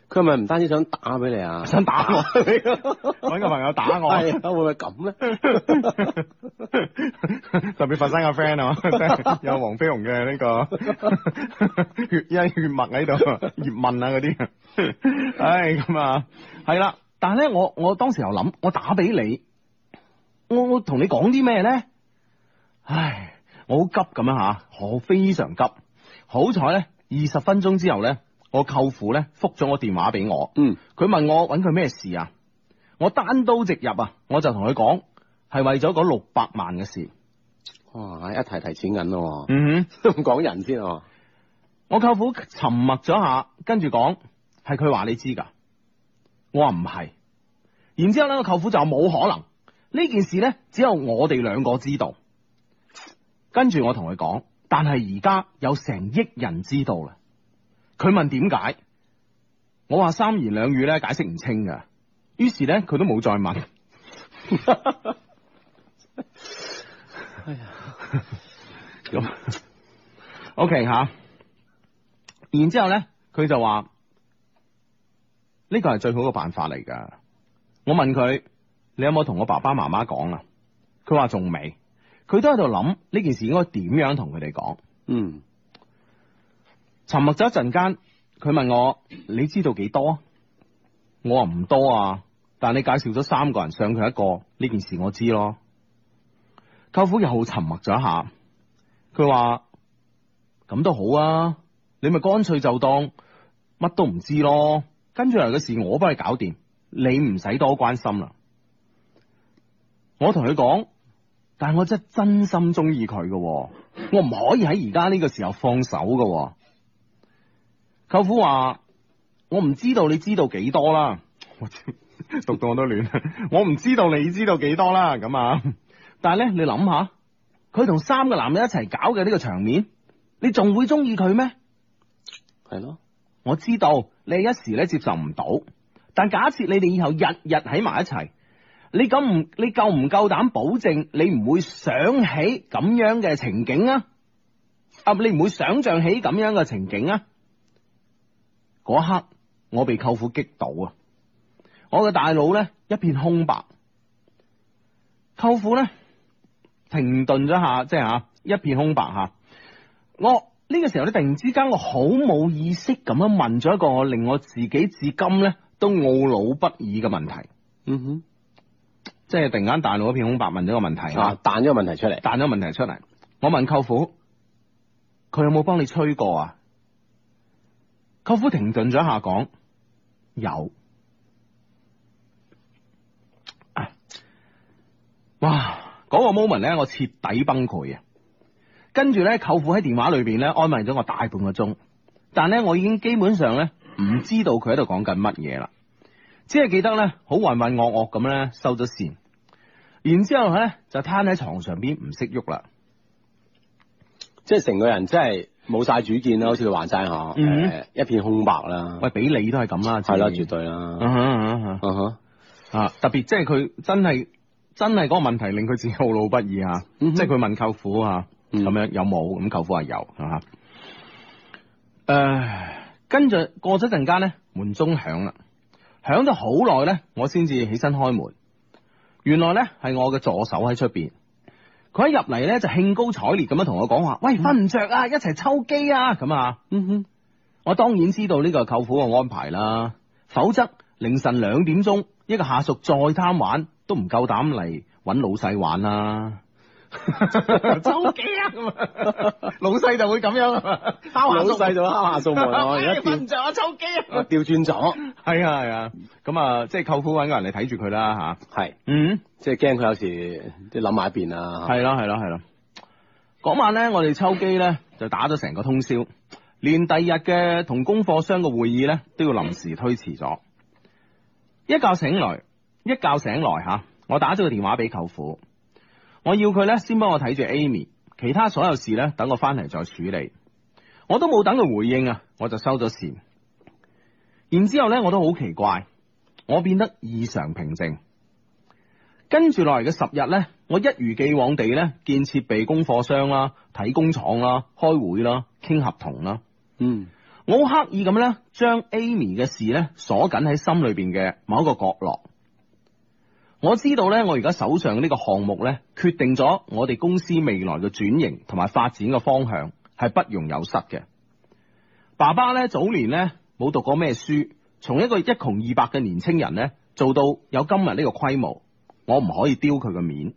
D: 佢係咪唔單止想打俾你啊？
A: 想打我，揾個朋友打 我。
D: 係啊，會唔會咁 咧？
B: 特別佛山嘅 friend 啊，有黃飛鴻嘅呢 個血因血脈喺度，葉問啊嗰啲，唉咁啊，
A: 係啦，但係咧，我我當時又諗，我打俾你，我我同你講啲咩咧？唉，我好急咁樣吓，我非常急。好彩咧，二十分鐘之後咧，我舅父咧復咗我電話俾我，
D: 嗯，
A: 佢問我揾佢咩事啊？我單刀直入啊，我就同佢講係為咗嗰六百萬嘅事。
D: 哇！一提提錢銀咯喎，
A: 嗯哼，
D: 都唔講人先啊！
A: 我舅父沉默咗下，跟住講係佢話你知㗎。我話唔係，然之後咧，我舅父就話冇可能呢件事咧，只有我哋兩個知道。跟住我同佢講，但係而家有成億人知道啦。佢問點解？我話三言兩語咧解釋唔清㗎。於是咧，佢都冇再問。咁 OK 吓，然之後咧，佢就話呢個係最好嘅辦法嚟㗎。我問佢你有冇同我爸爸媽媽講啊？佢話仲未，佢都喺度諗呢件事應該點樣同佢哋講。
D: 嗯，
A: 沉默咗一陣間，佢問我你知道幾多？我話唔多啊，但你介紹咗三個人上佢一個呢件事我知咯。舅父又沉默咗一下，佢話咁都好啊，你咪乾脆就當乜都唔知咯。跟住嚟嘅事我幫你搞掂，你唔使多關心啦。我同佢講，但我真係真心中意佢嘅喎，我唔可以喺而家呢個時候放手嘅喎。舅父話：我唔知道你知道幾多啦，
B: 讀到我都亂， 我唔知道你知道幾多啦，咁啊，
A: 但係咧，你諗下，佢同三個男人一齊搞嘅呢個場面，你仲會中意佢咩？
D: 係咯，
A: 我知道你係一時咧接受唔到，但假設你哋以後日日喺埋一齊，你敢唔你夠唔夠膽保證你唔會想起咁樣嘅情景啊？啊，你唔會想象起咁樣嘅情景啊？嗰一刻我被舅父擊倒啊！我嘅大腦咧一片空白，舅父咧停頓咗下，即係吓一片空白吓。我呢、個時候咧，突然之間我好冇意識咁樣問咗一個我令我自己至今咧都懊惱不已嘅問題，
D: 嗯
A: 即係突然間大腦一片空白問咗個問題
D: 哼，啊，彈咗個問題出嚟，
A: 彈咗問題出嚟，我問舅父，佢有冇幫你吹過啊？舅父停頓咗一下講，有。啊哇！嗰、個 moment 咧，我徹底崩潰啊！跟住咧，舅父喺電話裏邊咧安慰咗我大半個鐘，但咧我已經基本上咧唔知道佢喺度講緊乜嘢啦，只係記得咧好渾渾噩噩咁咧收咗線。然之後咧就攤喺床上邊唔識喐啦。
D: 即係成個人真係冇晒主見啦，好似佢話齋嗬，
A: 嗯
D: 誒一片空白啦，
A: 喂，俾你都係咁啦，
D: 係啦，
A: 自
D: 絕
A: 然
D: 對啦，
A: 嗯哼嗯哼
D: 啊哈，
A: 啊！特別即係佢真係真係嗰個問題令佢自己懊惱不已啊！
D: 嗯哼
A: 即係佢問舅父啊，
D: 嗯
A: 咁樣有冇？咁舅父話有啊。唉，跟住過咗陣間咧，門鐘響啦，響咗好耐咧，我先至起身開門。原來咧係我嘅助手喺出邊，佢一入嚟咧就興高采烈咁樣同我講話：，喂，瞓唔着啊，一齊抽機啊！咁 啊。
D: 嗯哼，
A: 我當然知道呢個係舅父嘅安排啦，否則凌晨兩點鐘一個下屬再貪玩都唔夠膽嚟揾老細玩啦。 周幾啊咁 啊，老細就會咁樣啊，敲下
D: 老
A: 屬
D: 細就敲下 數門啦，我而
A: 哎瞓
D: 家調
A: 唔着啊，抽機啊，
D: 調轉咗，
A: 係啊係啊，咁啊即係舅父揾個人嚟睇住佢啦吓，
D: 係
A: 嗯。
D: 即係驚佢有時即係諗埋一邊啊，
A: 係啦係啦係啦。嗰晚咧，我哋抽機咧就打咗成個通宵，連第二日嘅同供貨商嘅會議咧都要臨時推遲咗。一覺醒來，一覺醒來吓，我打咗個電話俾舅父，我要佢咧先幫我睇住 Amy，其他所有事咧等我翻嚟再處理。我都冇等佢回應啊，我就收咗線。然之後咧，我都好奇怪，
G: 我變得異常平靜。跟住落嚟嘅十日呢，我一如既往地呢，建設備供貨商啦、睇工廠啦、開會啦、傾合同啦。
D: 嗯，
G: 我好刻意咁呢，將 Amy 嘅事呢鎖緊喺心裏邊嘅某一個角落。我知道呢，我而家手上呢個項目呢，決定咗我哋公司未來嘅轉型同埋發展嘅方向，係不容有失嘅。爸爸呢，早年呢冇讀過咩書，從一個一窮二白嘅年青人呢，做到有今日呢個規模，我唔可以丟佢嘅面。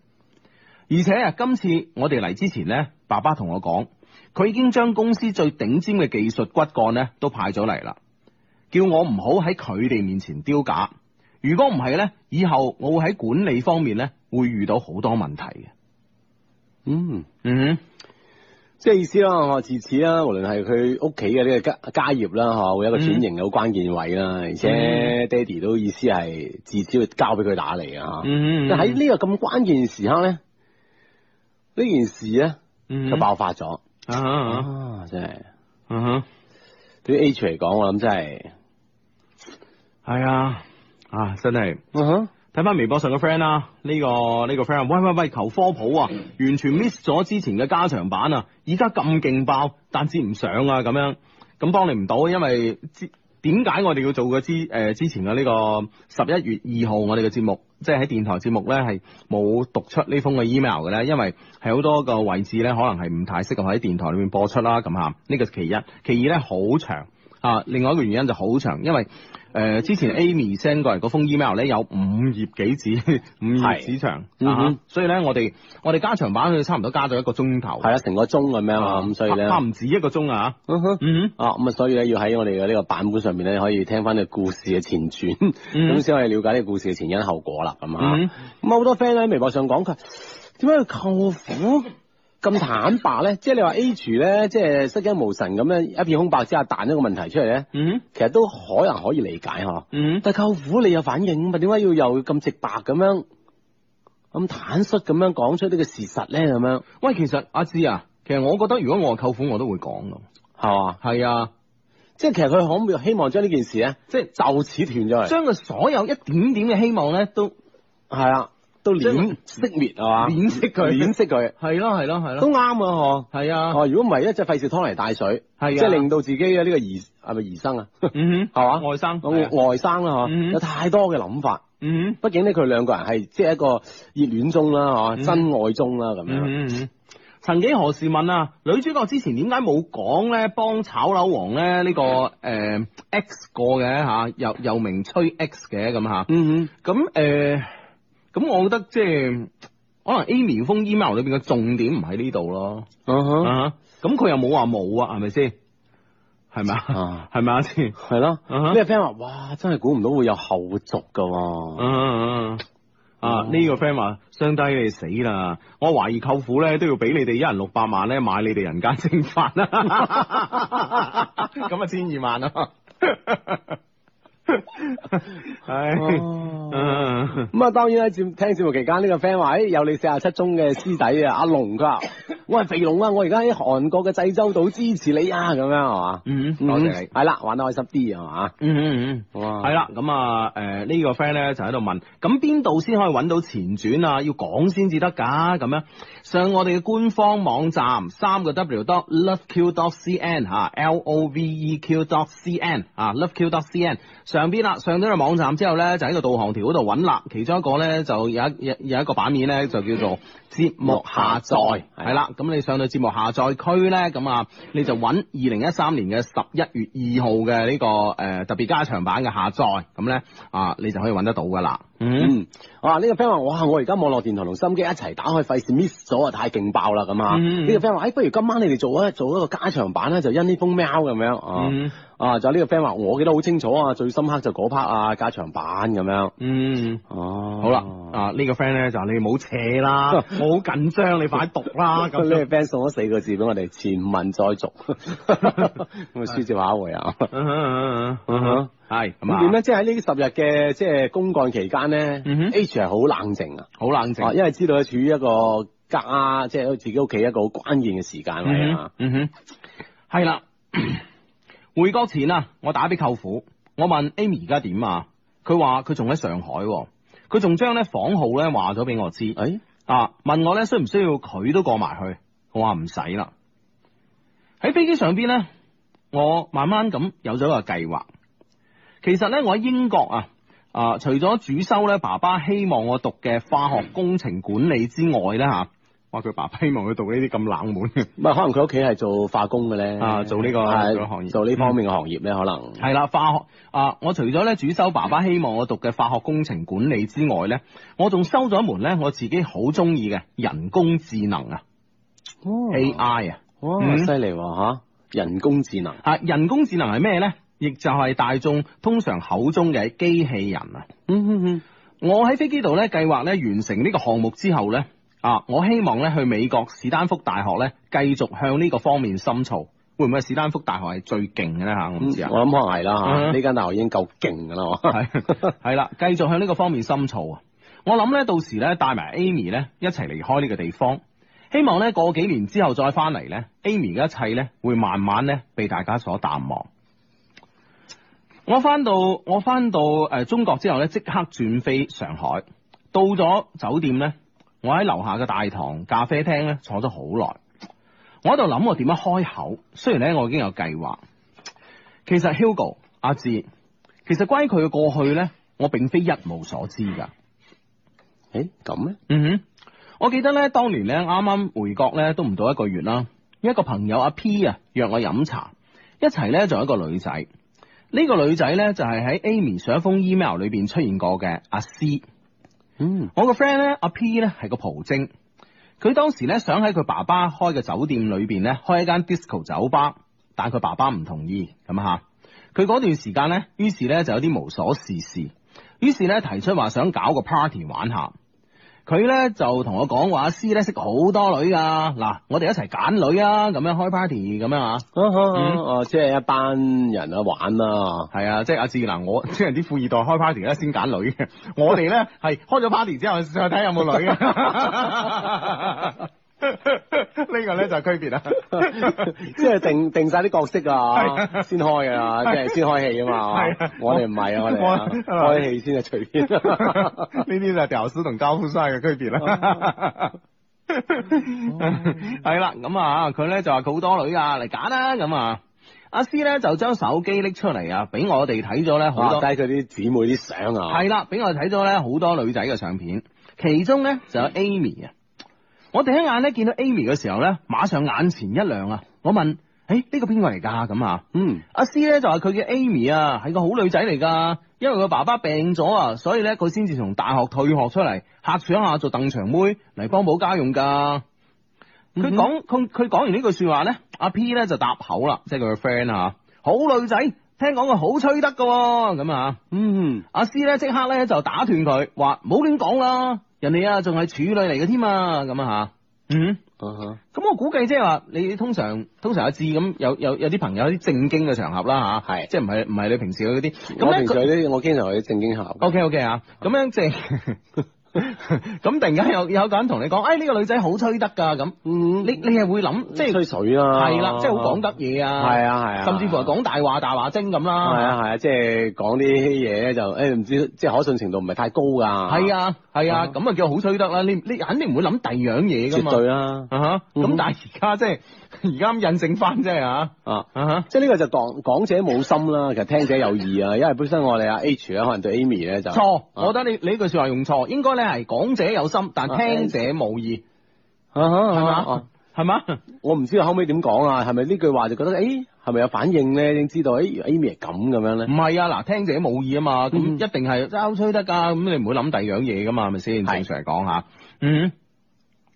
G: 而且啊，今次我哋嚟之前呢，爸爸同我講，佢已經將公司最頂尖嘅技術骨幹呢都派咗嚟啦，叫我唔好喺佢哋面前丟架。如果唔係呢，以後我會喺管理方面呢會遇到好多問題嘅。
D: 嗯，
G: 嗯
D: 即係意思啦，我自此啦，無論係佢屋企嘅呢個家家業啦，嚇會有一個轉型嘅好關鍵位啦，而且爹哋都意思係至少要交俾佢打嚟啊，嚇
G: 嗯
D: 但喺呢個咁關鍵時刻咧，呢件事咧就爆發咗
G: 啊啊
D: 嗯啊！真係
G: 啊！
D: 對於 H 嚟講，我諗真係，
G: 係啊啊！真係
D: 嗯哼，
G: 睇翻微博上嘅 friend 啦，呢個呢個 friend 啊喂喂喂，求科普啊，完全 miss 咗之前嘅加長版啊，而家咁勁爆，但接唔上啊咁樣，咁幫你唔到，因為之點解我哋要做嘅之誒之前嘅呢個十一月二號我哋嘅節目，即係喺電台節目咧係冇讀出呢封嘅 email 嘅咧，因為係好多個位置咧可能係唔太適合喺電台裏面播出啦，咁嚇呢個其一，其二咧好長。啊，另外一個原因就好長，因為誒、呃之前 Amy send 過嚟嗰封 email 咧有五頁幾紙， 五頁紙長，
D: 嗯哼
G: 啊所以咧我哋我哋加長版佢差唔多加咗一個鐘頭，
D: 係啦，成個鐘咁樣啊，
G: 啊
D: 咁所以咧，
G: 怕怕唔止一個鐘啊，
D: 嗯哼。
G: 嗯
D: 啊，咁啊，所以咧要喺我哋嘅呢個版本上面咧，可以聽翻呢個故事嘅前傳，咁先、可以了解呢個故事嘅前因後果啦，咁啊，
G: 嗯
D: 咁啊好、多 friend 喺微博上講佢點解佢舅父咁坦白咧？即係你話 H 咧，即係失驚無神咁樣一片空白之下彈咗個問題出嚟咧，
G: 嗯
D: 其實都可能可以理解嗬。
G: 嗯
D: 但舅父你有反應嘛？點解要又咁直白咁樣咁坦率咁樣講出呢個事實咧？咁樣
G: 喂，其實阿芝啊，其實我覺得如果我係舅父我都會講㗎，
D: 係嘛？
G: 係啊，
D: 即係其實佢可唔可以希望將呢件事咧，
G: 即係
D: 就此斷咗嚟？
G: 將佢所有一點點嘅希望咧都
D: 系啦，啊都碾熄滅係嘛？
G: 碾熄佢
D: 碾熄佢
G: 係咯係咯係
D: 都啱
G: 咯，
D: 啊！嗬，
G: 係啊，
D: 哦，如果唔係咧，即係費事拖泥帶水，
G: 係啊
D: 即係令到自己嘅呢個兒係咪兒生啊？
G: 嗯
D: 係嘛
G: 哼，外生，係啊
D: 外外甥啦，
G: 嗯
D: 嗬，有太多嘅諗法。
G: 嗯哼
D: 畢竟咧，佢兩個人係即係一個熱戀中啦，
G: 嗯
D: 嗬，真愛中啦，咁樣。
G: 嗯嗯嗯曾幾何時問啊，女主角之前點解冇講咧幫炒樓王咧呢、個誒、呃 X 過嘅嚇、又又名吹 X 嘅咁嚇，
D: 嗯
G: 咁誒咁我覺得即係可能 Amy 封 email 裏邊嘅重點唔喺呢度咯，
D: 哼，嗯哼，
G: 啊哈咁佢又冇話冇啊，係咪先？係咪啊
D: 啊？
G: 係咪啊先？
D: 係咯。
G: 嗯哼
D: 呢個 friend 話：，哇，真係估唔到會有後續噶喎。
G: 嗯嗯嗯啊！呢、個 friend 話：，相低你哋死啦！我懷疑舅父咧都要俾你哋一人六百萬咧買你哋人間蒸發 啦，咁啊千二萬啊！唉，嗯
D: 咁啊，當然啦，節聽節目期間，呢、個 friend 話：，誒、哎有你四廿七中嘅師弟啊，阿龍 佢話：，我係肥龍啊，我而家喺韓國嘅濟州島支持你啊，咁樣係嘛？
G: 嗯，
D: 多
G: 多謝
D: 謝
G: 你
D: 你。。係啦，玩得開心啲啊係嘛？
G: 嗯嗯嗯。
D: 哇
G: 系啦，咁啊，诶、呢、個 friend 咧就喺度問，咁邊度先可以揾到前傳啊？要講先至得㗎，咁樣上我哋嘅官方網站三個 W dot loveq dot cn 吓、l O V E Q dot cn 啊，loveq dot cn 上邊啦，上咗個網站之後咧，就喺個導航條嗰度揾啦，其中一個咧就有一有有一個版面咧就叫做節目下載，係啊啦，咁你上到節目下載區咧，咁啊你就揾二零一三年嘅十一月二號嘅呢個誒特別加長版嘅下載，咁咧啊你就可以揾得到噶啦。嗯
D: 嗯，哇！呢、個 friend 話：，哇！我而家網絡電台同心機一齊打開，費事 miss 咗啊，太勁爆啦咁啊！
G: 嗯
D: 呢、個 friend 話：，誒、不如今晚你哋做一做一個加長版咧，啊就因呢封喵咁樣啊！
G: 嗯
D: 啊，就呢個 friend 話：，我記得好清楚啊，最深刻就嗰 part 啊，加長版咁樣。
G: 嗯，
D: 哦
G: 好啦，啊呢個 friend 咧就話你唔好扯啦，我好緊張，你快讀
A: 啊
G: 啦咁
D: 咁呢
G: 樣。
D: 個 friend 送咗四個字俾我哋，前文再 續，咁啊書接下一回啊。
G: 嗯嗯嗯
D: 嗯
G: 嗯，係咁
D: 咁點
G: 啊，
D: 咧？即係喺呢十日嘅即係公幹期間咧
G: 嗯哼
D: ，H 係好冷靜啊，
G: 好冷
D: 啊
G: 靜。
D: 因為知道佢處於一個家，即係自己屋企一個好關鍵嘅時間位啊。
G: 嗯哼，係 啦。回國前啊，我打俾舅父，我問 Amy 而家點啊？佢話佢仲喺上海喎，佢仲將咧房號咧話咗俾我知，
D: 誒
G: 啊問我咧需唔需要佢都過埋去，我話唔使啦。喺飛機上邊咧，我慢慢咁有咗一個計劃。其實咧，我喺英國啊，啊除咗主修咧爸爸希望我讀嘅化學工程管理之外咧嚇。哇！佢爸爸希望佢讀呢啲咁冷門嘅
D: 唔啊係可能佢屋企係做化工嘅咧，
G: 啊做呢個
D: 係
G: 做呢個行業
D: 做呢方面嘅行業咧，可能
G: 係啦，化學啊，我除咗咧主修爸爸希望我讀嘅化學工程管理之外咧，我仲收咗一門咧我自己好中意嘅人工智能啊，AI 啊，
D: 哦哇，
G: 嗯
D: 犀利喎嚇！人工智能
G: 啊人工智能係咩咧？亦就係大眾通常口中嘅機器人啊。
D: 嗯
G: 我喺飛機度咧計劃咧完成呢個項目之後咧，啊，我希望咧去美國史丹福大學咧繼續向呢個方面深造。會唔會係史丹福大學係最勁嘅咧嚇？我唔
D: 嗯
G: 知啊。
D: 我諗可能係啦嚇，
G: 嗯
D: 呢間大學已經夠勁㗎 啦，嗬
G: 系系啦，繼續向呢個方面深造啊！我諗咧，到時咧帶埋 Amy 咧一齊離開呢個地方，希望咧過幾年之後再翻嚟咧，Amy 嘅一切咧會慢慢咧被大家所淡忘。我翻到我翻到诶、呃中國之後咧，即刻轉飛上海。到咗酒店咧，我喺樓下嘅大堂咖啡廳咧坐咗好耐。我喺度諗我點樣開口，雖然咧我已經有計劃。其實 Hugo 阿志。其實關於佢嘅過去呢，我並非一無所知㗎。
D: 誒咁咧，
G: 嗯哼，我記得呢，當年呢，啱啱回國呢，都唔到一個月啦，一個朋友阿 P 啊約我飲茶，一齊呢，仲有一個女仔。呢、個女仔呢，就係、喺 Amy 上一封 email 裏邊出現過嘅阿 C。
D: 嗯，
G: 我個 friend 呢，阿 P 呢，係個蒲精，佢當時呢，想喺佢爸爸開嘅酒店裏邊呢，開一間 disco 酒吧，但佢爸爸唔同意咁嚇。佢嗰段時間呢，於是呢就有啲無所事事，於是呢提出話想搞個 party 玩下。佢呢就同我講話，阿師呢識好多女噶，嗱，我哋一齊揀女啊，咁樣開 party 咁樣啊，
D: 啊啊啊哦，即係一班人啊玩 啊，
G: 係啊，即係阿志嗱，我即係啲富二代開 party 咧先揀女嘅，我哋呢係開咗 party 之後再睇有冇女 啊。呢個呢就係區別啊 啦。
D: 即係定定晒啲角色啊，先開㗎啊，即係先開戲啊嘛
H: 係啊，
D: 我哋唔係啊，我哋啊
H: 我
D: 開戲先係隨 便，啊
H: 呢啲就屌絲同高富帥嘅區別
G: 哦
H: 啦。
G: 係啦，咁啊，佢咧就話佢好多女啊，嚟揀啦，咁啊，阿師咧就將手機拎出嚟啊，俾我哋睇咗咧好
D: 畫
G: 多，
D: 低佢啲姊妹啲相啊，
G: 係啦，俾我哋睇咗咧好多女仔嘅相片，其中咧就有 Amy 啊，我第一眼咧見到 Amy 嘅時候咧，馬上眼前一亮啊，我問，誒呢個邊個嚟㗎？咁啊，
D: 嗯，
G: 阿師咧就話佢叫 Amy 啊，係個好女仔嚟㗎，因為佢爸爸病咗啊，所以咧佢先至從大學退學出嚟，客串一下做鄧長妹嚟幫補家用㗎。
D: 嗯
G: 佢講佢佢講完呢句説話咧，阿 P 咧就搭口啦，即係佢嘅 friend 啊，好女仔，聽講佢好吹得㗎喎，咁啊，
D: 嗯，
G: 阿師咧即刻咧就打斷佢，話唔好亂講啦，人哋啊仲係處女嚟嘅添啊，咁啊嚇，嗯。
D: 啊哈
G: 咁我估計即係話，你通常通常阿志咁有有有啲朋友有啲正經嘅場合啦吓，
D: 係
G: 即係唔係唔係你平時嗰啲咁
D: 我
G: 咧
D: 平時
G: 佢
D: 有啲我經常去正經校㗎。
G: OK OK 啊，咁樣即係 咁突然間有有個人同你講，哎呢個女仔好吹得㗎咁，
D: 嗯，
G: 你你係會諗即
D: 吹
G: 係
D: 水啦，
G: 係啦，即係好講得嘢啊，
D: 哦係啊係啊
G: 甚至乎係講大話大話精咁
D: 係
G: 啦，
D: 啊係啊，即係講啲嘢就誒唔知，即係可信程度唔係太高㗎。
G: 係
D: 啊，
G: 啊係啊，咁啊叫好吹得啦，你你肯定唔會諗第二樣嘢㗎
D: 絕
G: 嘛，
D: 對啦
G: 啊哈，
D: 嗯
G: 咁
D: 哼
G: 但係而家即係 而家咁印證翻即係啊，
D: 啊。
G: 啊哈。
D: 即係呢個就講講者冇心啦，其實聽者有意 啊。因為本身我哋阿 H 啊咧，可能對 Amy 咧就
G: 錯，
D: 啊
G: 我覺得你你呢句説話用錯，應該咧係講者有心，但
D: 啊
G: 聽者無意，
D: 啊哈
G: 係
D: 啊
G: 嘛
D: 哈？
G: 係嘛？
D: 我唔知道後尾點講啊，係咪呢句話就覺得誒係咪有反應咧？已經知道誒哎 Amy 係咁咁樣
G: 唔
D: 咧。
G: 係啊，嗱，聽者無意啊嘛，咁
D: 嗯
G: 一定係歐吹得㗎，咁你唔會諗第二樣嘢㗎嘛，係咪先？正
D: 係
G: 常嚟講嚇，嗯。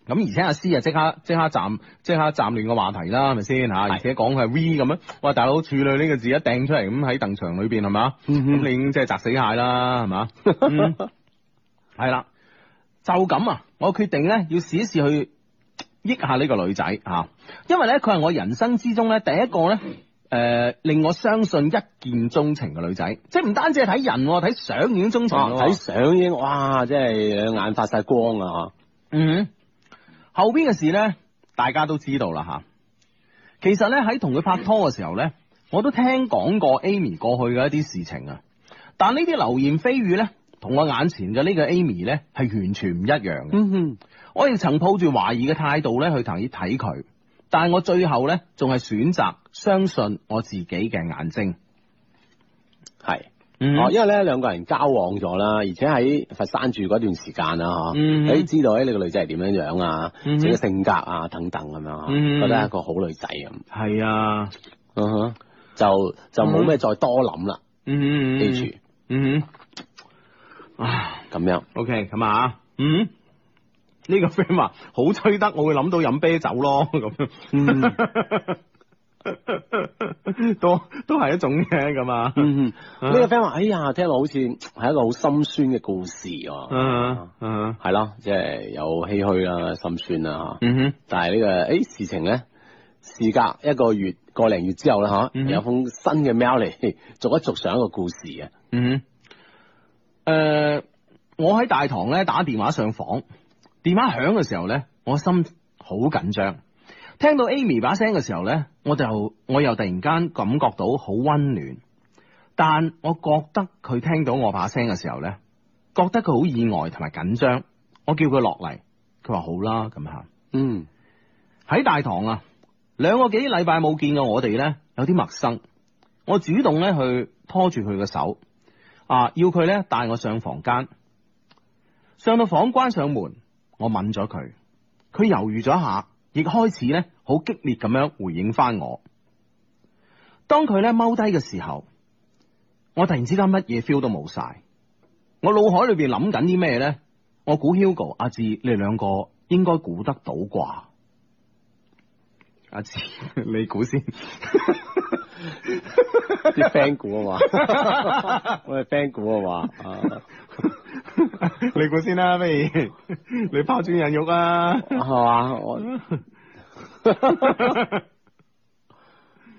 G: 咁而且阿師啊，即刻即刻暫即刻暫亂個話題啦，係咪先嚇？而且講佢係 V 咁樣，哇！大佬處女呢個字一掟出嚟咁喺鄧場裏邊係嘛？
D: 嗯
G: 咁
D: 哼
G: 你已經即係砸死蟹啦，係 嘛？嗯係啦，就咁啊！我決定咧要試一試去益下呢個女仔啊，因為咧佢係我人生之中咧第一個咧。誒、令我相信一見鍾情嘅女仔，即係唔單止係睇人喎，睇相已經鍾情
D: 啊
G: 嗯咯喎
D: 睇相已經哇，真係眼發晒光啊！
G: 嗯，後邊嘅事呢，大家都知道啦吓。其實呢，喺同佢拍拖嘅時候呢，我都聽講過 Amy 過去嘅一啲事情啊。但呢啲流言蜚語咧，同我眼前嘅呢個 Amy 咧係完全唔一樣嘅。
D: 嗯哼，
G: 我亦曾抱住懷疑嘅態度咧去睇睇佢，但係我最後咧仲係選擇相信我自己嘅眼睛。
D: 係。
G: 嗯
D: 哦，因為咧兩個人交往咗啦，而且喺佛山住嗰段時間啦，嚇，
G: 嗯
D: 你都知道哎咧你個女仔係點樣樣啊，
G: 嗯
D: 自己性格啊等等咁樣，
G: 嗯
D: 覺得係一個好女仔咁，
G: 係啊，
D: 嗯哼，就就冇咩再多諗啦，
G: 嗯
D: 記住
G: 嗯哼，啊
D: 咁樣，
G: ，OK，咁啊，嗯。呢個 friend 話好吹得，我會諗到飲啤酒咯，咁樣、都都係一種嘅咁啊。
D: 嗯哼，呢個 friend 話：哎呀，聽落好似係一個好心酸嘅故事喎，
G: 嗯嗯
D: 係咯，即係有唏噓啦、心酸啦，嚇
G: 嗯哼，
D: 但係呢個誒事情咧，事隔一個月個零月之後啦，嚇，
G: 嗯
D: 有封新嘅 mail 嚟， 逐一逐上一個故事啊嘅，
G: 嗯哼，誒，我喺大堂咧打電話上房，電話響嘅時候咧，我心好緊張。聽到 Amy 把聲嘅時候咧，我就我又突然間感覺到好温暖，但我覺得佢聽到我把聲嘅時候咧，覺得佢好意外同埋緊張。我叫佢落嚟，佢話好啦咁吓。
D: 嗯。
G: 喺大堂啊，兩個幾禮拜冇見嘅我哋咧，有啲陌生。我主動咧去拖住佢嘅手，啊，要佢咧帶我上房間。上到房關上門，我吻咗佢，佢猶豫咗一下，亦開始咧好激烈咁樣回應翻我。當佢咧踎低嘅時候，我突然之間乜嘢 feel 都冇晒。我腦海裏邊諗緊啲咩咧？我估 Hugo 阿志，你哋兩個應該估得到啩？阿志，你估先。
D: 啲 friend 估啊 嘛，我哋 friend 估啊嘛，啊
H: 你估先啦，不如你拋磚引玉啊！
D: 係嘛？我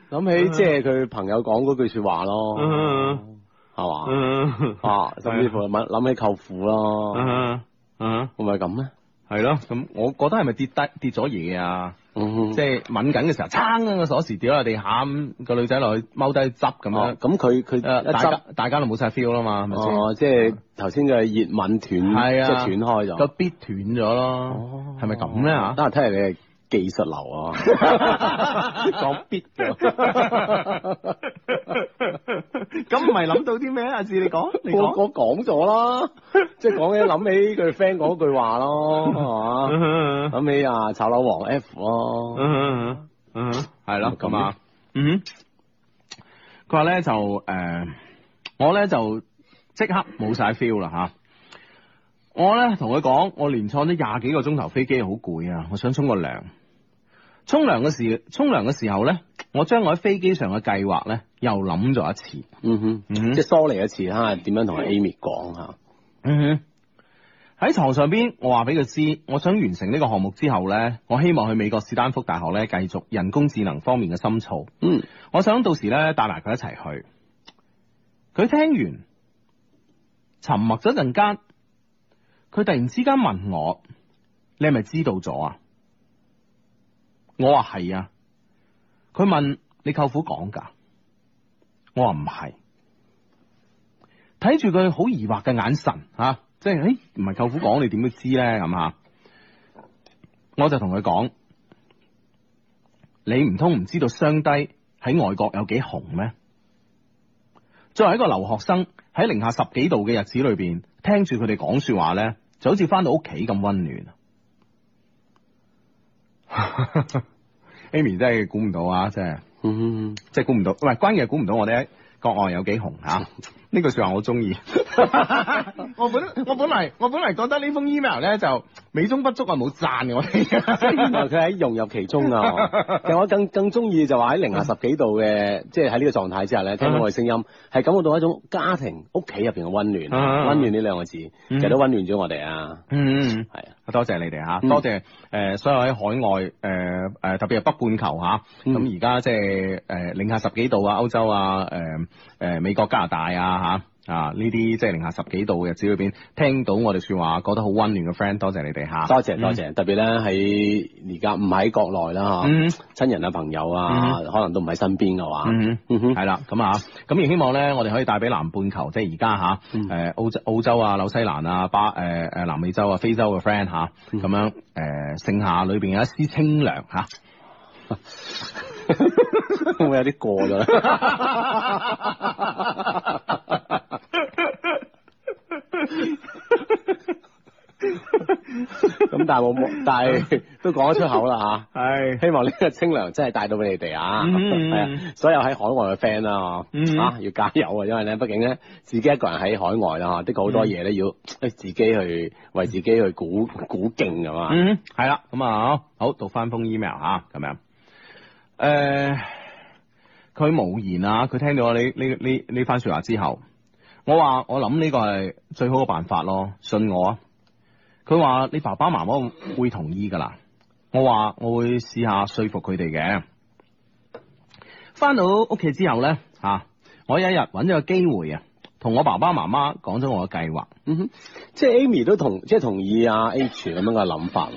D: 諗起即係佢朋友講嗰句説話咯，
H: 嗯
D: 係嘛？
H: 嗯
D: 啊，甚至乎諗諗起舅父咯，
G: 啊
H: 嗯嗯，
D: 會唔會咁咧？
G: 係咯，咁我覺得係咪跌低跌咗嘢啊？
D: 嗯
G: 即係吻緊嘅時候，撐緊個鎖匙掉落地下，咁個女仔落去踎低執咁
D: 哦
H: 呃
G: 樣。
D: 咁佢佢
G: 誒
D: 一
G: 大家
D: 執，
G: 大家都冇晒 feel 啦嘛，係咪先？
D: 哦，即係頭先嘅熱吻斷，即係
G: 係啊
D: 斷開
G: 個
D: 咗，
G: 必斷咗咯，係咪咁咧嚇？
D: 得閒睇嚟你係技術流啊，
G: 講必嘅，咁唔係諗到啲咩啊？阿志，你講，你
D: 我
G: 講。
D: 我講咗啦，即係講起諗起佢 friend 講句話咯，係
G: 啊
D: 嘛？
H: 嗯
D: 諗起啊，炒樓王 F 咯，
H: 嗯
G: 啊
H: 嗯，
G: 系咯，
D: 咁
G: 咁啊，嗯，佢話咧就誒、呃我咧就即刻冇晒 feel 啦吓，我咧同佢講，我連坐咗廿幾個鐘頭飛機，好攰啊，我想沖個涼。沖涼嘅時，沖涼嘅時候咧，我將我喺飛機上嘅計劃咧又諗咗一次。
D: 嗯哼，
G: 嗯哼
D: 即係梳理一次嚇，點樣同 Amy 講啊嚇，
G: 嗯哼，喺床上邊，我話俾佢知，我想完成呢個項目之後咧，我希望去美國史丹福大學咧繼續人工智能方面嘅深造。
D: 嗯，
G: 我想到時咧帶埋佢一齊去。佢聽完，沉默咗陣間，佢突然之間問我：你係咪知道咗啊？我話係啊。佢問你舅父講㗎？我話唔係。睇住佢好疑惑嘅眼神吓、啊即係誒唔係舅父講，你點都知咧咁吓。我就同佢講。你唔通唔知道雙低喺外國有幾紅咩？作為一個留學生喺零下十幾度嘅日子裏邊，聽住佢哋講說話咧，就好似翻到屋企咁温暖。Amy 真係估唔到啊！真係，
D: 嗯
G: 即係估唔到，喂，關鍵係估唔到我哋喺國外有幾紅 啊！呢句說話我中意。我本我本嚟我本嚟覺得呢封 email 咧就美中不足啊，冇讚我哋。
D: 原哦來佢喺融入其中 啊，其實我更更中意就話喺零下十幾度嘅，即係喺呢個狀態之下咧，聽到我嘅聲音，係感覺到一種家庭屋企入邊嘅温暖
H: 嗯
D: 啊，嗯温暖呢兩個字，其實都温暖咗我哋啊，
G: 嗯。
D: 係啊，
G: 多謝你哋嚇，
D: 嗯
G: 多謝誒、呃所有喺海外誒誒、呃特別係北半球嚇，
D: 嗯
G: 咁而家即係誒零下十幾度啊，歐洲啊，誒、呃、美國加拿大啊嚇。啊！呢啲即係零下十幾度嘅日子裏邊，聽到我哋説話，覺得好温暖嘅 friend，多謝你哋嚇。
D: 多謝多謝，特別咧喺而家唔喺國內啦嚇，
G: 嗯
D: 親人啊朋友啊，可能都唔喺身邊嘅話，
G: 嗯哼。
D: 嗯哼
G: 系啦，咁啊，咁亦希望咧，我哋可以帶俾南半球，即係而家吓，
D: 嗯
G: 诶、澳洲、澳洲啊、紐西蘭啊、巴诶诶、南美洲啊、非洲嘅 friend 吓，
D: 嗯
G: 咁樣诶、誒盛夏裏边有一絲清涼吓，
D: 會唔會有啲過咗咧？咁但係我冇，但係都講得出口啦
H: 係
D: 嚇。希望呢個清涼真係帶到俾你哋啊！
H: 嗯嗯
D: 係啊，所有喺海外嘅 friend 啦，
H: 嗯
D: 嚇啊要加油啊！因為咧，畢竟咧自己一個人喺海外啦，嚇的確好多嘢咧要誒自己去為自己去鼓 鼓勁㗎嘛。
G: 嗯，係啦，咁啊，好讀翻封 email 吓，咁樣诶，誒佢、無言啊，佢聽到我呢呢呢呢番说話之後，我話我諗呢個係最好嘅辦法咯，信我啊。佢話你爸爸媽媽會同意㗎啦，我話我會試下說服佢哋嘅。翻到屋企之後呢，吓、我有一日揾咗個機會啊，同我爸爸媽媽講咗我嘅計劃。
D: 嗯哼，即係 Amy 都同即係同意啊 H 咁樣嘅諗法喎。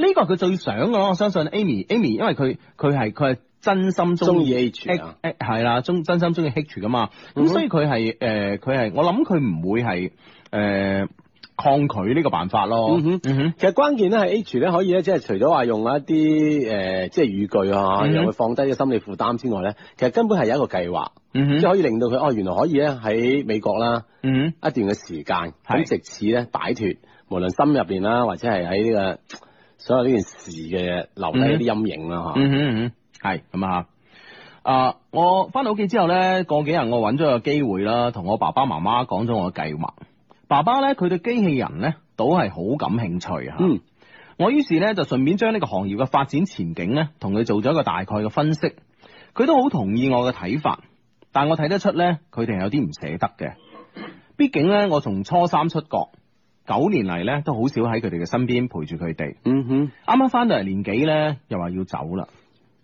G: 呢個係佢最想嘅咯，我相信 Amy，Amy 因為佢佢係佢係真心
D: 中
G: 中
D: 意
G: 意
D: H 啊，
G: 誒係啦，中真心中意 H 噶嘛，
D: 嗯哼
G: 咁所以佢係誒佢係我諗佢唔會係誒、呃抗拒呢個辦法咯。
D: 嗯哼
G: 嗯哼，
D: 其實關鍵咧係 H 咧可以咧，即係除咗話用一啲誒、呃即係語句啊，
G: 嗯
D: 又會放低啲心理負擔之外咧，其實根本係有一個計劃，
G: 嗯
D: 即係
G: 哼，
D: 可以令到佢哦，原來可以咧喺美國啦
G: 嗯
D: 一段嘅時間，咁
G: 係
D: 直此咧擺脱，無論心入邊啦，或者係喺呢個所有呢件事嘅留低一啲陰影啦
G: 哼，
D: 嚇。
G: 嗯哼，嗯哼，係咁啊。啊！我翻到屋企之後咧，過幾日我揾咗個機會啦，同我爸爸媽媽講咗我嘅計劃。爸爸咧，佢對機器人咧，都係好感興趣嚇。
D: 嗯
G: 我於是咧就順便將呢個行業嘅發展前景咧，同佢做咗一個大概嘅分析。佢都好同意我嘅睇法，但我睇得出咧，佢哋係有啲唔捨得嘅。畢竟咧，我從初三出國，九年嚟咧都好少喺佢哋嘅身邊陪住佢哋。
D: 嗯哼，
G: 啱啱翻到嚟年幾咧，又話要走啦。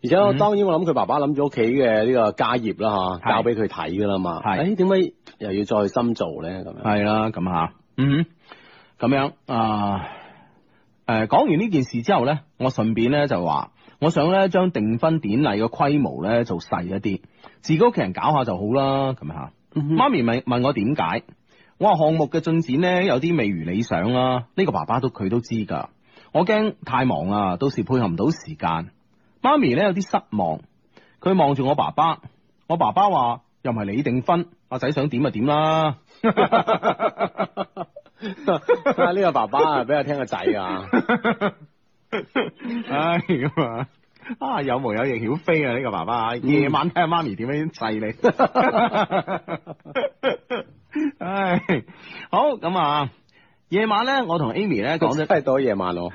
D: 而且我
G: 嗯
D: 當然我諗佢爸爸諗咗屋企嘅呢個家業啦嚇，
G: 係
D: 交俾佢睇噶啦嘛。
G: 係
D: 誒點解又要再去深造咧？咁樣
G: 係啦，咁吓，嗯哼，咁樣啊，誒、講完呢件事之後咧，我順便咧就話，我想咧將訂婚典禮嘅規模咧做細一啲，自己屋企人搞下就好啦，咁吓。
D: 嗯
G: 媽咪問問我點解，我話項目嘅進展咧有啲未如理想啦、呢、個爸爸都佢都知㗎，我驚太忙啊，到時配合唔到時間。媽咪咧有啲失望，佢望住我爸爸，我爸爸話又唔係你訂婚，阿仔想點就點啦。
D: 啊！呢個爸爸啊，俾我聽個仔啊，
H: 唉咁啊，啊有毛有翼曉飛啊呢、個爸爸，夜晚睇下媽咪點樣制你。唉，
G: 好咁啊，夜晚咧我同 Amy 咧 講
D: 真
G: 咗，
D: 係到咗夜晚 咯。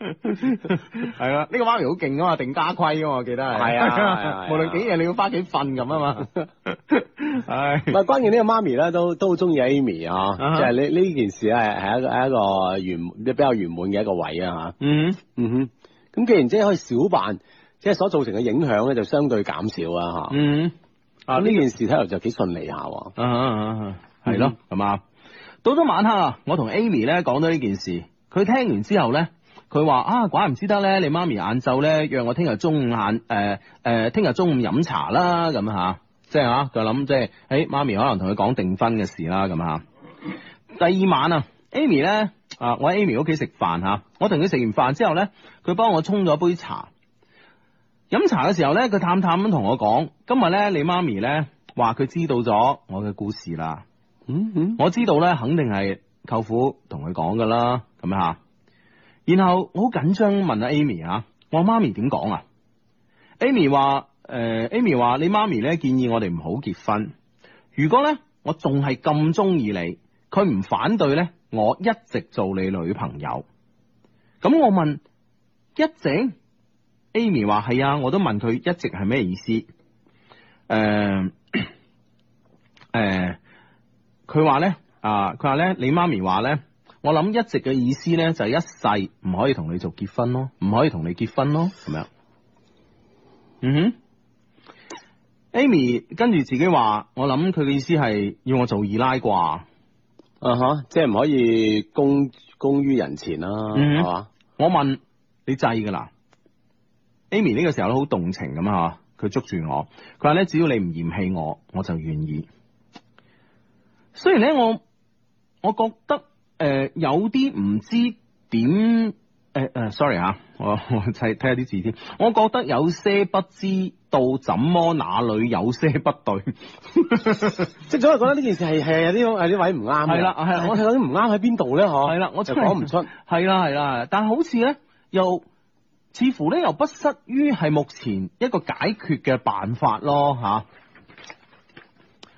H: 係啦，呢、個媽咪好勁噶嘛，定家規噶嘛，我記得係。
D: 係啊係啊係啊
H: 無論幾夜你要翻屋企瞓咁啊嘛。唉
D: 唔，係關鍵呢個媽咪咧，都都好中意 Amy 啊，
H: 啊哈
D: 即係呢呢件事咧係係一個係一個圓即係比較圓滿嘅一個位啊嚇。
H: 嗯，
D: 嗯哼，咁既然即係可以少辦，即係所造成嘅影響咧就相對減少啊嚇。
G: 嗯。
D: 啊呢件事睇落就幾順利下喎。
G: 啊啊啊，系咯，咁啊。到咗晚黑啊，我同 Amy 咧講咗呢件事，佢聽完之後咧，佢話啊，怪唔之得咧，你媽咪晏晝咧約我聽日中午晏誒誒，聽、日中午飲茶啦，咁吓，即係吓，佢諗即係，誒、媽咪可能同佢講訂婚嘅事啦，咁吓。第二晚啊，Amy 咧啊，我喺 Amy 屋企食飯吓，我同佢食完飯之後咧，佢幫我沖咗杯茶。飲茶嘅時候咧，佢淡淡咁同我講：今日咧，你媽咪咧話佢知道咗我嘅故事啦。
D: 嗯哼，
G: 我知道咧，肯定係舅父同佢講噶啦，咁樣吓。然後我好緊張咁問阿 Amy 啊，我媽咪點講啊？Amy 話：诶、a m y 話你媽咪咧建議我哋唔好結婚。如果咧我仲係咁中意你，佢唔反對咧，我一直做你女朋友。咁我問一直，Amy 話係啊，我都問佢一直係咩意思？诶、 诶。佢話咧啊，佢話咧，你媽咪話咧，我諗一直嘅意思咧就係一世唔可以同你做結婚咯，唔可以同你結婚咯，咁樣。嗯哼。 Amy 跟住自己話，我諗佢嘅意思係要我做二奶啩。
D: 啊哈，即係唔可以公公於人前啦，
G: 嗯
D: 係嘛？
G: 我問你制㗎啦，Amy 呢個時候咧好動情咁啊，佢捉住我，佢話咧只要你唔嫌棄我，我就願意。雖然咧我我覺得诶、呃有啲唔知點诶诶，sorry 啊，我我睇睇下啲字先，我覺得有些不知道怎麼哪裏有些不對。
D: 即係總係覺得呢件事係係有啲有啲位唔啱嘅
G: 係啦係啦我
D: 我睇到啲唔啱喺邊度咧？嗬，
G: 係啦我
D: 就
G: 真係
D: 講唔出。
G: 係啦係啦，但係好似咧又似乎咧又不失於係目前一個解決嘅辦法咯吓、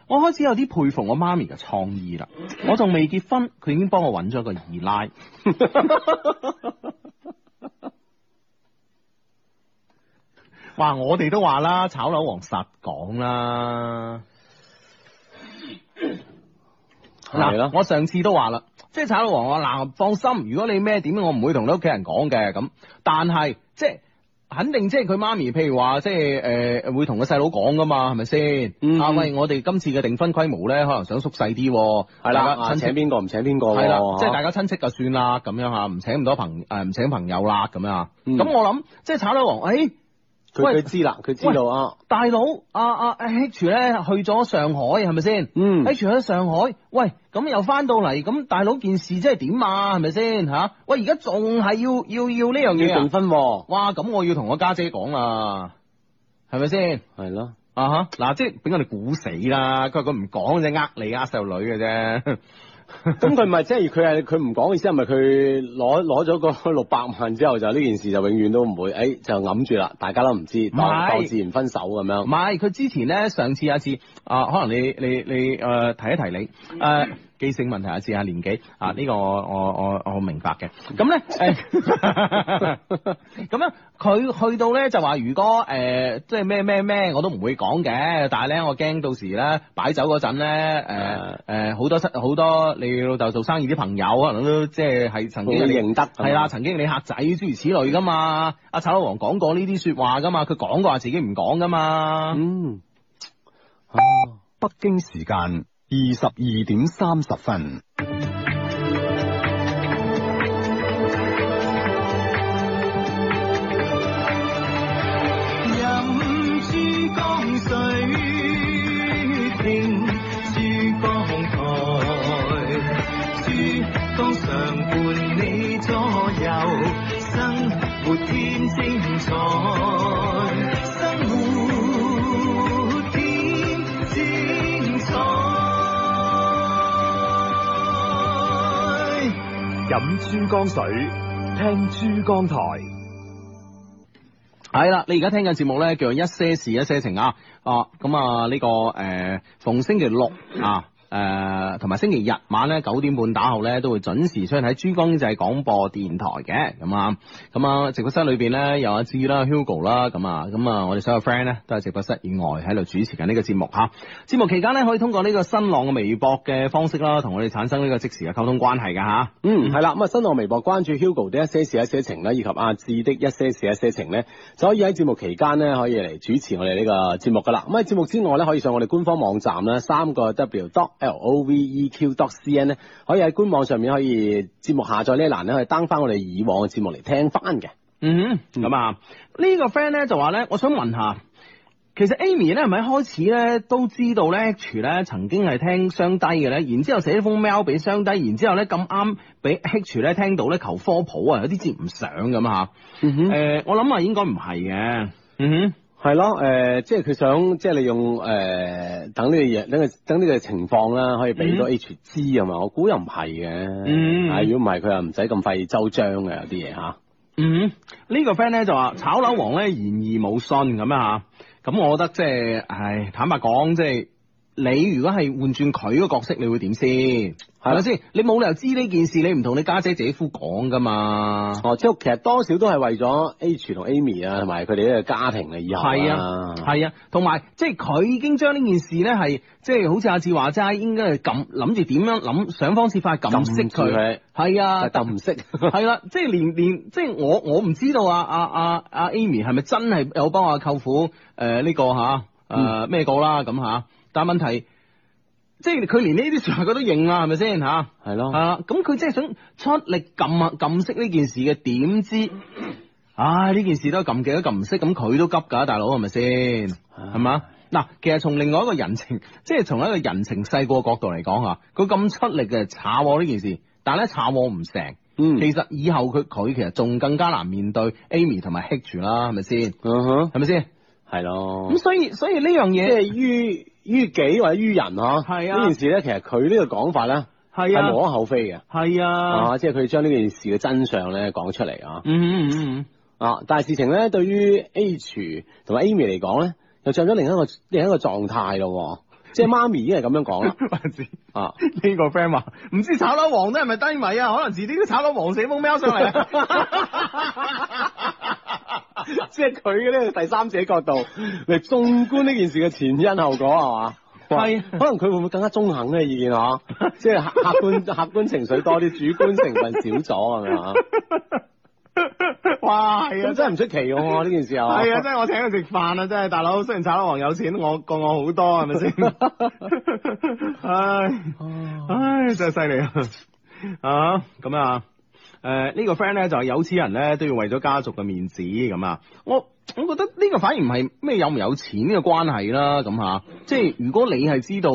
G: 我開始有啲佩服我媽咪嘅創意啦。我仲未結婚，佢已經幫我揾咗個二奶。 哇！我哋都話啦，炒樓王實講啦。
D: 係
G: 嗱
D: 咯，
G: 我上次都話啦，即係炒到王我嗱，放心，如果你咩點，我唔會同你屋企人講嘅咁。但係即係肯定，即係佢媽咪，譬如話即係誒、呃、會同個細佬講噶嘛，係咪先？
D: 嗯
G: 啊喂，我哋今次嘅訂婚規模咧，可能想縮細啲喎，
D: 係啦，
G: 大家
D: 啊
G: 親
D: 請
G: 戚
D: 邊個唔請邊個喎？
G: 係啦，即係
D: 哦嚇
G: 大家親戚就算啦，咁樣嚇，唔請咁多朋誒唔請朋友啦，咁樣啊。
D: 嗯
G: 咁我諗即係炒樓王，誒、
D: 佢佢
G: 喂
D: 知啦，佢知道啊，
G: 大佬啊啊 H 咧去咗上海係咪先？
D: 嗯
G: H 喺上海，喂，咁又翻到嚟，咁大佬件事即係點啊？係咪先吓？喂，而家仲係要要要
D: 要
G: 呢樣嘢
D: 訂
G: 啊！
D: 婚喎，
G: 哇，咁我要同我家姐講啦，係咪先？
D: 係咯，
G: 啊哈！嗱，即係俾我哋估死啦！佢話佢唔講啫，呃你呃細路女嘅啫。
D: 咁佢唔係即係佢係佢唔講嘅意思係咪佢攞攞咗個 六百萬之後就呢件事就永遠都唔會，誒就揞住啦，大家都唔知，
G: 唔
D: 當
G: 係
D: 當自然分手咁
G: 唔
D: 樣。
G: 係，佢之前咧上次有一次啊，可能你你你誒、呃提一提你誒、呃、記性問題啊，試下年紀啊，呢、個我我我我明白嘅。咁咧誒， 咁咧佢去到咧就話，如果誒、呃即係咩咩咩我都唔會講嘅，但係咧我驚到時咧擺酒嗰陣咧誒誒好多親好多你老豆做生意啲朋友可能都即係係曾
D: 會
G: 經有你
D: 認得
G: 係啦，曾經你客仔諸如此類噶嘛，阿炒樓王講過呢啲説話噶嘛，佢講過話自己唔講噶嘛。
D: 嗯，
H: 北京時間二十二點三十分。
I: 任珠江水平，珠江台，珠江常伴你左右，生活添精彩，生活添精彩。
J: 饮珠江水，听珠江台。
G: 係啦，你而家聽緊節目咧，叫做一些事一些情啊，啊咁啊呢個誒逢星期六啊。誒同埋星期日晚咧九點半打後咧都會準時出現喺珠江經濟廣播電台嘅咁啊咁啊直播室裏邊咧有阿志啦 Hugo 啦咁啊咁啊我哋所有 friend 咧都係直播室以外喺度主持緊呢個節目嚇。節目期間咧可以通過呢個新浪嘅微博嘅方式啦，同我哋產生呢個即時嘅溝通關係㗎嚇。
D: 嗯，係啦，咁啊，新浪微博關注 Hugo 的一些事一些情咧，以及阿志的一些事一些情咧，就可以喺節目期間咧，可以嚟主持我哋呢個節目噶啦。咁喺節目之外咧，可以上我哋官方網站咧，三個 W dot L O V E Q dot C N 咧，可以喺官網上面可以節目下載呢一欄咧，可以 down 翻我哋以往嘅節目嚟聽翻嘅。
G: 嗯哼，咁啊，呢個 friend 咧就話咧，我想問下，其實 Amy 咧係咪一開始咧都知道咧 H 咧曾經係聽雙低嘅咧，然之後寫咗封 mail 俾雙低，然之後咧咁啱俾 H 咧聽到咧求科普啊，有啲接唔上咁啊吓。
D: 嗯
G: 誒、我諗啊應該唔係嘅。嗯
D: 係咯，誒、即係佢想，即係利用誒、等呢個嘢，等佢等呢個情況啦，可以俾到 H 知啊嘛。我估又唔係嘅，
G: 嗯
D: 係如果唔係，佢又唔使咁費周章嘅有啲嘢嚇。
G: 哼，嗯哼，呢、個 friend 咧就話炒樓王咧言而無信咁樣吓，咁我覺得即係，唉，坦白講即係。你如果係換轉佢個角色，你會點先？係咪先？你冇理由知呢件事，你唔同你家姐姐夫講噶嘛？
D: 哦，即係其實多少都係為咗 H 同 Amy 啊，同埋佢哋呢個家庭嘅以後
G: 係啊，
D: 係
G: 係啊，同埋即係佢已經將呢件事咧係即係好似阿志話齋，應該係撳諗住點樣諗想方設法撳熄
D: 撳住佢
G: 佢。係啊，
D: 但 唔識，
G: 係啦，即係連連即係
A: 呃
G: 我我唔知道啊啊啊啊 Amy 係咪真係有幫阿舅父誒呢、個嚇誒、
A: 诶呃咩稿啦咁吓。但係問題即係佢連呢啲説話佢都認啦，係咪先吓？
D: 系咯，
A: 啊，咁佢即係想出力撳啊撳熄呢件事嘅，點知？唉，呢件事都撳極都撳唔熄，咁佢都急㗎，大佬係咪先？係嘛？嗱，其實從另外一個人情，即係從一個人情世故嘅角度嚟講嚇，佢咁出力嘅炒我呢件事，但係咧炒我唔成，
D: 嗯，
A: 其實以後佢佢其實仲更加難面對 Amy 同埋 Hitch 啦，係咪先？
D: 嗯哼，
A: 係咪先？
D: 系咯
A: 咁，所以所以呢樣
D: 哦即
A: 嘢
D: 系于于己或者于人嗬，
A: 係啊
D: 呢件事咧，其實佢呢個講法咧
A: 係
D: 係無
A: 啊
D: 可厚非嘅，
A: 係啊，
D: 啊，即係佢將呢件事嘅真相咧講出嚟啊，
A: 嗯嗯嗯嗯，
D: 啊，但係事情咧對於 H 同埋 Amy 嚟講咧，又進咗另一個另一個狀態咯喎，即係媽咪已經係咁樣 講啦，
G: 或者
D: 啊，
G: 呢個 friend 話唔知炒樓王都係咪低迷啊？可能遲啲都炒樓王死風喵上嚟 啊。
D: 即係佢嘅呢個第三者角度嚟縱觀呢件事嘅前因後果係嘛？
A: 係啊
D: 可能佢會唔會更加中肯咧？意見嗬， 即係客客觀客觀情緒多啲，主觀成分少咗係咪啊？
G: 哇，係啊
D: 咁，真係唔出奇嘅喎呢件事啊！
G: 係啊，真係我請佢食飯啊，真係大佬。雖然炒樓王有錢，我過我好多，係咪 先？唉唉，真係犀利 啊！啊，咁啊，誒、呢、個 friend 咧就係有錢人咧都要為咗家族嘅面子咁啊，我。我覺得呢個反而唔係咩有唔有錢嘅關係啦，咁嚇，即係如果你係知道，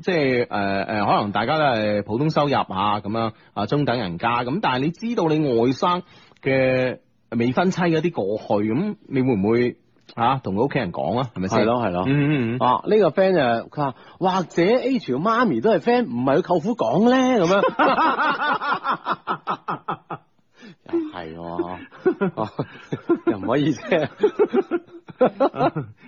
G: 即係誒誒，呃可能大家都係普通收入嚇咁樣啊，中等人家咁，但係你知道你外甥嘅未婚妻嗰啲過去，咁你會唔會嚇同佢屋企人講啊？係咪先？
D: 係咯係咯。
G: 嗯，嗯嗯
D: 啊！呢、個 friend 就佢話或者 H 嘅媽咪都係 friend，唔係佢舅父講咧咁 樣。 又係喎，啊又唔可以啫。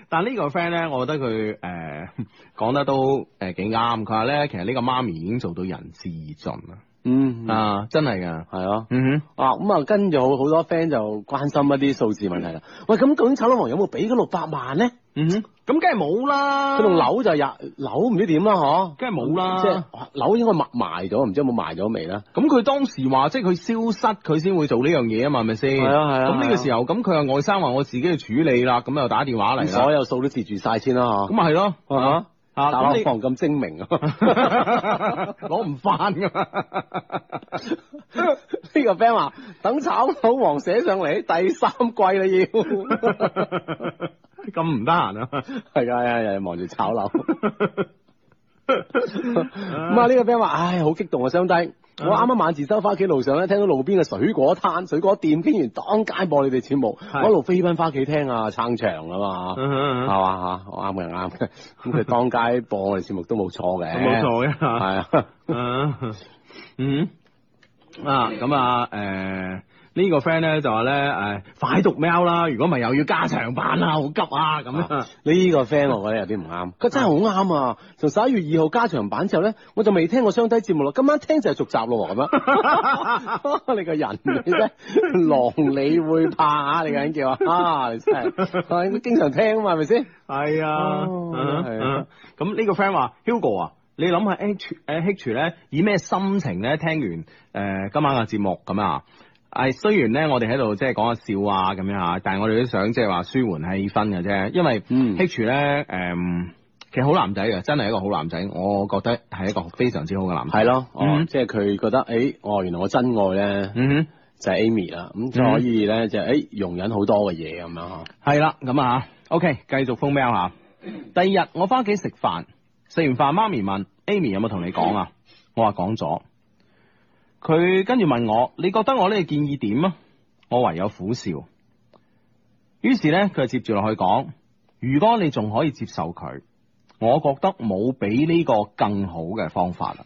G: 但呢個 friend 咧，我覺得佢誒講得都誒幾啱。佢話咧，其實呢個媽咪已經做到仁至義盡啦。
D: 嗯，
G: 啊，真係㗎。
D: 係咯。
G: 嗯
D: 啊，咁啊，跟住好好多 friend 就關心一啲數字問題啦。喂，咁究竟炒樓王有冇俾嗰六百萬咧？
G: 嗯哼，咁梗係冇啦。
D: 佢棟樓就廿樓唔知點啊啦，嗬。
G: 梗係冇啦
D: 即係樓應該賣賣咗，唔知有冇賣咗未啦？
G: 咁佢當時話，即係佢消失，佢先會做呢樣嘢啊嘛，係咪先？
D: 係啊係啊
G: 咁呢
D: 係啊
G: 個時候，咁佢話外甥話我自己去處理啦，咁又打電話
D: 咁
G: 嚟
D: 所
G: 啦。
D: 有數都截住晒先啦，
G: 咁
D: 嗬。
G: 咪係咯，
D: 啊
G: 啊
D: 炒
G: 咁
D: 樓
G: 你
D: 房咁精明 啊！
G: 攞唔翻㗎嘛。
D: 呢個 friend 話等炒樓王寫上嚟第三季啦要，
G: 咁唔得閒啊！
D: 係啊係啊，又忙住炒樓。咁啊呢個 friend 話，唉好激動啊相低，我啱啱晚自修翻屋企路上咧，聽到路邊嘅水果攤、水果店竟然當街播你哋節目，我一路飛奔翻屋企聽啊撐場啊嘛。
G: 嗯嗯
D: 係
G: 嗯
D: 嘛嚇，我啱嘅啱嘅，咁佢當街播我哋節目都冇錯嘅，
G: 冇錯嘅嚇
D: 係啊，
G: 嗯嗯啊，咁啊，诶、呢、個 friend 咧就話咧，诶、快讀喵啦！如果唔係又要加長版啦，好急啊！咁啊，
D: 呢個 friend 我覺得有啲唔啱，佢真係好啱啊！從十一月二號加長版之後咧，我就未聽過雙低節目咯，今晚聽就係續集咯喎咁樣。 你個人你真係狼你會怕啊！你個人叫啊，你真係啊應該經常聽啊嘛，係咪先？
G: 係啊，
D: 哦
G: 嗯
D: 係
G: 嗯
D: 啊
G: 咁呢個 friend 話，Hugo 啊，你諗下 H 诶 H 咧，以咩心情咧聽完诶、誒今晚嘅節目咁啊？誒雖然咧，我哋喺度即係講下笑啊咁樣嚇，但係我哋都想即係話舒緩氣氛嘅啫，因為
D: 嗯
G: H 咧誒、其實好男仔嘅，真係一個好男仔，我覺得係一個非常之好嘅男仔。
D: 係咯，哦
G: 嗯，
D: 即係佢覺得，誒，哦，原來我真愛咧
G: 嗯哼。
D: 就係 Amy 啦，咁就可以咧就誒容忍好多嘅嘢咁樣哦呵。
G: 系啦，咁啊，OK，繼續封 mail 吓。第二日我翻屋企食飯，食完飯媽咪問 Amy 有冇同你講啊？我話講咗。佢跟住問我，你覺得我呢個建議點啊？我唯有苦笑。於是呢，佢就接住落去講：如果你仲可以接受佢，我覺得冇比呢個更好嘅方法啦。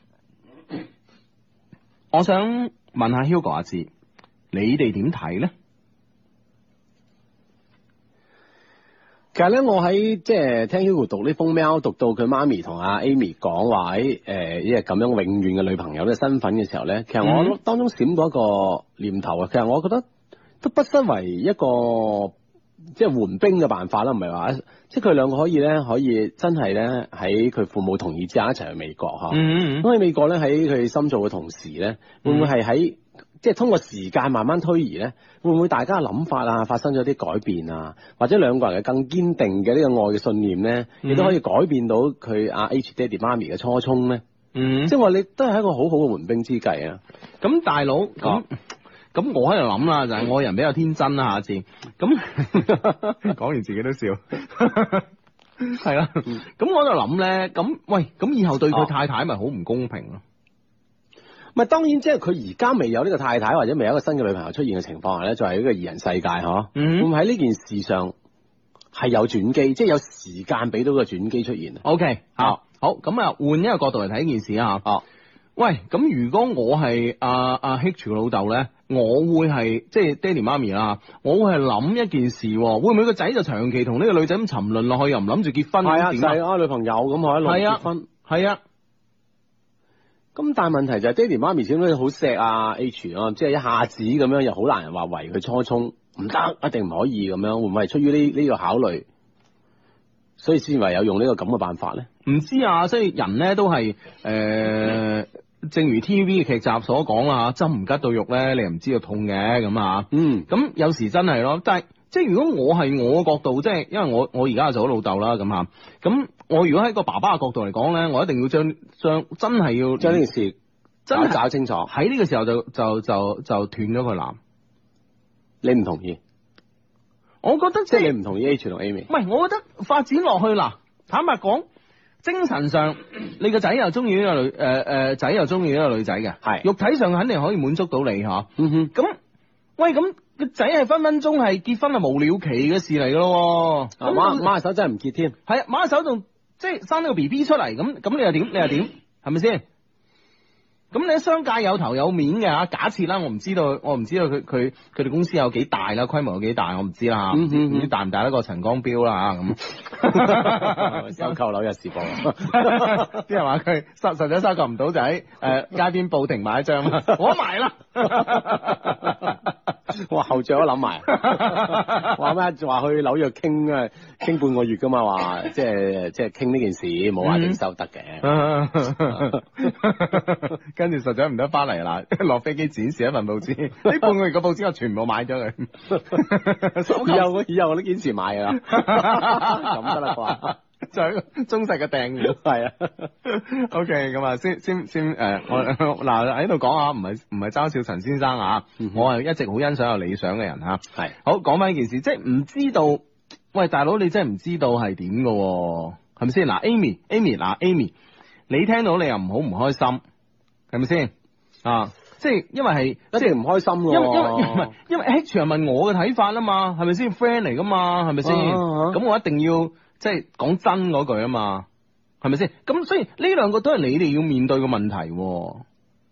G: 我想問下 Hugo 阿志，你哋點睇呢？
D: 其實咧，我喺即係聽 Hugo 讀呢封 mail，讀到佢媽咪同阿 Amy 講話喺誒，因為咁樣永遠嘅女朋友嘅身份嘅時候咧，其實我當中閃過一個念頭啊。其實我覺得都不失為一個即係緩兵嘅辦法啦，唔係話即係佢兩個可以咧，可以真係咧喺佢父母同意之下一齊去美國嚇。
G: 嗯嗯
D: 嗯咁喺美國咧，喺佢深造嘅同時咧，會唔會係喺即係通過時間慢慢推移咧，會唔會大家嘅諗法啊發生咗啲改變啊，或者兩個人嘅更堅定嘅呢個愛嘅信念咧，亦都可以改變到佢阿 H 爹哋媽咪嘅初衷咧？
G: 嗯，
D: 即係話你都係一個好好嘅緩兵之計啊！
G: 咁大佬
D: 哦
G: 咁。咁我喺度諗啦，就
D: 嗯
G: 係、我人比較天真啦，下次 咁講完自己都笑，係啦。
D: 嗯
G: 咁我喺度諗咧，咁喂，咁以後對
D: 哦
G: 佢太太咪好唔公平咯？
D: 咪當然，即係佢而家未有呢個太太或者未有一個新嘅女朋友出現嘅情況下咧，作為一個二人世界嗬，
G: 嗯
D: 會唔會喺呢件事上係有轉機，即係有時間俾到個轉機出現啊？
G: O K，吓好，咁啊，換一個角度嚟睇呢件事啊。哦，喂，咁如果我係啊阿阿 Hitch 嘅老豆咧，我會係即係爹哋媽咪啦，我會係諗一件事喎，會唔會個仔就長期同呢個女仔咁沉淪落去，又唔諗住結婚
D: 係啊，就
G: 咁點
D: 係
G: 啊？
D: 啊女朋友咁可以攞
G: 係啊
D: 結婚。
G: 係啊，
D: 咁但係問題就係爹哋媽咪始終都好錫啊 H 咯，即係一下子咁樣又好難話為佢初衷唔得，一定唔可以咁樣，會唔會係出於呢呢個考慮，所以先唯有用呢個咁嘅辦法咧？
G: 唔知啊，所以人咧都係誒、呃正如 T V 嘅劇集所講啦，針唔吉到肉咧，你又唔知道痛嘅咁啊。
D: 嗯，
G: 咁有時真係咯，但係即係如果我係我嘅角度，即係因為我我而家做咗老豆啦，咁啊，咁我如果喺個爸爸嘅角度嚟講咧，我一定要將將真係要
D: 將呢件事
G: 真
D: 搞
G: 係
D: 搞清楚，
G: 喺呢個時候就就就就斷咗佢攬。
D: 你唔同意，
G: 我覺得即
D: 即
G: 係
D: 係你唔同意 H 同 Amy
G: 唔係，我覺得發展落去嗱，坦白講，精 神上你個仔又中意呢個女誒誒仔又中意呢個女仔嘅，
D: 係
G: 肉體上肯定可以滿足到你嚇。
D: 嗯哼。
G: 咁喂咁個仔係分分鐘係結婚係無了期嘅事嚟嘅咯喎。
D: 啊，
G: 咁
D: 馬
G: 到
D: 馬手真係唔結 添，
G: 係啊，馬手仲即係生咗個 B B 出嚟，咁咁你又點？你又點？係咪先？咁你喺商界有頭有面嘅嚇，假設啦，我唔知道，我唔知道佢佢佢哋公司有幾大啦，規模有幾大，我唔知啦嚇，
D: 嗯
G: 唔
D: 嗯
G: 知
D: 嗯。
G: 唔知大唔大得過陳光標啦嚇咁
D: 收購樓有時報，
G: 啲人話佢實實在收購唔到就喺誒街邊報亭買一張 啦，我買啦。
D: 哇後著都諗 埋，話咩話去紐約傾啊傾半個月噶嘛，話即係即係傾呢件事，冇話點收得嘅。
G: 跟住實在唔得翻嚟啦， 落飛機展示一份 報紙，呢半個月嘅報紙我全部買咗 佢，收
D: 以後以後我都堅持買㗎啦，咁得啦啩？
G: 就係一個忠實嘅訂 戶。
D: 係啊，
G: O K，咁啊，先先先誒、呃我 嗱喺度講啊下，唔係唔係嘲笑陳先生啊，我係一直好欣賞有理想嘅人嚇、
D: 嗯係
G: 好講翻呢件事，即係唔知道，喂大佬你真係唔知道係點嘅喎，係咪先？嗱，Amy，Amy，嗱，Amy，你聽到你又唔好唔開心，係咪先？啊，即係因為係。
D: 一定唔開心
G: 因為因為因為
D: 咯。
G: 因為 H 係問我嘅睇法啊嘛，係咪先 friend 嚟噶嘛，係咪先？
D: 啊啊啊
G: 咁我一定要即係講真嗰句啊嘛，係咪先？咁所以呢兩個都係你哋要面對嘅問題喎、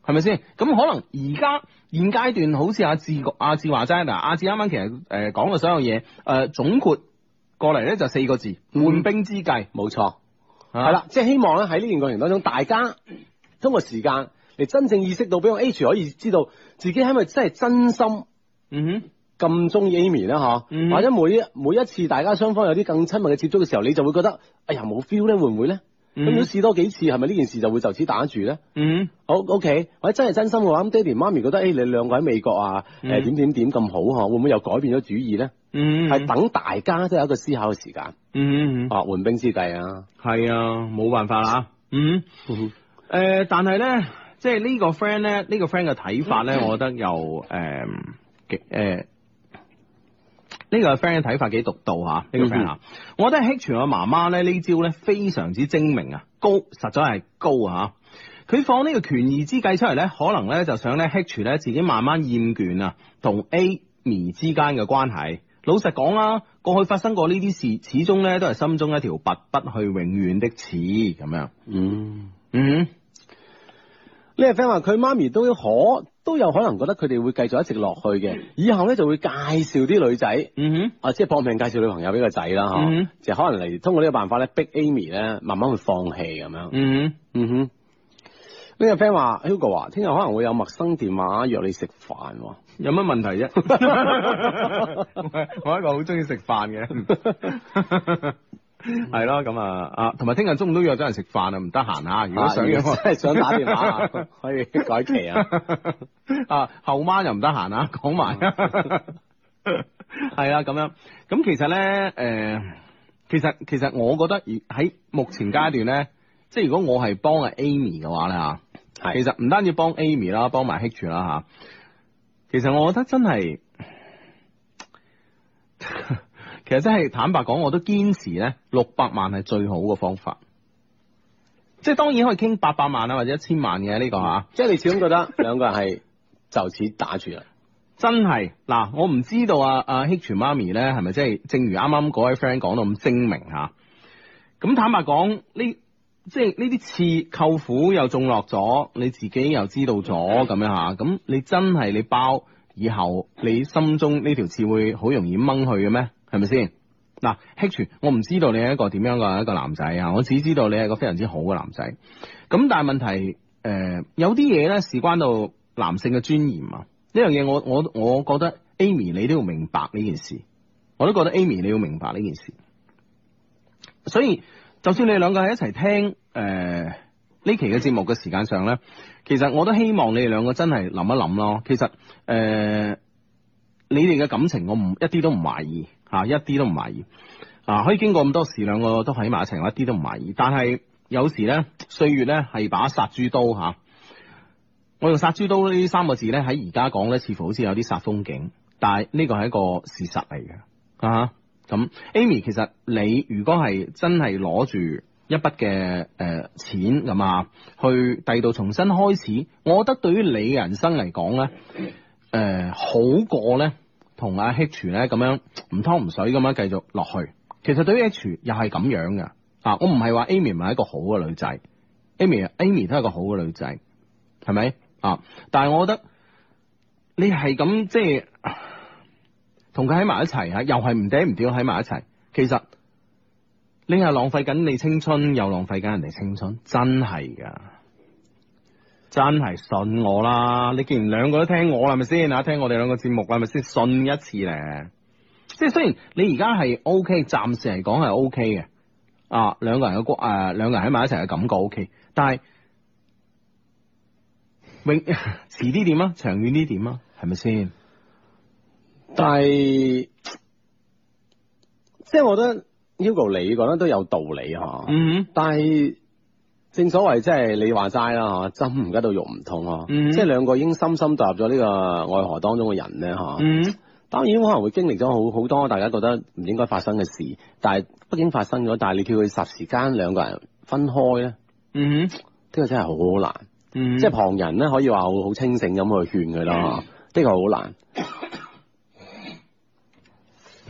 G: 係咪先？咁可能而家現階段好似阿志阿志話齋嗱，阿志啱啱其實誒講嘅所有嘢誒、呃、總括過嚟咧就四個字，
D: 嗯
G: 緩兵之計。
D: 冇錯，
G: 啊
D: 係啦，即係希望咧喺呢件過程當中，大家通過時間嚟真正意識到，俾我 H 可以知道自己係咪真係真心
G: 嗯
D: 咁中意 Amy 啦，嗬、
G: 嗯
D: 或者每每一次大家雙方有啲更親密嘅接觸嘅時候，你就會覺得，哎呀冇 feel 咧，會唔會咧？
G: 嗯
D: 咁如果試多幾次，係咪呢件事就會就此打住咧？
G: 哼，嗯
D: 好 OK，或者真係真心嘅話，咁爹哋媽咪覺得，誒、哎你兩個喺美國啊，誒、點點點咁好啊嗬，會唔會又改變咗主意咧？
G: 嗯，
D: 係、等大家都有一個思考嘅時間，
G: 嗯嗯，
D: 啊，緩兵之計啊，
G: 係啊，冇辦法啦，嗯。誒、呃但係咧，即係呢個 friend 咧，呢、個 friend 嘅睇法咧，我覺得又誒幾誒呢個 friend 嘅睇法幾獨到嚇，呢、個 friend 嚇，我覺得 H 嘅媽媽咧呢招咧非常之精明啊，高實在係高啊！佢放呢個權宜之計出嚟咧，可能咧就想咧 H 咧自己慢慢厭倦啊，同 A 咪之間嘅關係。老實講啦，過去發生過呢啲事，始終咧都係心中一條拔不去永遠的刺咁樣。
D: 嗯。
G: 嗯。
D: 呢個 friend 話佢媽咪都可都有可能覺得佢哋會繼續一直落去嘅，以後咧就會介紹啲女仔，
G: 嗯
D: 啊，即係搏命介紹女朋友俾個仔啦，嗬、
G: 嗯
D: 就可能嚟通過呢個辦法咧，逼 Amy 咧慢慢去放棄咁樣
G: 哼，。嗯
D: 嗯哼，呢個 friend 話 Hugo 話，聽日可能會有陌生電話約你食飯喎，
G: 哼，有乜問題啫？我係一個好中意食飯嘅人，係咯，咁啊啊，同埋聽日中午都約咗人食飯啊，唔得閒啊。如果想約
D: 啊如果
G: 我
D: 真係想打電話， 可以改期啊。
G: 啊，後媽又唔得閒啊，講埋。係啊，咁樣。咁其實咧，誒、其實其實我覺得如喺目前階段咧，即係如果我係幫阿 Amy 嘅話咧嚇，
D: 係
G: 其實唔單止幫 Amy 啦，幫埋 Hitch 啦啊嚇。其實我覺得真係， 其實真係坦白講，我都堅持咧，六百萬係最好嘅方法。即係當然可以傾八百萬啊，或者一千萬嘅呢、個嚇。啊
D: 即係你始終覺得兩個人係就此打住啦。
G: 真係嗱，我唔知道啊啊 h i c h 媽咪咧係咪即係正如啱啱嗰位 friend 講到咁精明嚇。咁坦白講，呢即係呢啲刺舅父又中落咗，你自己又知道咗咁樣嚇，咁你真係你包以後你心中呢條刺會好容易掹去嘅咩？係咪先？嗱 h i c h 我唔知道你係一個點樣嘅一個男仔啊，我只知道你係個非常之好嘅男仔。咁但係問題誒、呃有啲嘢咧事關到男性嘅尊嚴啊！呢樣嘢我我我覺得 Amy 你都要明白呢件事，我都覺得 Amy 你要明白呢件事。所以就算你兩個喺一齊聽誒呢、期嘅節目嘅時間上咧，其實我都希望你哋兩個真係諗一諗咯。其實誒、呃你哋嘅感情我唔一啲都唔懷疑嚇、一啲都唔懷疑啊！可以經過咁多事，兩個都喺埋一齊，我一啲都唔懷疑。但係有時咧，歲月咧係把殺豬刀嚇。我用殺豬刀呢三個字咧，喺而家講咧，似乎好似有啲殺風景，但係呢個係一個事實嚟嘅啊。咁 Amy，其實你如果係真係攞住一筆嘅誒錢咁啊，去第二度重新開始，我覺得對於你嘅人生嚟講咧，誒、好過咧同阿 H 咧咁樣唔湯唔水咁樣繼續落去。其實對於 H 又係咁樣嘅啊，我唔係話 Amy 唔係一個好嘅女仔，Amy，Amy 都係一個好嘅女仔。係咪啊？但係我覺得你係咁即係同佢喺埋一齊啊，又係唔嗲唔吊喺埋一齊，其實你係浪費緊你青春，又浪費緊人哋青春，真係噶，真係信我啦！你既然兩個都聽我啦，係咪先啊？聽我哋兩個節目啦，係咪先信一次咧？即係雖然你而家係 O K，暫時嚟講係 O K 嘅啊，兩個人嘅關誒，兩個人喺埋一齊嘅感覺 O K，但係。永 遲啲點啊，長遠啲點啊，係咪先？
D: 但係，即係我覺得 Hugo 你講得都有道理嚇。
G: 嗯
D: 但係正所謂即係你話齋啦嚇，針唔吉到肉唔痛呵。
G: 嗯
D: 即係兩個已經深深墮入咗呢個愛河當中嘅人咧嚇。
G: 嗯
D: 當然可能會經歷咗好好多大家覺得唔應該發生嘅事，但係畢竟發生咗，但係你叫佢霎時間兩個人分開咧，呢、
G: 嗯
D: 個真係好難。
G: 嗯
D: 即
G: 即
D: 係
G: 係
D: 旁人咧可以話好好清醒咁去勸佢啦，的確好難。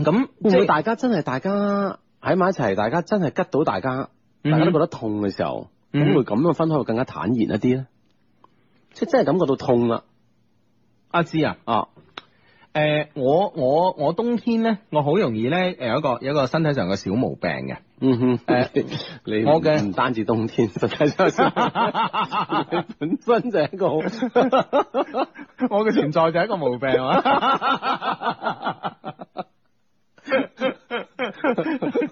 G: 咁，
D: 會唔會大
G: 大
D: 家真係大家喺埋一齊，大家真係吉到大家，
G: 嗯
D: 大家都覺得痛嘅時候，
G: 嗯
D: 咁會咁樣分開會更加坦然一啲咧？即係真係感覺到痛啦，
G: 阿芝啊，
D: 啊，
G: 誒我我我冬天咧，我好容易咧誒有一個有一個身體上嘅小毛病嘅。
D: 嗯哼，
G: 誒
D: 你
G: 我嘅
D: 唔單止冬 天，實際上你本身就係一個好
G: 我嘅存在就係一個毛病啊！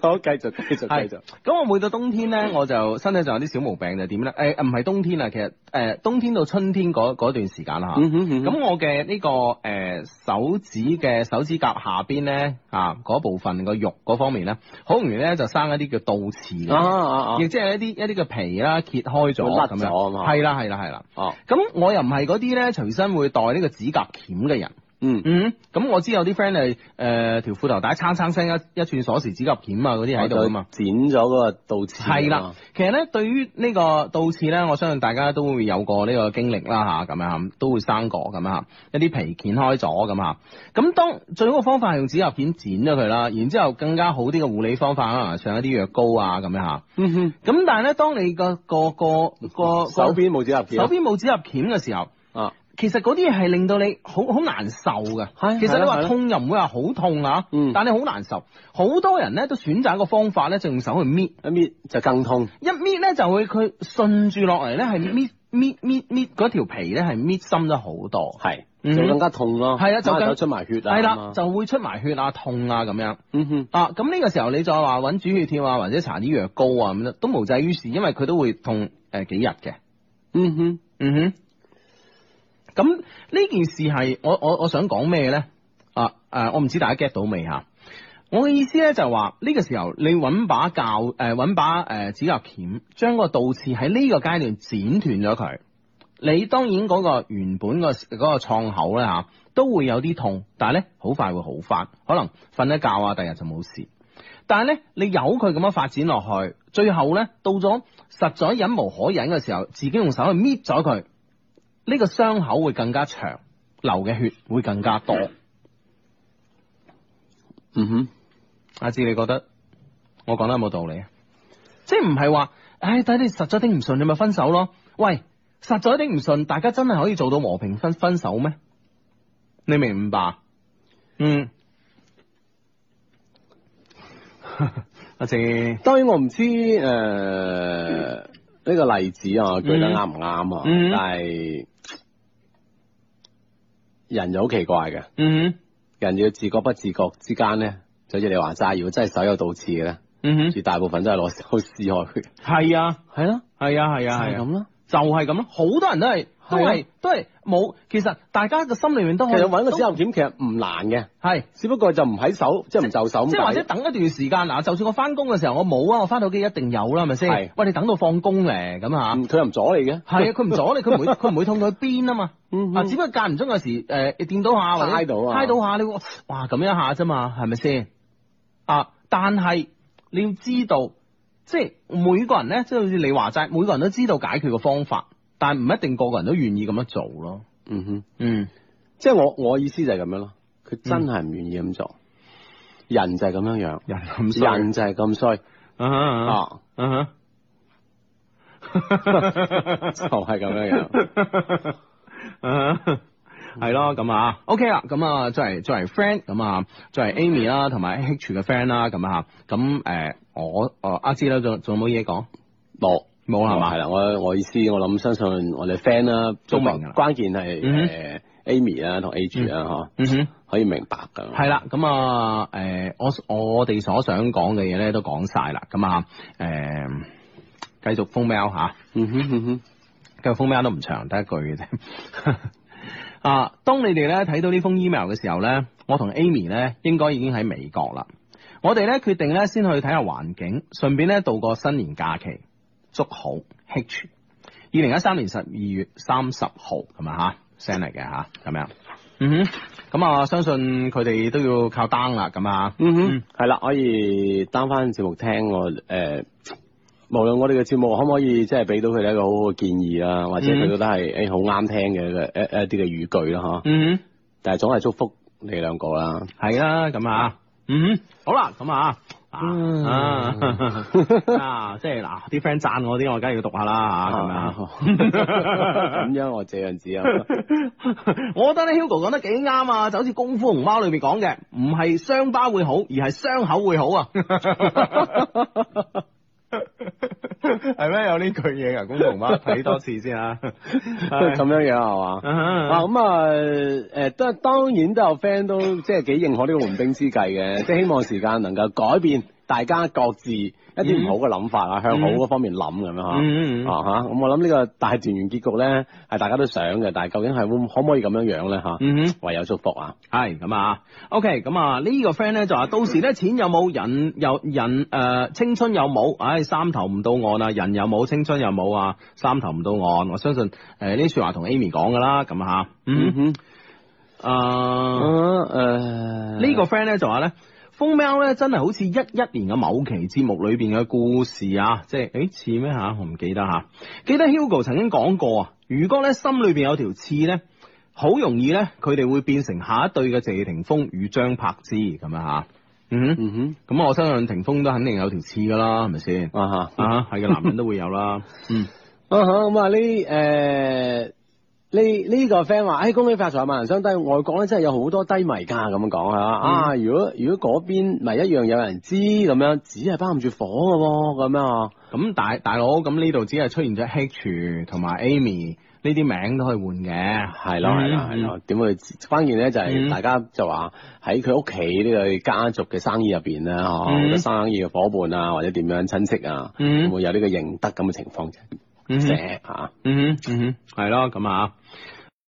D: 好，繼續繼續
G: 係
D: 繼續，
G: 咁我每到冬天咧，我就身體上有啲小毛病就點咧？誒、唔係冬天啊，其實誒、冬天到春天嗰嗰段時間啦嚇。
D: 嗯哼嗯哼
G: 咁我嘅呢、個呃手指嘅手指甲下邊咧啊嗰部分個肉嗰方面咧，好容易咧就生一啲叫倒刺嘅，
D: 啊啊啊
G: 亦即係一啲一啲嘅皮啦揭開咗
D: 會甩
G: 咁樣，
D: 咗啊嘛
G: 係啦係啦係啦。
D: 哦，
G: 咁我又唔係嗰啲咧隨身會帶呢個指甲鉗嘅人。
D: 嗯
G: 嗯，咁我知有啲 friend 係誒條褲頭帶撐撐聲一一串鎖匙指甲鉗啊嗰啲喺度啊嘛。
D: 剪咗嗰個倒刺，啊
G: 係啦，，其實咧對於呢個倒刺咧，我相信大家都會有過呢個經歷啦吓，咁樣都會生過咁樣吓，一啲皮剪開咗咁吓。咁當最好嘅方法係用指甲片剪咗佢啦，然之後更加好啲嘅護理方法可能上一啲藥膏啊咁樣吓。
D: 嗯哼，
G: 咁但係咧，當你個個個哦個
D: 哦手邊冇指甲
G: 手
D: 片，
G: 邊冇指甲鉗嘅時候，
D: 啊，
G: 其實嗰啲嘢係令到你好好難受嘅。
D: 係
G: 其實你
D: 係
G: 話
D: 啦
G: 痛又唔會話好痛啊，
D: 嗯
G: 但你好難受。好多人咧都選擇一個方法咧，就用手去搣。
D: 一搣就更痛，
G: 一搣咧就會佢順住落嚟咧係搣搣搣搣嗰條皮咧係搣深咗好多，
D: 係
G: 嗯
D: 就更加痛咯，
G: 係啊就
D: 啊
G: 更
D: 出埋血啊，
G: 係
D: 咁啊
G: 啦，就會出埋血啊、痛啊咁樣。
D: 嗯哼，
G: 啊，咁呢個時候你再話揾止血貼啊，或者搽啲藥膏啊咁樣，都無濟於事，因為佢都會痛誒、呃、幾日嘅。
D: 嗯哼，
G: 嗯哼，咁呢件事係我我我想講咩咧？啊誒、啊我唔知大家 get 到未嚇？我嘅意思咧就係話呢個時候你揾把教誒揾、把誒、呃指甲鉗，將個倒刺喺呢個階段剪斷咗佢。你當然嗰個原本個嗰個創口咧嚇，都會有啲痛，但係咧好快會好翻，可能瞓一覺啊，第日就冇事。但係咧，你由佢咁樣發展落去，最後咧到咗實在忍無可忍嘅時候，自己用手去搣咗佢，呢個傷口會更加長，流嘅血會更加多。
D: 嗯哼，
G: 阿志，你覺得我講得有冇道理啊？即係唔係話，唉，睇你實在頂唔順，你咪分手咯。喂，實在頂唔順，大家真係可以做到和平分分手咩？你明唔明白？嗯， 阿志，
D: 當然我唔知誒呢個例子啊舉得啱唔啱啊，
G: 嗯
D: 但係人就好奇怪嘅，
G: 嗯哼
D: 人要自覺不自覺之間咧，就好似你話齋，如果真係手有倒刺嘅咧，
G: 嗯哼，
D: 絕大部分都係攞手 撕開佢，
G: 係啊，
D: 係咯，
G: 係啊，係
D: 就
G: 啊，
D: 係
G: 係啊，
D: 咁啦。
G: 就係咁咯。好多人都係，啊都
D: 係
G: 係，都係冇。其實大家嘅心裏面都
D: 其
G: 可以
D: 實揾個指
G: 都
D: 甲鉗其實唔難嘅，
G: 係。
D: 只不過就唔喺手，即係唔就手咁
G: 即係或
D: 解
G: 者等一段時間嗱，就算我翻工嘅時候我冇啊，我翻到屋企一定有啦，係咪
D: 係
G: 先？喂，你等到放工咧咁啊，
D: 嗯佢又唔阻你嘅，
G: 係啊，佢唔阻你，佢唔會佢唔會痛到去邊啊嘛。
D: 嗯
G: 啊，只不過間唔中有時誒、呃、掂到下或者
D: 揩到啊
G: 揩到下你會哇咁樣一下啫嘛，係咪先？啊，但係你要知道，即係每個人咧，即係好似你話齋，每個人都知道解決嘅方法，但係唔一定個個人都願意咁樣做咯。
D: 嗯哼。
G: 嗯，
D: 即係我我意思就係咁樣咯，佢真係唔願意咁做，人就係咁樣樣，
G: 人咁
D: 人就係咁衰
G: 啊
D: 啊，
G: 啊
D: 就
G: 哦
D: 係咁樣 樣，
G: 系咯，咁啊，OK 啦，咁啊，作為作為 friend，咁啊，作為 Amy 啦，同埋 H 嘅 friend 啦，咁啊，咁誒，我哦阿芝啦，仲仲有冇嘢講？
D: 冇
G: 冇啦係嘛
D: 係啦，我我意思，我諗相信我哋 friend 啦，
G: 都明㗎啦
D: 關鍵係
G: 嗯
D: 誒 Amy 啦同 H 啦嗬，
G: 嗯哼，
D: 可以明白㗎，
G: 係啦，咁啊，誒，我我哋所想講嘅嘢咧都講晒啦，咁啊，誒，繼續封 mail 嚇。
D: 嗯哼嗯哼，
G: 嘅封 mail 都唔長，得一句嘅啫。 啊，當你哋咧睇到呢封 email 嘅時候咧，我同 Amy 咧應該已經喺美國啦。我哋咧決定咧先去睇下環境，順便咧度過新年假期。祝好 H，二零一三年十二月三十號咁啊吓 send 嚟嘅吓咁樣。嗯哼，咁啊，相信佢哋都要靠 down 啦，咁啊，
D: 嗯哼，係啦，可以 down 翻節目聽我誒。無論我哋嘅節目可唔可以即係俾到佢哋一個好好嘅建議啦，或者佢
G: 嗯
D: 覺得係誒哎好啱聽嘅一一啲嘅語句啦，嗬。
G: 嗯哼。
D: 但係總係祝福你兩個啦。
G: 系啦，咁啊，嗯，好啦，咁啊。啊啊！即系嗱，啲 friend 赞我啲，我梗系要讀下啦吓，咁
D: 啊
G: 啊，
D: 咁樣我這樣子 啊，
G: 我覺得咧，Hugo 講得幾啱啊，就好似《功夫熊貓》裏面講嘅，唔係傷疤會好，而係傷口會好啊。係咩？有呢句嘢啊？《功夫熊貓》睇多次先 啊。
D: 咁樣樣係嘛？啊咁啊誒，都當然都有 friend 都即係幾認可呢個緩兵之計 嘅，即係希望時間能夠改變大家各自一啲唔好嘅諗法啊，向好嗰方面諗咁樣嚇。
G: 嗯嗯嗯嗯
D: 啊嚇，咁我諗呢個大團圓結局咧係大家都想嘅，但係究竟係會可唔可以咁樣樣咧嚇？
G: 嗯哼。
D: 唯有祝福啊！
G: 係咁啊，OK，咁啊呢個 friend 咧就話到時咧錢有冇人有人誒、呃青春有冇？唉、三頭唔到岸啊，人有冇青春有冇啊？三頭唔到岸，我相信誒呃呢啲説話同 Amy 講噶啦，咁嚇，
D: 嗯
G: 嗯
D: 哼，
G: 啊。
D: 啊誒
G: 呢個 friend 咧就話咧，風喵咧真係好似一一年嘅某期節目裏邊嘅故事啊，即係誒似咩啊嚇？我唔記得嚇，記得 Hugo 曾經講過啊，如果咧心裏邊有條刺咧，好容易咧佢哋會變成下一對嘅謝霆鋒與張柏芝咁樣嚇。嗯哼，
D: 嗯
G: 咁我相信霆鋒都肯定有條刺噶啦，係咪先？
D: 哼啊嚇。哦
G: 啊，係嘅，男人都會有啦。嗯
D: 啊哈咁啊呢誒呢呢個 friend 話：，誒恭喜發財，萬人相低。外國咧真係有好多低迷㗎，咁樣講係
H: 嗯
D: 嘛？啊，如果如果嗰邊咪一樣有人知咁樣，只係包唔住火嘅喎，咁樣啊。
H: 咁大大佬，咁呢度只係出現咗 H 同埋 Amy 呢啲名都可以換嘅。
D: 係咯係咯係咯，點會知？關鍵咧就係
H: 嗯
D: 大家就話喺佢屋企呢個家族嘅生意入邊咧，嗬，好
H: 嗯
D: 多生意嘅伙伴啊，或者點樣親戚啊，會
H: 嗯
D: 唔會有呢個認得咁嘅情況啫？
H: 嗯哼
D: 啫嚇，
H: 嗯哼，嗯哼，係咯，咁啊，